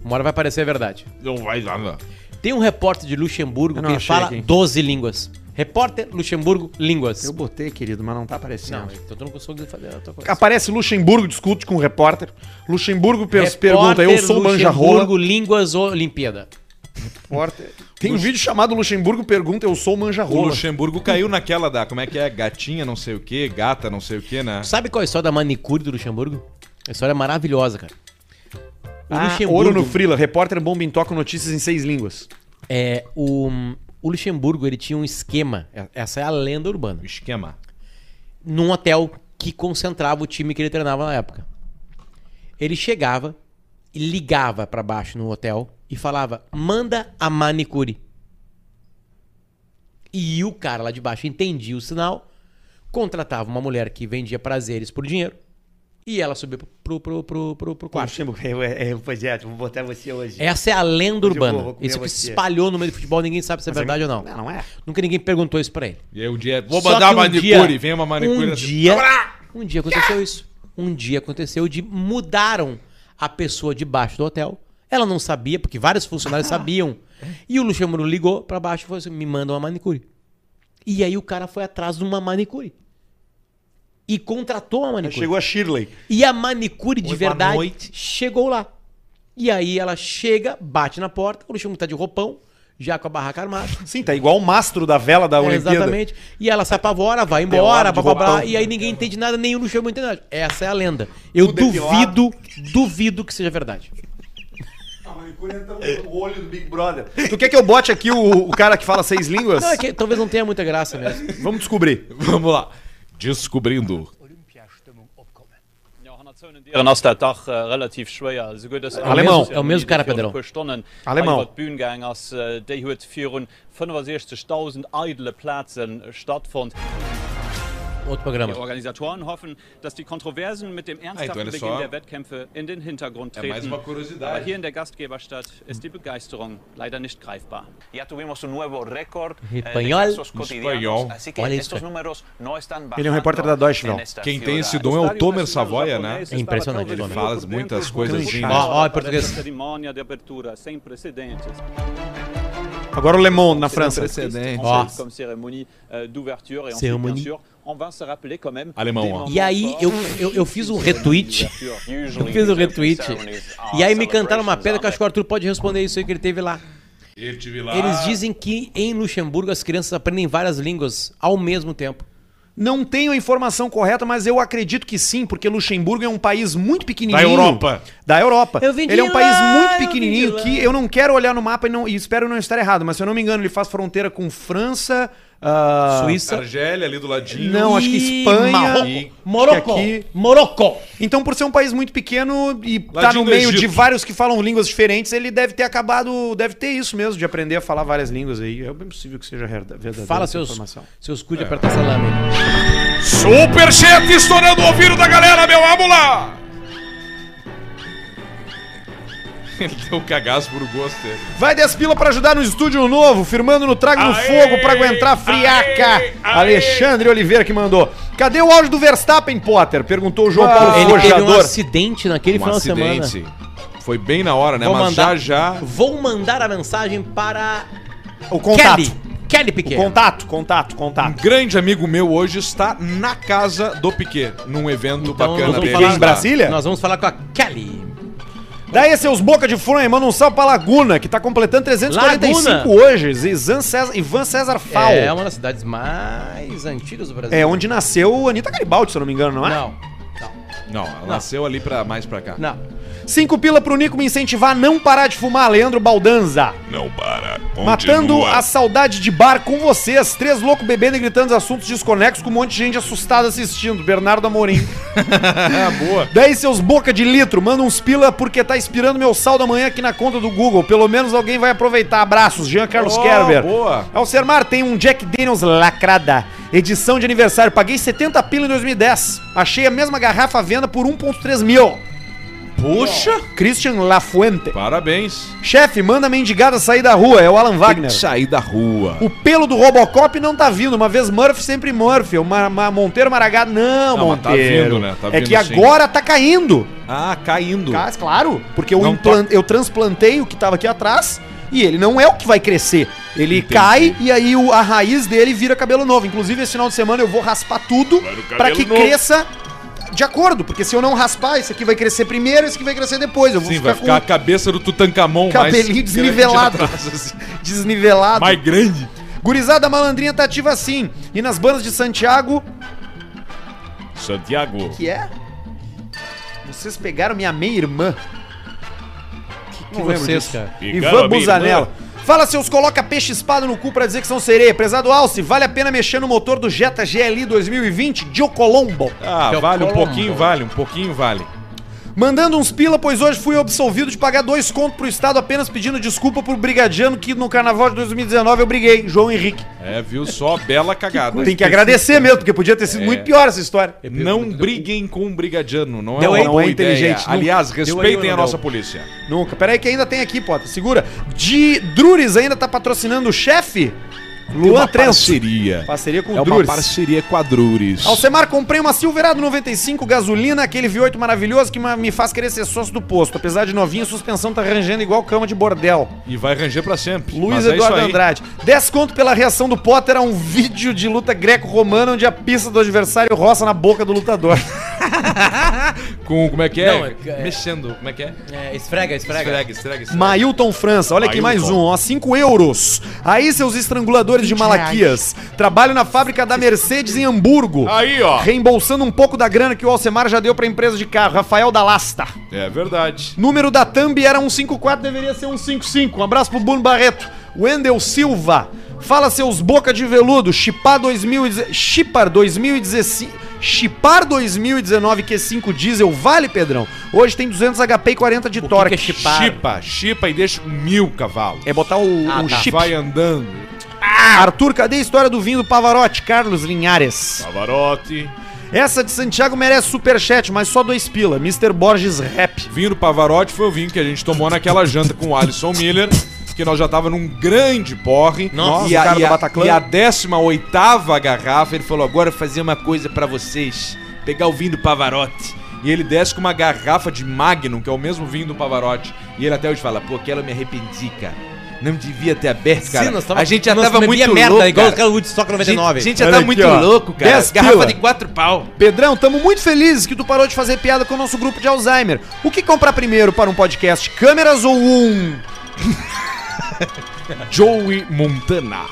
Speaker 2: uma hora vai parecer a verdade.
Speaker 5: Não vai nada.
Speaker 2: Tem um repórter de Luxemburgo
Speaker 4: Eu não
Speaker 2: que
Speaker 4: achei
Speaker 2: fala
Speaker 4: aqui.
Speaker 2: 12 línguas. Repórter Luxemburgo, línguas.
Speaker 4: Eu botei, querido, mas não tá aparecendo.
Speaker 2: Não, então tu não consegue fazer a tua coisa.
Speaker 4: Aparece Luxemburgo, discute com o repórter. Luxemburgo pers- pergunta, eu sou manja rola.
Speaker 2: Luxemburgo, línguas, Olimpíada.
Speaker 4: Repórter. Tem um vídeo chamado Luxemburgo pergunta, eu sou manja
Speaker 1: O
Speaker 4: rola.
Speaker 1: Luxemburgo caiu naquela da. Como é que é? Gatinha, não sei o quê, gata, não sei o quê, né?
Speaker 2: Sabe qual é a história da manicure do Luxemburgo? A história é maravilhosa, cara. O
Speaker 4: Ah,
Speaker 2: Luxemburgo
Speaker 4: ouro no frila, repórter bomba em toca notícias em seis línguas.
Speaker 2: é o, o Luxemburgo, ele tinha um esquema. é- Essa é a lenda urbana.
Speaker 1: Esquema.
Speaker 2: num hotel que concentrava o time que ele treinava na época. Ele chegava e ligava pra baixo no hotel e falava: "Manda a manicure". E o cara lá de baixo entendia o sinal, contratava uma mulher que vendia prazeres por dinheiro e ela subia pro, pro, pro, pro, pro quarto.
Speaker 10: Luxemburgo, eu, eu, pois é, vou botar você hoje.
Speaker 2: Essa é a lenda
Speaker 10: Hoje eu
Speaker 2: urbana.
Speaker 10: vou- vou comer
Speaker 2: Isso que se
Speaker 10: você.
Speaker 2: espalhou no meio do futebol, ninguém sabe se é verdade ou não.
Speaker 4: Ah, não é?
Speaker 2: Nunca ninguém perguntou isso pra ele.
Speaker 1: E aí um dia. Vou
Speaker 2: Só
Speaker 1: mandar
Speaker 2: que
Speaker 1: uma
Speaker 2: um
Speaker 1: manicure,
Speaker 2: dia-
Speaker 1: vem uma manicure.
Speaker 2: Um
Speaker 1: assim.
Speaker 2: dia, um dia aconteceu isso. Um dia aconteceu de mudaram a pessoa de baixo do hotel Ela não sabia, porque
Speaker 10: [LAUGHS]
Speaker 2: vários funcionários sabiam. E o Luxemburgo ligou pra baixo e falou assim: me manda uma manicure. E aí o cara foi atrás de uma manicure. E contratou uma manicure.
Speaker 4: Chegou a Shirley.
Speaker 2: E a manicure de
Speaker 12: Oi, boa
Speaker 2: verdade
Speaker 12: noite.
Speaker 2: chegou lá. E aí ela chega, bate na porta, o Luxemburgo tá de roupão, já com a barraca armada.
Speaker 4: Sim, tá igual o mastro da vela da
Speaker 2: É,
Speaker 4: Olimpíada.
Speaker 2: exatamente. E ela se apavora, vai
Speaker 4: Pelado
Speaker 2: embora,
Speaker 4: de
Speaker 2: blá, blá, blá,
Speaker 4: roupão.
Speaker 2: e aí ninguém entende nada, nem o Luxemburgo entende nada. Essa é a lenda. Eu
Speaker 4: Tudo
Speaker 2: duvido, duvido que seja verdade.
Speaker 4: O olho do Big Brother. Tu quer que eu bote aqui o, o cara que fala seis línguas?
Speaker 2: Não, é que talvez não tenha muita graça mesmo.
Speaker 4: Vamos descobrir.
Speaker 1: [LAUGHS] Vamos lá.
Speaker 11: Descobrindo.
Speaker 9: Ihren aus der Dach äh, relativ schwer so gut dass
Speaker 2: Alemão. É o mesmo cara, Pedrão.
Speaker 9: Stunden
Speaker 2: Alemão.
Speaker 9: Bühnengängers äh, der hue 65.000 eidle Platzen äh, stattfand
Speaker 2: Outro programa.
Speaker 9: Die Organisatoren hoffen, dass die Kontroversen mit dem
Speaker 1: Ah, então
Speaker 9: ernsthaften
Speaker 1: olha
Speaker 9: Beginn
Speaker 1: só.
Speaker 9: der Wettkämpfe in den Hintergrund
Speaker 1: É
Speaker 9: treten.
Speaker 1: mais uma curiosidade.
Speaker 9: Aber hier in der Gastgeberstadt ist die Begeisterung leider nicht greifbar.
Speaker 13: Ya tuvimos un nuevo récord
Speaker 2: eh, de
Speaker 13: Español.
Speaker 2: casos cotidianos.
Speaker 1: Espanhol.
Speaker 13: Así que
Speaker 2: Olha isso,
Speaker 13: estos
Speaker 2: cara.
Speaker 13: números no están
Speaker 4: Ele é um repórter da Deutsche Welle.
Speaker 1: Quem tem esse dom é o Tomer Savoia, né?
Speaker 2: É impressionante,
Speaker 1: Ele
Speaker 2: Tomer.
Speaker 1: fala muitas coisas assim.
Speaker 2: Ó, ó, em português.
Speaker 9: Cerimônia de abertura sem precedentes.
Speaker 4: Agora o Le Monde na França.
Speaker 9: Ah. Comme cérémonie euh, d'ouverture et ensuite,
Speaker 2: Cérémonie.
Speaker 9: bien sûr, on va se rappeler quand même
Speaker 11: Alemão,
Speaker 9: des
Speaker 11: ó.
Speaker 9: moments
Speaker 2: E aí eu, eu, eu fiz um retweet. Eu fiz um retweet. E aí me cantaram uma pedra que eu acho que o Arthur pode responder isso aí que ele teve lá.
Speaker 1: Ele tive lá.
Speaker 2: Eles dizem que em Luxemburgo as crianças aprendem várias línguas ao mesmo tempo.
Speaker 4: Não tenho a informação correta, mas eu acredito que sim, porque Luxemburgo é um país muito pequenininho.
Speaker 11: Da Europa.
Speaker 4: Da Europa.
Speaker 2: Eu vim de
Speaker 4: ele é um
Speaker 2: lá,
Speaker 4: país
Speaker 2: eu
Speaker 4: muito
Speaker 2: vim
Speaker 4: pequenininho
Speaker 2: de lá.
Speaker 4: que eu não quero olhar no mapa e, não- e espero não estar errado, mas se eu não me engano, ele faz fronteira com França, ah,
Speaker 2: Suíça.
Speaker 1: Argélia ali do ladinho.
Speaker 4: Não, acho que
Speaker 2: e
Speaker 4: Espanha.
Speaker 2: Marrocos.
Speaker 4: E-
Speaker 2: Morocco.
Speaker 4: aqui-
Speaker 2: Morocco.
Speaker 4: Então, por ser um país muito pequeno e
Speaker 1: Lá
Speaker 4: tá
Speaker 1: de
Speaker 4: no
Speaker 1: do
Speaker 4: meio
Speaker 1: Egito.
Speaker 4: de vários que falam línguas diferentes, ele deve ter acabado, deve ter isso mesmo, de aprender a falar várias línguas aí. É bem possível que seja verda- verdadeira
Speaker 2: Fala
Speaker 4: essa
Speaker 2: seus,
Speaker 4: informação.
Speaker 2: seus cu de apertar salame.
Speaker 5: Superchat estourando o ouvido da galera, meu. Vamos lá.
Speaker 1: [LAUGHS] Ele deu um cagaço por gosto dele.
Speaker 4: Vai 10 pila pra ajudar no estúdio novo, firmando no Trago no
Speaker 5: Aê,
Speaker 4: Fogo pra aguentar a friaca.
Speaker 5: aê, aê.
Speaker 4: Alexandre Oliveira que mandou. Cadê o áudio do Verstappen, Potter? Perguntou Ah, o João
Speaker 2: Ele
Speaker 4: Paulo
Speaker 2: teve um
Speaker 4: Forjador.
Speaker 2: acidente naquele final de semana.
Speaker 1: Foi bem na hora, né?
Speaker 2: Vou
Speaker 1: Um Mas já
Speaker 2: mandar-
Speaker 1: já.
Speaker 2: Vou mandar a mensagem para
Speaker 4: O contato.
Speaker 2: Kelly. Kelly
Speaker 4: O
Speaker 2: Piquet.
Speaker 4: contato, contato, contato.
Speaker 1: Um Grande amigo meu hoje está na casa do Piquet, num evento bacana
Speaker 2: Então, vamos
Speaker 1: dele.
Speaker 2: falar
Speaker 1: lá.
Speaker 4: em Brasília?
Speaker 2: Nós vamos falar com a Kelly.
Speaker 4: Daí seus boca de fronha, manda um salve pra Laguna, que tá completando 345
Speaker 2: Laguna.
Speaker 4: hoje. Ivan César, Ivan César Fal.
Speaker 2: É uma das cidades mais antigas do Brasil.
Speaker 4: É onde nasceu Anitta Garibaldi, se eu não me engano, não é?
Speaker 2: Não.
Speaker 1: tá- Não, ela nasceu ali pra, mais pra cá.
Speaker 2: Não.
Speaker 4: Cinco pila pro Nico me incentivar a não parar de fumar, Leandro Baldanza.
Speaker 5: Não para.
Speaker 4: Matando
Speaker 5: Continua.
Speaker 4: a saudade de bar com vocês. Três loucos bebendo e gritando assuntos desconexos com um monte de gente assustada assistindo.
Speaker 1: [LAUGHS]
Speaker 4: Bernardo Amorim.
Speaker 1: Ah, boa.
Speaker 4: Daí seus boca de litro, manda uns pila porque tá expirando meu saldo amanhã aqui na conta do Google. Pelo menos alguém vai aproveitar. Abraços, Jean Carlos
Speaker 1: Oh,
Speaker 4: Kerber.
Speaker 1: boa.
Speaker 4: Alcermar tem um Jack Daniels lacrada. Edição de aniversário. Paguei 70 pila em 2010. Achei a mesma garrafa à venda por 1.3 mil.
Speaker 1: Puxa!
Speaker 4: Christian Lafuente.
Speaker 1: Parabéns.
Speaker 4: Chefe, manda a mendigada sair da rua. É o Alan Wagner.
Speaker 1: sair da rua.
Speaker 4: O pelo do Robocop não tá vindo. Uma vez Murphy, sempre Murphy. O Ma- Ma- Monteiro Maragá, não,
Speaker 1: Não, mas tá
Speaker 4: Monteiro.
Speaker 1: vindo, né? Tá
Speaker 4: é
Speaker 1: vindo,
Speaker 4: que
Speaker 1: sim.
Speaker 4: agora tá caindo.
Speaker 1: Ah, caindo.
Speaker 4: Ca- Claro, porque eu,
Speaker 1: Não tá.
Speaker 4: implan- eu transplantei o que tava aqui atrás e ele não é o que vai crescer. Ele cai e aí o- a raiz dele vira cabelo novo. Inclusive, esse final de semana eu vou raspar tudo
Speaker 5: Vai no cabelo
Speaker 4: pra que
Speaker 5: novo.
Speaker 4: cresça de acordo. Porque se eu não raspar, esse aqui vai crescer primeiro, esse aqui vai crescer depois. Eu vou
Speaker 1: Sim, vai ficar a cabeça do Tutankamon
Speaker 4: Cabelinho desnivelado.
Speaker 1: grande atrás, assim.
Speaker 4: com [LAUGHS] desnivelado.
Speaker 1: Mais grande.
Speaker 4: Gurizada malandrinha tá ativa sim. E nas bandas de Santiago,
Speaker 11: Santiago.
Speaker 4: que é? Vocês pegaram minha meia-irmã.
Speaker 2: Que vocês, cara.
Speaker 11: Pegaram
Speaker 4: Ivan
Speaker 11: a minha
Speaker 4: Busanello.
Speaker 11: irmã.
Speaker 4: Fala seus coloca peixe espada no cu pra dizer que são sereia. Prezado Alce, vale a pena mexer no motor do Jetta GLI 2020 de Colombo.
Speaker 1: Ah,
Speaker 2: Que é o
Speaker 1: vale um
Speaker 2: Colombo.
Speaker 1: pouquinho, vale, um pouquinho vale.
Speaker 4: Mandando uns pila, pois hoje fui absolvido de pagar dois contos pro Estado apenas pedindo desculpa pro brigadiano que no carnaval de 2019 eu briguei, João Henrique.
Speaker 1: É, viu só, bela cagada.
Speaker 4: Tem que agradecer mesmo, porque podia ter sido
Speaker 1: É.
Speaker 4: muito pior essa história.
Speaker 1: Não briguem com um brigadiano, não é,
Speaker 4: Deu
Speaker 1: uma
Speaker 4: aí?
Speaker 1: boa
Speaker 4: Não é
Speaker 1: ideia.
Speaker 4: inteligente, não.
Speaker 1: Aliás,
Speaker 4: Deu aí ou
Speaker 1: respeitem
Speaker 4: não
Speaker 1: a
Speaker 4: deu?
Speaker 1: nossa polícia.
Speaker 4: Nunca. Pera aí que ainda tem aqui, Potter. Segura. De Drures ainda tá patrocinando o chefe?
Speaker 1: Tem
Speaker 4: Luan
Speaker 1: uma
Speaker 4: Trenço.
Speaker 1: parceria.
Speaker 4: Parceria com
Speaker 1: é
Speaker 4: o
Speaker 1: uma
Speaker 4: Drures.
Speaker 1: parceria com a Drures.
Speaker 4: Alcemar, comprei uma Silverado 95 gasolina, aquele V8 maravilhoso que ma- me faz querer ser sócio do posto. Apesar de novinho, a suspensão tá rangendo igual cama de bordel.
Speaker 1: E vai ranger pra sempre.
Speaker 4: Luiz
Speaker 1: Mas é
Speaker 4: Eduardo
Speaker 1: isso aí.
Speaker 4: Andrade. Desconto pela reação do Potter a um vídeo de luta greco-romana onde a pista do adversário roça na boca do lutador.
Speaker 1: Com, como é que é?
Speaker 2: Não, é- é-
Speaker 1: Mexendo, como é que é?
Speaker 2: É, esfrega, esfrega.
Speaker 1: Esfrega, esfrega, esfrega.
Speaker 4: Mailton França, olha aqui mais um, ó, 5 euros. Aí, seus estranguladores de Malaquias. Trabalho na fábrica da Mercedes em Hamburgo.
Speaker 11: Aí, ó.
Speaker 4: Reembolsando um pouco da grana que o Alcemar já deu pra empresa de carro. Rafael da Lasta.
Speaker 1: É verdade.
Speaker 4: Número da Thumb era 154, deveria ser 155. Um abraço pro Bruno Barreto. Wendel Silva. Fala seus boca de veludo. Chipar 2019. Chipar 2015. Chipar 2019 Q5 é diesel vale, Pedrão. Hoje tem 200 HP e 40 de torque.
Speaker 1: é chipar? Chipa, chipa e deixa com mil cavalos.
Speaker 4: É botar o, o chip. Ah!
Speaker 1: Vai andando.
Speaker 4: Arthur, cadê a história do vinho do Pavarotti? Carlos Linhares.
Speaker 11: Pavarotti.
Speaker 4: Essa de Santiago merece superchat, mas só dois pila. Mr. Borges Rap.
Speaker 1: Vinho do Pavarotti foi o vinho que a gente tomou naquela janta com o Alisson Miller, que nós já tava num grande porre.
Speaker 4: Nossa,
Speaker 1: e a,
Speaker 4: o cara
Speaker 1: e
Speaker 4: do
Speaker 1: a-
Speaker 4: Bataclan.
Speaker 1: E a 18 garrafa, ele falou: agora eu vou fazer uma coisa pra vocês: pegar o vinho do Pavarotti. E ele desce com uma garrafa de Magnum, que é o mesmo vinho do Pavarotti. E ele até hoje fala: pô, aquela eu me arrependi, cara. Não devia ter aberto, cara.
Speaker 2: Sim, nós tava-
Speaker 1: a gente já
Speaker 2: nós
Speaker 1: tava
Speaker 2: bebia
Speaker 1: muito
Speaker 2: merda,
Speaker 1: louco,
Speaker 2: igual
Speaker 1: cara.
Speaker 2: o Woodstock 99.
Speaker 1: A gente, a gente já
Speaker 2: Olha
Speaker 1: tava
Speaker 2: aqui,
Speaker 1: muito
Speaker 2: ó.
Speaker 1: louco, cara.
Speaker 4: Dez
Speaker 1: garrafa
Speaker 4: pila.
Speaker 1: de quatro pau.
Speaker 4: Pedrão, estamos muito felizes que tu parou de fazer piada com o nosso grupo de Alzheimer. O que comprar primeiro para um podcast? Câmeras ou um?
Speaker 1: Joey Montana.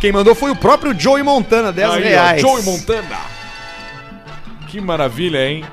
Speaker 4: Quem mandou foi o próprio Joey Montana, 10
Speaker 1: Aí, ó,
Speaker 4: reais.
Speaker 1: Joey Montana. Que maravilha, hein?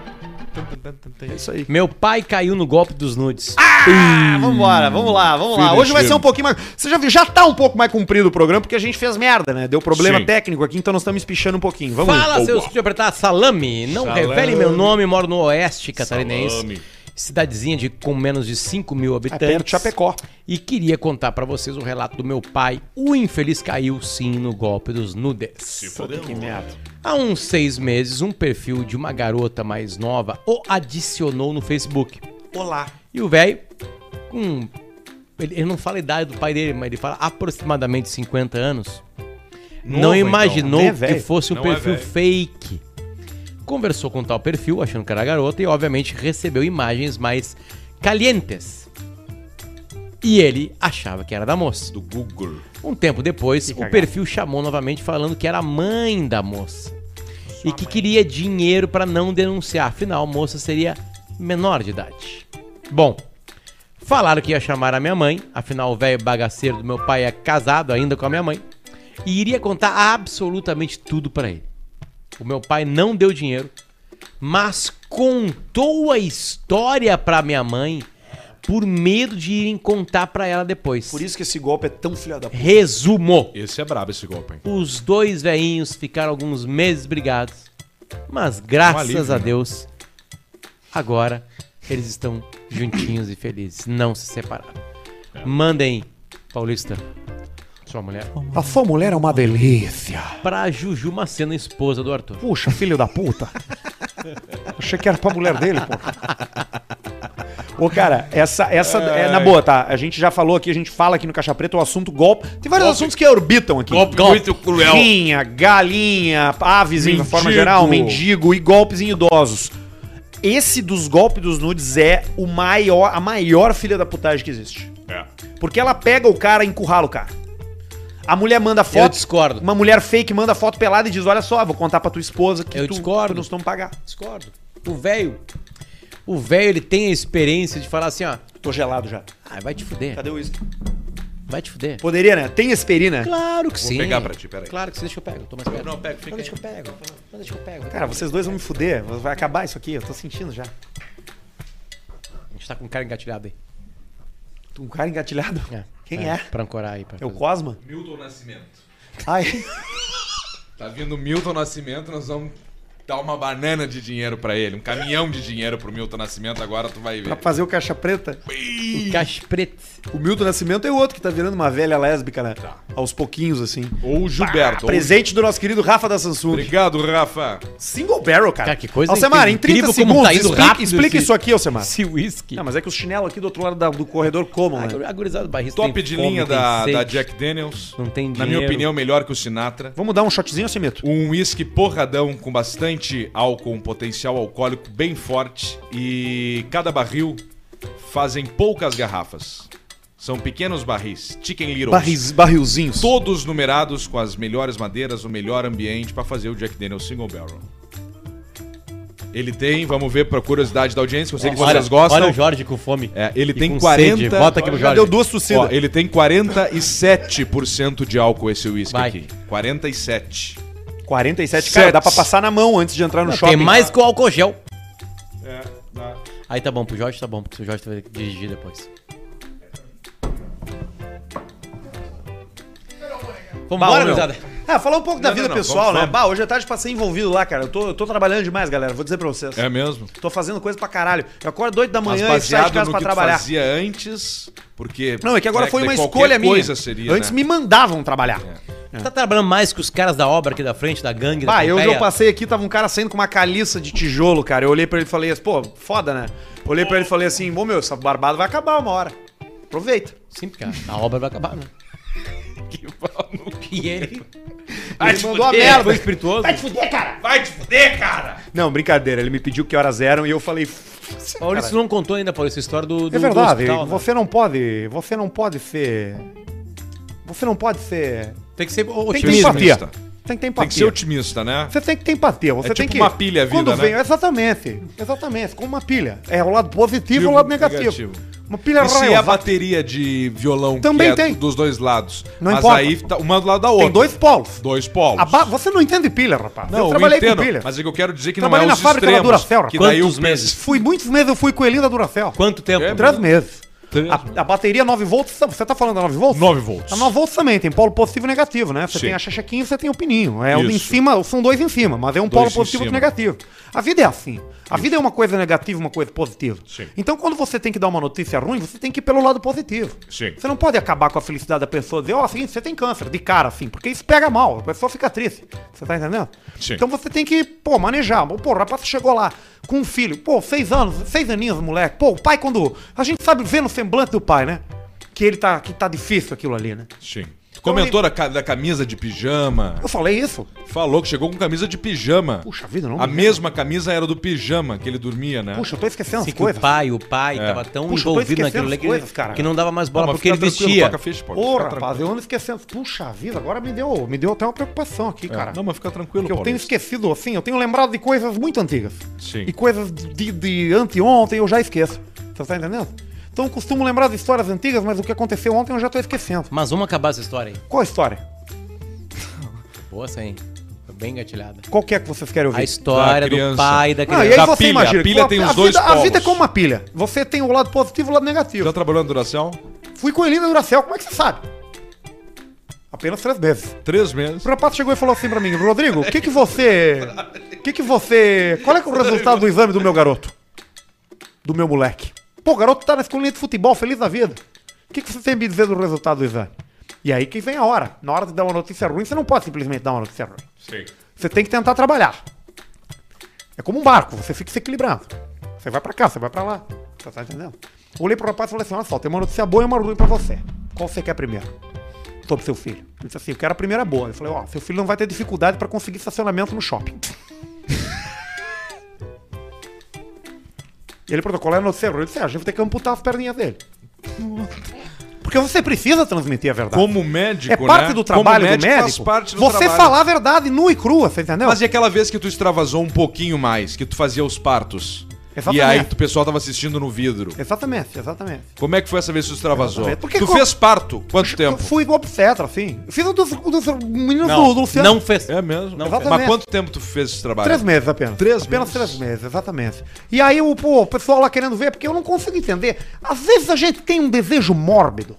Speaker 4: É isso aí.
Speaker 2: Meu pai caiu no golpe dos nudes.
Speaker 4: Ah, vambora, vamos lá, vamos lá.
Speaker 2: Filho
Speaker 4: Hoje vai
Speaker 2: cheiro.
Speaker 4: ser um pouquinho mais. Você já viu, já tá um pouco mais comprido o programa, porque a gente fez merda, né? Deu problema
Speaker 2: Sim.
Speaker 4: técnico aqui, então nós estamos espichando um pouquinho. Vamos
Speaker 2: Fala,
Speaker 4: lá.
Speaker 2: seus filhos apertar tá, salame. Não
Speaker 4: Salame.
Speaker 2: revele meu nome, moro no oeste catarinense.
Speaker 4: Salame.
Speaker 2: Cidadezinha de, com menos de 5 mil habitantes.
Speaker 4: Ah, É perto de Chapecó.
Speaker 2: E queria contar pra vocês o relato do meu pai. O infeliz caiu sim no golpe dos nudes.
Speaker 4: Puta que merda.
Speaker 2: Há uns seis meses, um perfil de uma garota mais nova o adicionou no Facebook.
Speaker 4: Olá.
Speaker 2: E o velho, com. Ele, ele não fala a idade do pai dele, mas ele fala aproximadamente 50 anos.
Speaker 10: Novo,
Speaker 2: não
Speaker 10: então.
Speaker 2: imaginou
Speaker 10: Nem é
Speaker 2: que
Speaker 10: velho.
Speaker 2: fosse um
Speaker 10: Não é
Speaker 2: perfil
Speaker 10: velho.
Speaker 2: fake. Conversou com tal perfil, achando que era garota, e obviamente recebeu imagens mais calientes. E ele achava que era da moça. Do Google. Um tempo depois, o
Speaker 10: cagada.
Speaker 2: perfil chamou novamente falando que era a mãe da moça. e que queria dinheiro para não denunciar, afinal a moça seria menor de idade. Bom, falaram que ia chamar a minha mãe, afinal o velho bagaceiro do meu pai é casado ainda com a minha mãe, e iria contar absolutamente tudo para ele. O meu pai não deu dinheiro, mas contou a história pra minha mãe por medo de irem contar pra ela depois. Por
Speaker 4: isso que esse golpe é tão filha da
Speaker 2: puta. Resumo.
Speaker 1: Esse é brabo, esse golpe, hein?
Speaker 2: Os dois veinhos ficaram alguns meses brigados, mas graças
Speaker 1: alívio,
Speaker 2: a
Speaker 1: né?
Speaker 2: Deus, agora eles estão juntinhos e felizes, não se separaram.
Speaker 1: É.
Speaker 2: Mandem, Paulista, sua mulher,
Speaker 3: A sua mulher é uma delícia.
Speaker 2: pra Juju Macena, esposa do Arthur.
Speaker 3: Puxa, filho da puta. [LAUGHS] Achei que era pra mulher dele, pô.
Speaker 4: Ô, cara, essa, essa é na boa, tá? A gente já falou aqui, a gente fala aqui no Caixa Preta o assunto golpe. Tem vários assuntos que orbitam aqui.
Speaker 10: Golpe muito cruel.
Speaker 4: Rinha, galinha, aves em
Speaker 10: Mendigo.
Speaker 4: forma geral, mendigo e golpes em idosos. Esse dos golpes dos nudes é o maior, a maior filha da putagem que existe.
Speaker 11: É.
Speaker 4: Porque ela pega o cara e encurrala o cara. A mulher manda foto.
Speaker 2: Eu discordo.
Speaker 4: Uma mulher fake manda foto pelada e diz: Olha só, vou contar pra tua esposa que
Speaker 2: Eu
Speaker 4: tu,
Speaker 2: discordo.
Speaker 4: tu não estão pagar.
Speaker 2: Discordo. O velho, o velho ele tem a experiência de falar assim, ó.
Speaker 4: Tô gelado já.
Speaker 2: Ah, vai te fuder.
Speaker 4: Cadê o uísque?
Speaker 2: Vai te fuder.
Speaker 4: Poderia, né? Tem esperina?
Speaker 2: Claro que
Speaker 4: Vou
Speaker 2: sim.
Speaker 4: pegar pra ti, peraí.
Speaker 2: Claro que sim, deixa eu pegar. Tô mais perto.
Speaker 1: Não, pega, fica Tá
Speaker 2: Deixa eu pego. Deixa eu pego.
Speaker 4: Cara, vocês dois vão me fuder. Vai acabar isso aqui, eu tô sentindo já.
Speaker 2: A gente tá com um cara engatilhado aí.
Speaker 4: Um cara engatilhado? Quem é?
Speaker 2: Pra ancorar aí. Pra
Speaker 4: É o
Speaker 2: fazer.
Speaker 4: Cosma?
Speaker 1: Milton Nascimento.
Speaker 4: Ai. [LAUGHS]
Speaker 1: Tá vindo o Milton Nascimento, nós vamos dar uma banana de dinheiro pra ele, um caminhão de dinheiro pro Milton Nascimento, agora tu vai ver.
Speaker 4: Pra fazer o caixa preta?
Speaker 1: O
Speaker 2: caixa preta.
Speaker 4: O Milton Nascimento é o outro que tá virando uma velha lésbica, né? Tá. aos pouquinhos, assim.
Speaker 1: Ou o Gilberto. ou-
Speaker 4: presente do nosso querido Rafa da Samsung.
Speaker 1: Obrigado, Rafa.
Speaker 4: Single barrel, cara.
Speaker 1: Cara, que coisa
Speaker 4: Alcemar, em 30
Speaker 1: incrível como
Speaker 4: segundos,
Speaker 1: tá indo
Speaker 4: explica,
Speaker 1: rápido
Speaker 4: explica
Speaker 1: esse-
Speaker 4: isso aqui, Alcemar.
Speaker 2: Esse whisky.
Speaker 4: Não, mas é que os chinelos aqui do outro lado da- do corredor comam,
Speaker 1: Ah,
Speaker 4: né?
Speaker 2: Agorizado, barrista.
Speaker 1: Top
Speaker 2: tem
Speaker 1: de
Speaker 2: fome,
Speaker 1: linha
Speaker 2: tem
Speaker 1: da,
Speaker 2: sede.
Speaker 1: da Jack Daniels.
Speaker 2: Não tem
Speaker 1: Na minha
Speaker 2: dinheiro.
Speaker 1: opinião, melhor que o Sinatra.
Speaker 4: Vamos dar um shotzinho assim, Mito?
Speaker 1: Um uísque porradão com bastante álcool, um potencial alcoólico bem forte. E cada barril fazem poucas garrafas. São pequenos barris, chicken littles.
Speaker 4: Barris- barrilzinhos.
Speaker 1: Todos numerados com as melhores madeiras, o melhor ambiente pra fazer o Jack Daniels Single Barrel. Ele tem, vamos ver pra curiosidade da audiência, que eu sei que
Speaker 2: Olha-
Speaker 1: vocês gostam.
Speaker 2: Olha o Jorge com fome.
Speaker 1: É, ele
Speaker 2: E
Speaker 1: tem
Speaker 2: com
Speaker 1: 40.
Speaker 2: sede. Bota aqui pro Jorge.
Speaker 1: Ó, ele tem 47% de álcool esse uísque
Speaker 2: Vai.
Speaker 1: aqui. 47.
Speaker 4: 47, cara,
Speaker 1: Sete.
Speaker 4: dá pra passar na mão antes de entrar no
Speaker 2: Não,
Speaker 4: shopping.
Speaker 2: Tem mais que o álcool gel.
Speaker 1: É,
Speaker 2: Aí tá bom, pro Jorge tá bom, porque o Jorge vai dirigir depois.
Speaker 4: Bah,
Speaker 2: Vambora,
Speaker 4: meu.
Speaker 2: gurizada.
Speaker 4: Ah, falar um pouco da
Speaker 2: Não,
Speaker 4: vida
Speaker 2: não, não,
Speaker 4: pessoal,
Speaker 2: vamos,
Speaker 4: né?
Speaker 2: vamos.
Speaker 4: Bah, hoje à tarde passei envolvido lá, cara. Eu tô, eu tô trabalhando demais, galera. Vou dizer pra vocês.
Speaker 1: É mesmo?
Speaker 4: Tô fazendo coisa pra caralho. Eu acordo 8 da manhã
Speaker 1: Mas
Speaker 4: e saio de
Speaker 1: baseado
Speaker 4: casa
Speaker 1: no
Speaker 4: é pra
Speaker 1: que tu
Speaker 4: trabalhar.
Speaker 1: fazia antes, porque...
Speaker 4: Não, é que agora
Speaker 1: né,
Speaker 4: foi
Speaker 1: daí
Speaker 4: uma
Speaker 1: qualquer
Speaker 4: escolha minha.
Speaker 1: coisa seria,
Speaker 4: Antes
Speaker 1: né? É.
Speaker 4: me mandavam trabalhar.
Speaker 2: Tu tá trabalhando mais que os caras da obra aqui da frente, da gangue, da
Speaker 4: Bah, eu,
Speaker 2: Pompeia?
Speaker 4: eu passei aqui, tava um cara saindo com uma caliça de tijolo, cara. Eu olhei pra ele e falei assim, pô, foda, né? Olhei pra ele e falei assim, bom, meu, essa barbada vai acabar uma hora. Aproveita.
Speaker 2: Sim, porque a obra vai acabar, né? E ele.
Speaker 4: Vai
Speaker 2: ele
Speaker 4: te
Speaker 2: mandou
Speaker 4: fuder,
Speaker 2: a merda.
Speaker 4: foi
Speaker 2: espirituoso.
Speaker 4: Vai te fuder, cara!
Speaker 1: Vai te fuder, cara!
Speaker 4: Não, brincadeira. Ele me pediu que horas eram e eu falei...
Speaker 2: Maurício
Speaker 4: Cara,
Speaker 2: não contou ainda, Maurício, a história do, do
Speaker 3: É verdade,
Speaker 2: do hospital, né?
Speaker 3: você não pode. Você não pode ser. Você não pode ser.
Speaker 2: Tem que ser né?
Speaker 3: Tem que ter
Speaker 2: otimista.
Speaker 3: empatia.
Speaker 1: Otimista.
Speaker 3: Tem que ter
Speaker 1: Tem
Speaker 3: empatia.
Speaker 1: que ser otimista, né?
Speaker 3: Você tem que ter empatia. Você
Speaker 1: É
Speaker 3: tem
Speaker 1: tipo
Speaker 3: que.
Speaker 1: uma pilha a vida,
Speaker 3: quando
Speaker 1: né?
Speaker 3: vem, Exatamente. Exatamente. Como uma pilha. É o lado positivo e
Speaker 1: Tipo
Speaker 3: o lado negativo. Uma pilha
Speaker 1: E se é a
Speaker 3: raiva.
Speaker 1: bateria de violão
Speaker 3: Também
Speaker 1: que é
Speaker 3: tem.
Speaker 1: dos dois lados?
Speaker 3: Não
Speaker 1: Mas
Speaker 3: importa.
Speaker 1: aí tá uma do lado da outra.
Speaker 3: Tem dois polos.
Speaker 1: Dois polos.
Speaker 3: A ba- Você não entende pilha, rapaz.
Speaker 1: Não, eu,
Speaker 3: trabalhei
Speaker 1: entendo,
Speaker 3: com pilha.
Speaker 1: mas é que eu quero dizer que não é
Speaker 3: trabalhei
Speaker 1: os
Speaker 3: na fábrica da
Speaker 1: extremos,
Speaker 3: Duracell, rapaz.
Speaker 1: que daí
Speaker 2: Quantos
Speaker 1: o-
Speaker 2: meses?
Speaker 3: Fui muitos meses, eu fui com Elinho da Duracel.
Speaker 2: Quanto tempo?
Speaker 1: É,
Speaker 3: Três meses. Ah,
Speaker 1: Três
Speaker 3: A, a bateria 9 volts, você tá falando da 9 volts?
Speaker 1: 9 volts.
Speaker 3: A 9 volts também tem polo positivo e negativo, né? Você
Speaker 1: Sim.
Speaker 3: tem a chachaquinha e você tem o pininho. É um em
Speaker 1: Isso.
Speaker 3: cima, são dois em cima, mas é um
Speaker 1: Dois
Speaker 3: polo
Speaker 1: em
Speaker 3: positivo e outro
Speaker 1: cima.
Speaker 3: negativo. A vida é assim. A vida é uma coisa negativa, uma coisa positiva. Então quando você tem que dar uma notícia ruim, você tem que ir pelo lado positivo.
Speaker 1: Sim.
Speaker 3: Você não pode acabar com a felicidade da pessoa e dizer, ó, seguinte, você tem câncer, de cara, assim, porque isso pega mal, a pessoa fica triste. Você tá entendendo?
Speaker 1: Sim.
Speaker 3: Então você tem que, pô, manejar. Pô, o rapaz chegou lá com um filho, pô, seis anos, seis aninhos, moleque. Pô, o pai quando. A gente sabe ver no semblante do pai, né? Que ele tá, que tá difícil aquilo ali, né?
Speaker 1: Sim. Tu Comentou da, ca- da camisa de pijama.
Speaker 3: Eu falei isso?
Speaker 1: Falou que chegou com camisa de pijama.
Speaker 3: Puxa vida, não.
Speaker 1: A mesma camisa era do pijama que ele dormia, né?
Speaker 3: Puxa, eu tô
Speaker 2: Sim,
Speaker 3: esquecendo as
Speaker 2: Assim, que o
Speaker 3: coisas.
Speaker 2: pai, o pai
Speaker 1: É.
Speaker 2: tava tão
Speaker 3: Puxa, eu tô
Speaker 2: envolvido
Speaker 3: esquecendo
Speaker 2: naquilo
Speaker 3: as
Speaker 2: ali que,
Speaker 3: coisas,
Speaker 2: ele-
Speaker 3: cara.
Speaker 2: que não dava mais bola
Speaker 1: Não, mas
Speaker 2: porque ele
Speaker 1: fica tranquilo,
Speaker 2: vestia.
Speaker 1: toca ficha, pô.
Speaker 3: Ô,
Speaker 1: Fica
Speaker 3: rapaz, eu ando esquecendo. Puxa vida, agora me deu, me deu até uma preocupação aqui, cara.
Speaker 1: É, Não, mas fica tranquilo,
Speaker 3: Porque É eu tenho
Speaker 1: Paulista.
Speaker 3: esquecido, assim, eu tenho lembrado de coisas muito antigas.
Speaker 1: Sim.
Speaker 3: E coisas de, de anteontem eu já esqueço. Você tá entendendo? Então eu costumo lembrar de histórias antigas, mas o que aconteceu ontem eu já tô esquecendo.
Speaker 2: Mas vamos acabar essa história aí.
Speaker 3: Qual a história?
Speaker 2: Boa essa aí. Foi bem gatilhada.
Speaker 3: Qual que é que vocês querem ouvir?
Speaker 2: A história
Speaker 3: Da
Speaker 2: do
Speaker 3: criança.
Speaker 2: pai da
Speaker 3: Não,
Speaker 2: criança.
Speaker 3: e aí
Speaker 2: Da
Speaker 3: você
Speaker 2: pilha.
Speaker 3: imagina.
Speaker 2: A pilha
Speaker 3: como
Speaker 2: tem os
Speaker 3: a
Speaker 2: dois
Speaker 3: vida, A vida é
Speaker 2: polos.
Speaker 3: como uma pilha. Você tem o lado positivo e o lado negativo.
Speaker 1: Já trabalhou na Duração?
Speaker 3: Fui com Elina Duracel, como é que você sabe? Apenas três meses.
Speaker 1: Três meses.
Speaker 3: O rapaz chegou e falou assim pra mim, Rodrigo, o que que você... O que que você... Qual é, que é o resultado do exame do meu garoto? Do meu moleque. Pô, o garoto tá na escolinha de futebol, feliz da vida. O que que você tem a me dizer do resultado do exame? E aí que vem a hora. Na hora de dar uma notícia ruim, você não pode simplesmente dar uma notícia ruim.
Speaker 1: Sim.
Speaker 3: Você tem que tentar trabalhar. É como um barco, você fica se equilibrando. Você vai pra cá, você vai pra lá. Você tá entendendo? Olhei pro rapaz e falei assim: olha só, tem uma notícia boa e uma ruim pra você. Qual você quer primeiro? Sobre seu filho. Ele disse assim: eu quero a primeira boa. Eu falei: ó, seu filho não vai ter dificuldade pra conseguir estacionamento no shopping. [LAUGHS] E ele perguntou qual é a notícia ruim. Eu disse: "É, a gente vai ter que amputar as perninhas dele. Porque você precisa transmitir a verdade.
Speaker 1: Como médico,
Speaker 3: É parte
Speaker 1: né?
Speaker 3: do trabalho
Speaker 1: Como
Speaker 3: do
Speaker 1: médico, faz
Speaker 3: médico.
Speaker 1: parte do
Speaker 3: você
Speaker 1: trabalho.
Speaker 3: falar a verdade nua e crua, você entendeu?
Speaker 1: Mas e aquela vez que tu extravasou um pouquinho mais, que tu fazia os partos?
Speaker 3: Exatamente.
Speaker 1: E aí o pessoal tava assistindo no vidro.
Speaker 3: Exatamente, exatamente.
Speaker 1: Como é que foi essa vez que tu extravasou?
Speaker 3: Exatamente. Porque
Speaker 1: tu
Speaker 3: co-
Speaker 1: fez parto? Quanto tempo?
Speaker 3: Fui igual obstetra, assim. Fiz o dos, o dos meninos do, do Luciano.
Speaker 2: Não fez.
Speaker 1: É mesmo?
Speaker 3: Não fez.
Speaker 1: Mas quanto tempo tu fez esse trabalho?
Speaker 3: Três meses apenas.
Speaker 1: Três
Speaker 3: apenas três meses, exatamente. E aí o, pô, o pessoal lá querendo ver, porque eu não consigo entender. Às vezes a gente tem um desejo mórbido.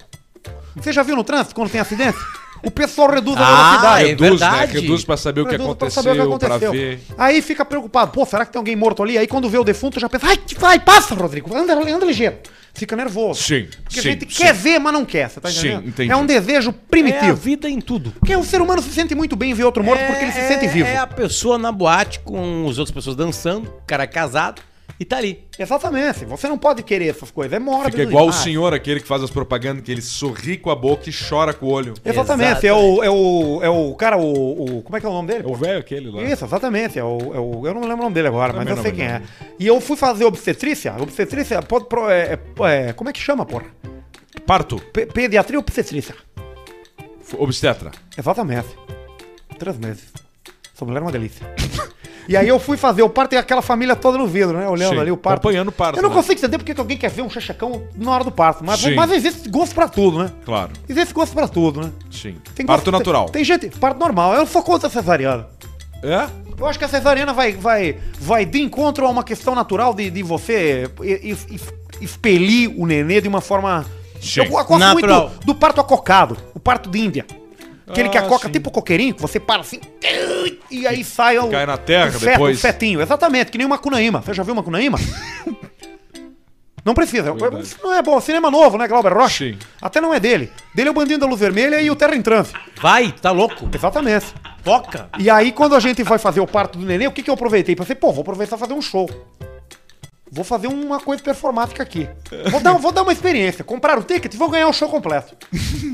Speaker 3: Você já viu no trânsito quando tem acidente?
Speaker 4: O pessoal reduz a
Speaker 1: Ah,
Speaker 4: velocidade.
Speaker 1: é Reduz, né? verdade. Reduz pra saber o que
Speaker 4: Reduz pra saber o que
Speaker 1: aconteceu, pra
Speaker 4: aconteceu.
Speaker 1: ver.
Speaker 4: Aí fica preocupado. Pô, será que tem alguém morto ali? Aí quando vê o defunto já pensa, ai, que- ai passa, Rodrigo, anda, anda ligeiro. Fica nervoso.
Speaker 1: Sim,
Speaker 4: Porque
Speaker 1: sim,
Speaker 4: a gente
Speaker 1: sim.
Speaker 4: quer ver, mas não quer, você tá
Speaker 1: Sim,
Speaker 4: entendendo?
Speaker 1: entendi.
Speaker 4: É um desejo primitivo.
Speaker 2: É a vida em tudo.
Speaker 4: Porque o ser humano se sente muito bem em ver outro morto porque ele se sente vivo.
Speaker 2: É a pessoa na boate com as outras pessoas dançando, o cara é casado e tá ali.
Speaker 4: Exatamente. Você não pode querer essas coisas. É mórbido.
Speaker 1: Fica igual o
Speaker 4: demais.
Speaker 1: senhor, aquele que faz as propagandas, que ele sorri com a boca e chora com o olho.
Speaker 4: Exatamente. É o, é, o, é o cara, o, o- Como é que é o nome dele?
Speaker 1: É o velho aquele lá.
Speaker 4: Isso, exatamente. É o, é o- eu não lembro o nome dele agora, mas
Speaker 1: Também
Speaker 4: eu
Speaker 1: não
Speaker 4: sei
Speaker 1: me
Speaker 4: quem é.
Speaker 1: lembro.
Speaker 4: E eu fui fazer obstetrícia. Obstetrícia pode. pro- é- é- é- como é que chama, porra?
Speaker 1: Parto.
Speaker 4: Pe- pediatria ou obstetrícia?
Speaker 1: F- Obstetra.
Speaker 4: Exatamente. Três meses. Essa mulher é uma delícia.
Speaker 1: [LAUGHS]
Speaker 4: e aí eu fui fazer o parto e aquela família toda no vidro, né? Olhando
Speaker 1: Sim,
Speaker 4: ali o parto.
Speaker 1: acompanhando o parto,
Speaker 4: Eu não
Speaker 1: né?
Speaker 4: consigo entender porque que alguém quer ver um chachacão na hora do parto. Mas,
Speaker 1: Sim.
Speaker 4: mas existe gosto pra tudo, né?
Speaker 1: Claro.
Speaker 4: Existe gosto pra tudo, né?
Speaker 1: Sim.
Speaker 4: Tem
Speaker 1: Parto
Speaker 4: gosto-
Speaker 1: natural.
Speaker 4: Tem, tem gente, parto normal. Eu sou contra a cesariana.
Speaker 1: É?
Speaker 4: Eu acho que a cesariana vai, vai, vai de encontro a uma questão natural de, de você e- e- e- expelir o nenê de uma forma.
Speaker 1: Sim.
Speaker 4: Eu gosto
Speaker 2: Natural.
Speaker 4: muito do parto acocado, o parto de Índia. Aquele que
Speaker 1: Ah,
Speaker 4: acoca
Speaker 1: sim.
Speaker 4: tipo coqueirinho, que você para assim e aí sai o,
Speaker 1: Cai na terra
Speaker 4: o feto,
Speaker 1: depois.
Speaker 4: o fetinho. Exatamente, que nem uma cunaíma. Você já viu uma
Speaker 1: [LAUGHS]
Speaker 4: cunaíma? Não precisa.
Speaker 1: Verdade.
Speaker 4: Isso não é bom. Cinema novo, né, Glauber Rocha?
Speaker 1: Sim.
Speaker 4: Até não é dele. Dele é o Bandido da Luz Vermelha e o Terra em Transe.
Speaker 2: Vai, tá louco?
Speaker 4: Exatamente.
Speaker 2: Foca.
Speaker 4: E aí, quando a gente vai fazer o parto do neném, o que, que eu aproveitei? Pensei, pô, vou aproveitar e fazer um show. Vou fazer uma coisa performática aqui. Vou dar, um, vou dar uma experiência. Comprar o ticket e vou ganhar o show completo.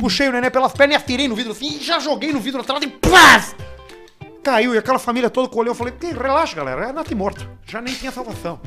Speaker 4: Puxei o neném pelas pernas e atirei no vidro assim, e já joguei no vidro atrás e plás! Caiu e aquela família toda colheu. Eu falei, "Que- relaxa, galera, é nasce morto. Já nem tinha salvação.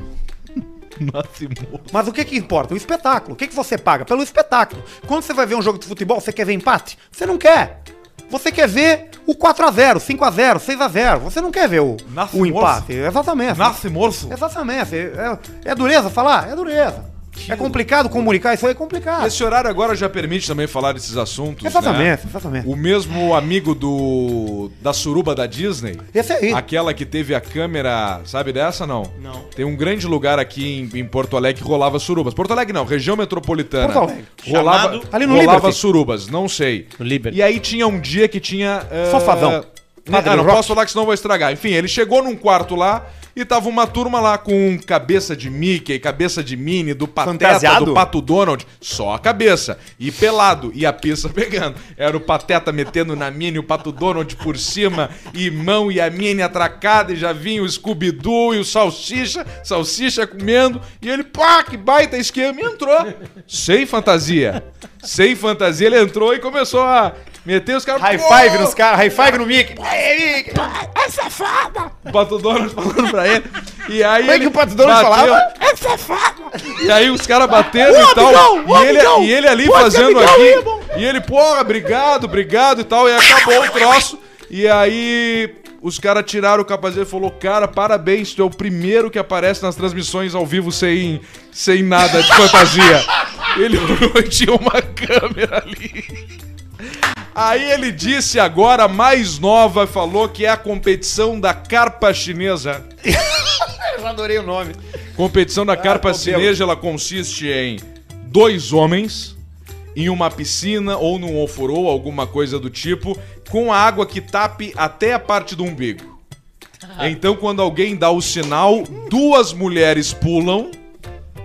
Speaker 4: Mas o que que importa? O espetáculo. O que que você paga? Pelo espetáculo. Quando você vai ver um jogo de futebol, você quer ver empate? Você não quer. Você quer ver o 4x0, 5x0, 6x0. Você não quer ver o,
Speaker 1: Nasce
Speaker 4: o
Speaker 1: moço.
Speaker 4: empate. Exatamente.
Speaker 1: Nasce moço.
Speaker 4: Exatamente. É, é dureza falar? É dureza. É complicado comunicar? Isso aí é complicado.
Speaker 1: Esse horário agora já permite também falar desses assuntos.
Speaker 4: Exatamente,
Speaker 1: né?
Speaker 4: exatamente.
Speaker 1: O mesmo amigo do. da suruba da Disney.
Speaker 4: Esse é aí.
Speaker 1: Aquela que teve a câmera, sabe dessa não?
Speaker 2: Não.
Speaker 1: Tem um grande lugar aqui em, em Porto Alegre que rolava surubas. Porto Alegre não, região metropolitana.
Speaker 4: Porto Alegre.
Speaker 1: Rolava,
Speaker 4: Chamado- Ali no
Speaker 1: rolava
Speaker 4: Liberty.
Speaker 1: surubas, não sei.
Speaker 2: No Liberty.
Speaker 1: E aí tinha um dia que tinha. eh,
Speaker 4: Safadão.
Speaker 1: né?
Speaker 4: Padre
Speaker 1: Ah, não
Speaker 4: Rock.
Speaker 1: posso falar que senão eu vou estragar. Enfim, ele chegou num quarto lá e tava uma turma lá com cabeça de Mickey, cabeça de Minnie, do Pateta,
Speaker 3: Fantasiado?
Speaker 1: do Pato Donald, só a cabeça. E pelado, e a pista [LAUGHS] pegando. Era o Pateta metendo na Minnie, o Pato Donald por cima, e mão e a Minnie atracada, e já vinha o Scooby-Doo e o Salsicha, Salsicha comendo, e ele, pá, que baita esquema, e entrou. Sem fantasia. Sem fantasia, ele entrou e começou a meter os caras.
Speaker 3: High
Speaker 1: Pô!
Speaker 3: five nos caras, high five no Mickey.
Speaker 4: é,
Speaker 1: É safada! O Pato Donald falando pra ele. E aí.
Speaker 3: Como é que
Speaker 1: ele
Speaker 3: o Pato Donald
Speaker 1: bateu-
Speaker 3: falava?
Speaker 1: É safada! E aí os caras batendo e tal. e, ele, e ele ali fazendo aqui. e ele, porra, obrigado, obrigado e tal. E acabou o troço. E aí. Os caras tiraram o capacete e falou: Cara, parabéns, tu é o primeiro que aparece nas transmissões ao vivo sem, sem nada de
Speaker 3: [LAUGHS]
Speaker 1: fantasia. Ele olhou e tinha uma câmera ali. Aí ele disse agora, a mais nova, falou que é a competição da carpa chinesa.
Speaker 3: Eu adorei o nome.
Speaker 1: Competição
Speaker 2: Ah,
Speaker 1: da carpa
Speaker 3: tô bêbado.
Speaker 1: chinesa, ela consiste em dois homens em uma piscina ou num ofurô, alguma coisa do tipo, com a água que tape até a parte do umbigo.
Speaker 2: Ah.
Speaker 1: Então, quando alguém dá o sinal, duas mulheres pulam,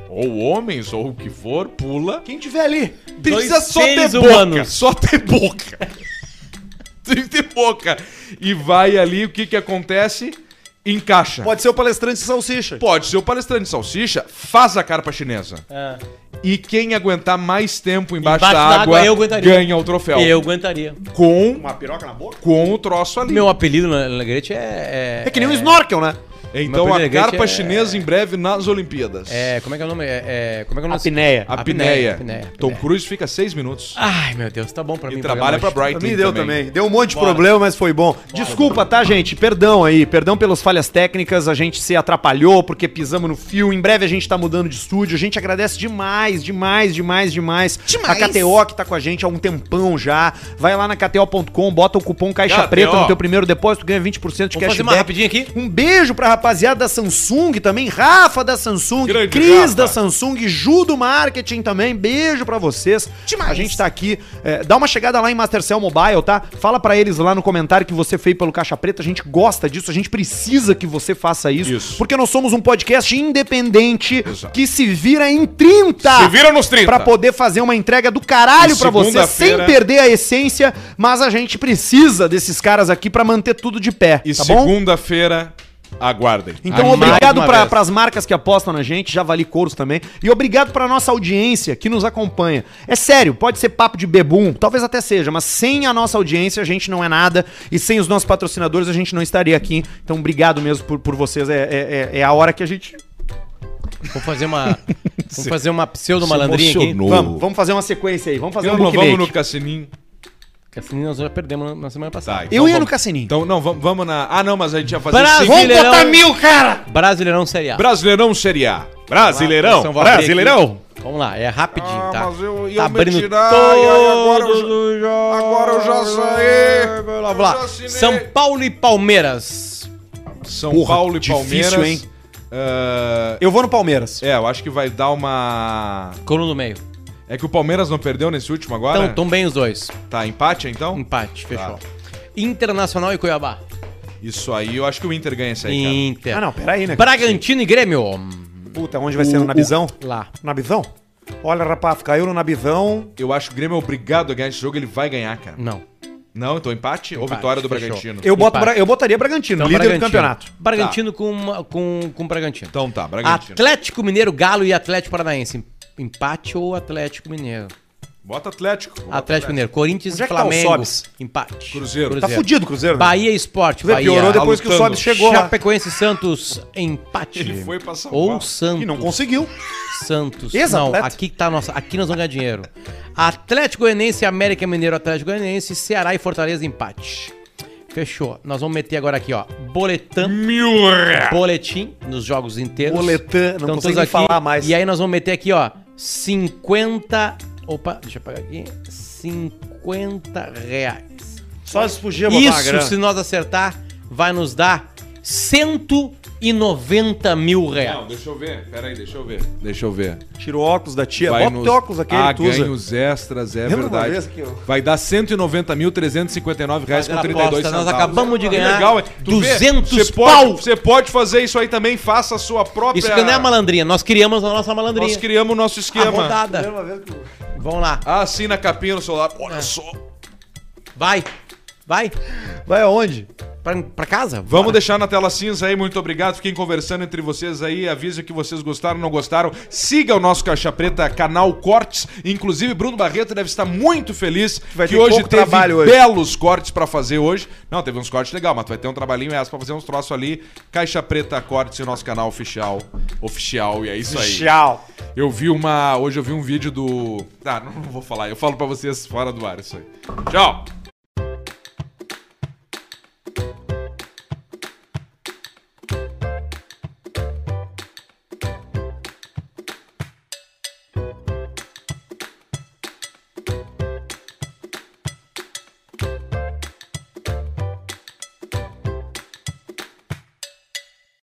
Speaker 1: ou homens, ou o que for, pula.
Speaker 4: Quem tiver ali.
Speaker 1: Precisa
Speaker 2: Dois
Speaker 1: só ter
Speaker 2: seres
Speaker 1: boca.
Speaker 2: humanos.
Speaker 1: Só ter boca. [LAUGHS] Tem que ter boca. E vai ali, o que que acontece? Encaixa. Pode,
Speaker 3: Pode ser o palestrante de salsicha.
Speaker 1: ser o palestrante de salsicha, faz a carpa chinesa.
Speaker 2: É.
Speaker 1: E quem aguentar mais tempo embaixo,
Speaker 2: Embaixo
Speaker 1: da
Speaker 2: da
Speaker 1: água,
Speaker 2: água, eu aguentaria.
Speaker 1: ganha o troféu.
Speaker 2: Eu aguentaria.
Speaker 1: Com,
Speaker 3: Uma piroca na boca?
Speaker 1: com o troço ali.
Speaker 2: Meu apelido na na Gretchen é,
Speaker 4: É que nem um snorkel, né?
Speaker 2: meu
Speaker 1: então a
Speaker 2: primeiro
Speaker 1: carpa
Speaker 2: é-
Speaker 1: chinesa em breve nas Olimpíadas.
Speaker 2: É, como é que é o nome? É, é, como é que é o nome?
Speaker 14: Apneia.
Speaker 1: A apneia.
Speaker 2: apneia, Ah, apneia.
Speaker 1: Tom Cruise fica seis minutos.
Speaker 2: Ai, meu Deus, tá bom pra mim.
Speaker 1: e
Speaker 2: o
Speaker 1: trabalha pra
Speaker 2: programa hoje.
Speaker 1: Brighton
Speaker 3: Pra mim deu também. Deu um monte de problema, mas foi bom. Desculpa,
Speaker 2: Bora.
Speaker 3: tá, gente? Perdão aí. Perdão pelas falhas técnicas. A gente se atrapalhou porque pisamos no fio. Em breve a gente tá mudando de estúdio. A gente agradece demais, demais, demais, demais.
Speaker 14: Demais.
Speaker 3: A KTO que tá com a gente há um tempão já. Vai lá na KTO.com, bota o cupom Caixa Preta no teu primeiro depósito, ganha 20% de
Speaker 2: Vamos fazer
Speaker 3: cashback.
Speaker 2: uma rapidinha aqui?
Speaker 3: Um beijo pra
Speaker 4: rapaziada da Samsung também, Rafa da Samsung, Cris da Samsung, Ju do Marketing também, beijo pra vocês. A gente tá aqui, é, dá uma chegada lá em Mastercell Mobile, tá? Fala pra eles lá no comentário que você fez pelo Caixa Preta, a gente gosta disso, a gente precisa que você faça isso, porque nós somos um podcast independente que se vira em 30.
Speaker 1: Se vira nos 30.
Speaker 4: Pra poder fazer uma entrega do caralho
Speaker 1: E
Speaker 4: pra você, sem
Speaker 1: segunda-feira-
Speaker 4: perder a essência, mas a gente precisa desses caras aqui pra manter tudo de pé,
Speaker 1: E
Speaker 4: tá bom?
Speaker 1: segunda-feira, aguardem.
Speaker 4: Então,
Speaker 1: Mais
Speaker 4: obrigado
Speaker 1: uma
Speaker 4: para
Speaker 1: vez.
Speaker 4: as marcas que apostam na gente, Javali Couros também. E obrigado para nossa audiência que nos acompanha. É sério, pode ser papo de bebum, talvez até seja, mas sem a nossa audiência a gente não é nada. E sem os nossos patrocinadores a gente não estaria aqui. Então, obrigado mesmo por, por vocês. É, é- é- é a hora que a gente.
Speaker 2: [LAUGHS] Vamos fazer uma. Vamos fazer uma
Speaker 4: Se
Speaker 2: pseudo-malandrinha aqui.
Speaker 4: emocionou. Vamos, vamos fazer uma sequência aí. Vamos fazer
Speaker 1: Então,
Speaker 4: um
Speaker 1: não vamos no
Speaker 4: bookmake.
Speaker 1: Cassininho.
Speaker 2: Cassininho nós já perdemos na semana passada.
Speaker 1: Então vamos-
Speaker 4: Cassininho.
Speaker 1: Então, não, vamos, vamos na. Ah, não, mas é- a gente ia fazer
Speaker 2: Brasil-
Speaker 1: seguinte.
Speaker 2: Vamos botar
Speaker 1: Brasileirão-
Speaker 2: mil, cara! Brasileirão Série A.
Speaker 1: Brasileirão Série A. Brasileirão.
Speaker 2: Vamos lá, atenção, vou abrir
Speaker 1: Brasileirão.
Speaker 2: aqui. Vamos lá, é rapidinho, tá?
Speaker 1: Ah, mas eu ia
Speaker 2: tá
Speaker 1: me
Speaker 2: abrindo
Speaker 1: tirar, e aí agora eu
Speaker 2: todos os
Speaker 1: Agora eu já saí.
Speaker 2: Vamos lá. São Paulo e Palmeiras.
Speaker 1: São
Speaker 2: Porra,
Speaker 1: Paulo e
Speaker 2: difícil,
Speaker 1: Palmeiras.
Speaker 2: hein?
Speaker 1: Ah,
Speaker 4: Eu vou no Palmeiras.
Speaker 1: É, eu acho que vai dar uma.
Speaker 2: Colo no meio.
Speaker 1: É que o Palmeiras não perdeu nesse último agora?
Speaker 2: Então, tão bem os dois.
Speaker 1: Tá, empate então?
Speaker 2: Empate, fechou. Internacional e Cuiabá.
Speaker 1: Isso aí, eu acho que o Inter ganha isso aí, cara.
Speaker 2: Inter.
Speaker 4: Ah, não, peraí, né?
Speaker 2: Bragantino e Grêmio.
Speaker 4: Puta, onde vai ser? No Nabizão?
Speaker 2: Lá.
Speaker 4: Nabizão? Olha, rapaz, caiu no Nabizão.
Speaker 1: Eu acho que o Grêmio é obrigado a ganhar esse jogo, ele vai ganhar, cara.
Speaker 2: Não.
Speaker 1: Não, então empate, ou
Speaker 2: Hum. Empate,
Speaker 1: vitória do
Speaker 2: fechou.
Speaker 1: Bragantino.
Speaker 4: Eu, boto,
Speaker 2: Empate.
Speaker 4: Bra- eu botaria Bragantino,
Speaker 2: Então,
Speaker 4: líder do
Speaker 2: Bragantino.
Speaker 4: campeonato.
Speaker 2: Bragantino com, uma- com, com Bragantino.
Speaker 1: Então tá, Bragantino.
Speaker 2: Atlético Mineiro, Galo e Atlético Paranaense. Empate ou Atlético Mineiro?
Speaker 1: Bota Atlético. Bota
Speaker 2: Atlético Mineiro. Corinthians e
Speaker 4: Onde é que tá o
Speaker 2: Flamengo.
Speaker 4: Sobis?
Speaker 2: empate.
Speaker 1: Cruzeiro.
Speaker 4: Tá fudido o Cruzeiro, né?
Speaker 2: Bahia e Esporte.
Speaker 4: Cruzeiro
Speaker 2: Bahia.
Speaker 4: piorou depois que o
Speaker 2: Lutando.
Speaker 4: Sobis chegou lá.
Speaker 2: Chapecoense e Santos. Empate.
Speaker 1: Ele foi pra São
Speaker 2: ou
Speaker 1: Paulo.
Speaker 2: Santos.
Speaker 4: E não conseguiu.
Speaker 2: Santos.
Speaker 4: Ex-atleta.
Speaker 2: Não, aqui que tá a nossa, aqui nós vamos ganhar dinheiro. Atlético Goianiense, América Mineiro, Atlético Goianiense, Ceará e Fortaleza empate. Fechou. Nós vamos meter agora aqui, ó. Boletão. Boletim nos jogos inteiros.
Speaker 4: Boletã, não
Speaker 2: Então,
Speaker 4: consigo
Speaker 2: todos
Speaker 4: nem
Speaker 2: aqui,
Speaker 4: falar mais.
Speaker 2: E aí nós vamos meter aqui, ó, 50, opa, deixa eu pegar aqui. 50 reais.
Speaker 4: Só se fugia botar a
Speaker 2: Isso,
Speaker 4: grana.
Speaker 2: se nós acertar, vai nos dar 190 mil reais.
Speaker 1: Não, deixa eu ver. Pera aí, deixa eu ver. Deixa eu ver.
Speaker 4: Tira o óculos da tia.
Speaker 1: Vai
Speaker 4: Bota
Speaker 1: nos-
Speaker 4: o óculos aquele,
Speaker 1: ah,
Speaker 4: tu usa.
Speaker 1: ganhos extras, é
Speaker 4: Lembra uma vez
Speaker 1: verdade.
Speaker 4: que eu-
Speaker 1: Vai dar R$ 190.359,32.
Speaker 2: Fazer a aposta, nós acabamos de
Speaker 1: Que
Speaker 2: ganhar
Speaker 1: legal, hein? Tu vê?
Speaker 2: 200
Speaker 1: Você
Speaker 2: pau.
Speaker 1: Pode, você pode fazer isso aí também, faça a sua própria...
Speaker 2: Isso que não é a malandrinha, nós criamos a nossa malandrinha.
Speaker 1: Nós criamos o nosso
Speaker 2: a
Speaker 1: esquema.
Speaker 2: rodada. Vamos lá,
Speaker 1: Ah, assina a capinha no celular. Olha
Speaker 2: É.
Speaker 1: só.
Speaker 2: vai, vai,
Speaker 4: Vai aonde?
Speaker 2: pra, pra casa.
Speaker 1: Vamos
Speaker 2: Bora.
Speaker 1: deixar na tela cinza aí, muito obrigado. Fiquem conversando entre vocês aí, avisa o que vocês gostaram, não gostaram. Siga o nosso Caixa Preta canal Cortes. Inclusive, Bruno Barreto deve estar muito feliz
Speaker 4: vai
Speaker 1: que
Speaker 4: ter
Speaker 1: hoje
Speaker 4: pouco
Speaker 1: teve
Speaker 4: trabalho hoje.
Speaker 1: belos cortes pra fazer hoje. Não, teve uns cortes legal, mas tu vai ter um trabalhinho essa pra fazer uns troços ali. Caixa Preta Cortes, o nosso canal oficial. Oficial, e é isso aí.
Speaker 4: Tchau.
Speaker 1: Eu vi Ah, uma. Hoje eu vi um vídeo do. Tá, não, não vou falar, eu falo pra vocês fora do ar isso aí. Tchau!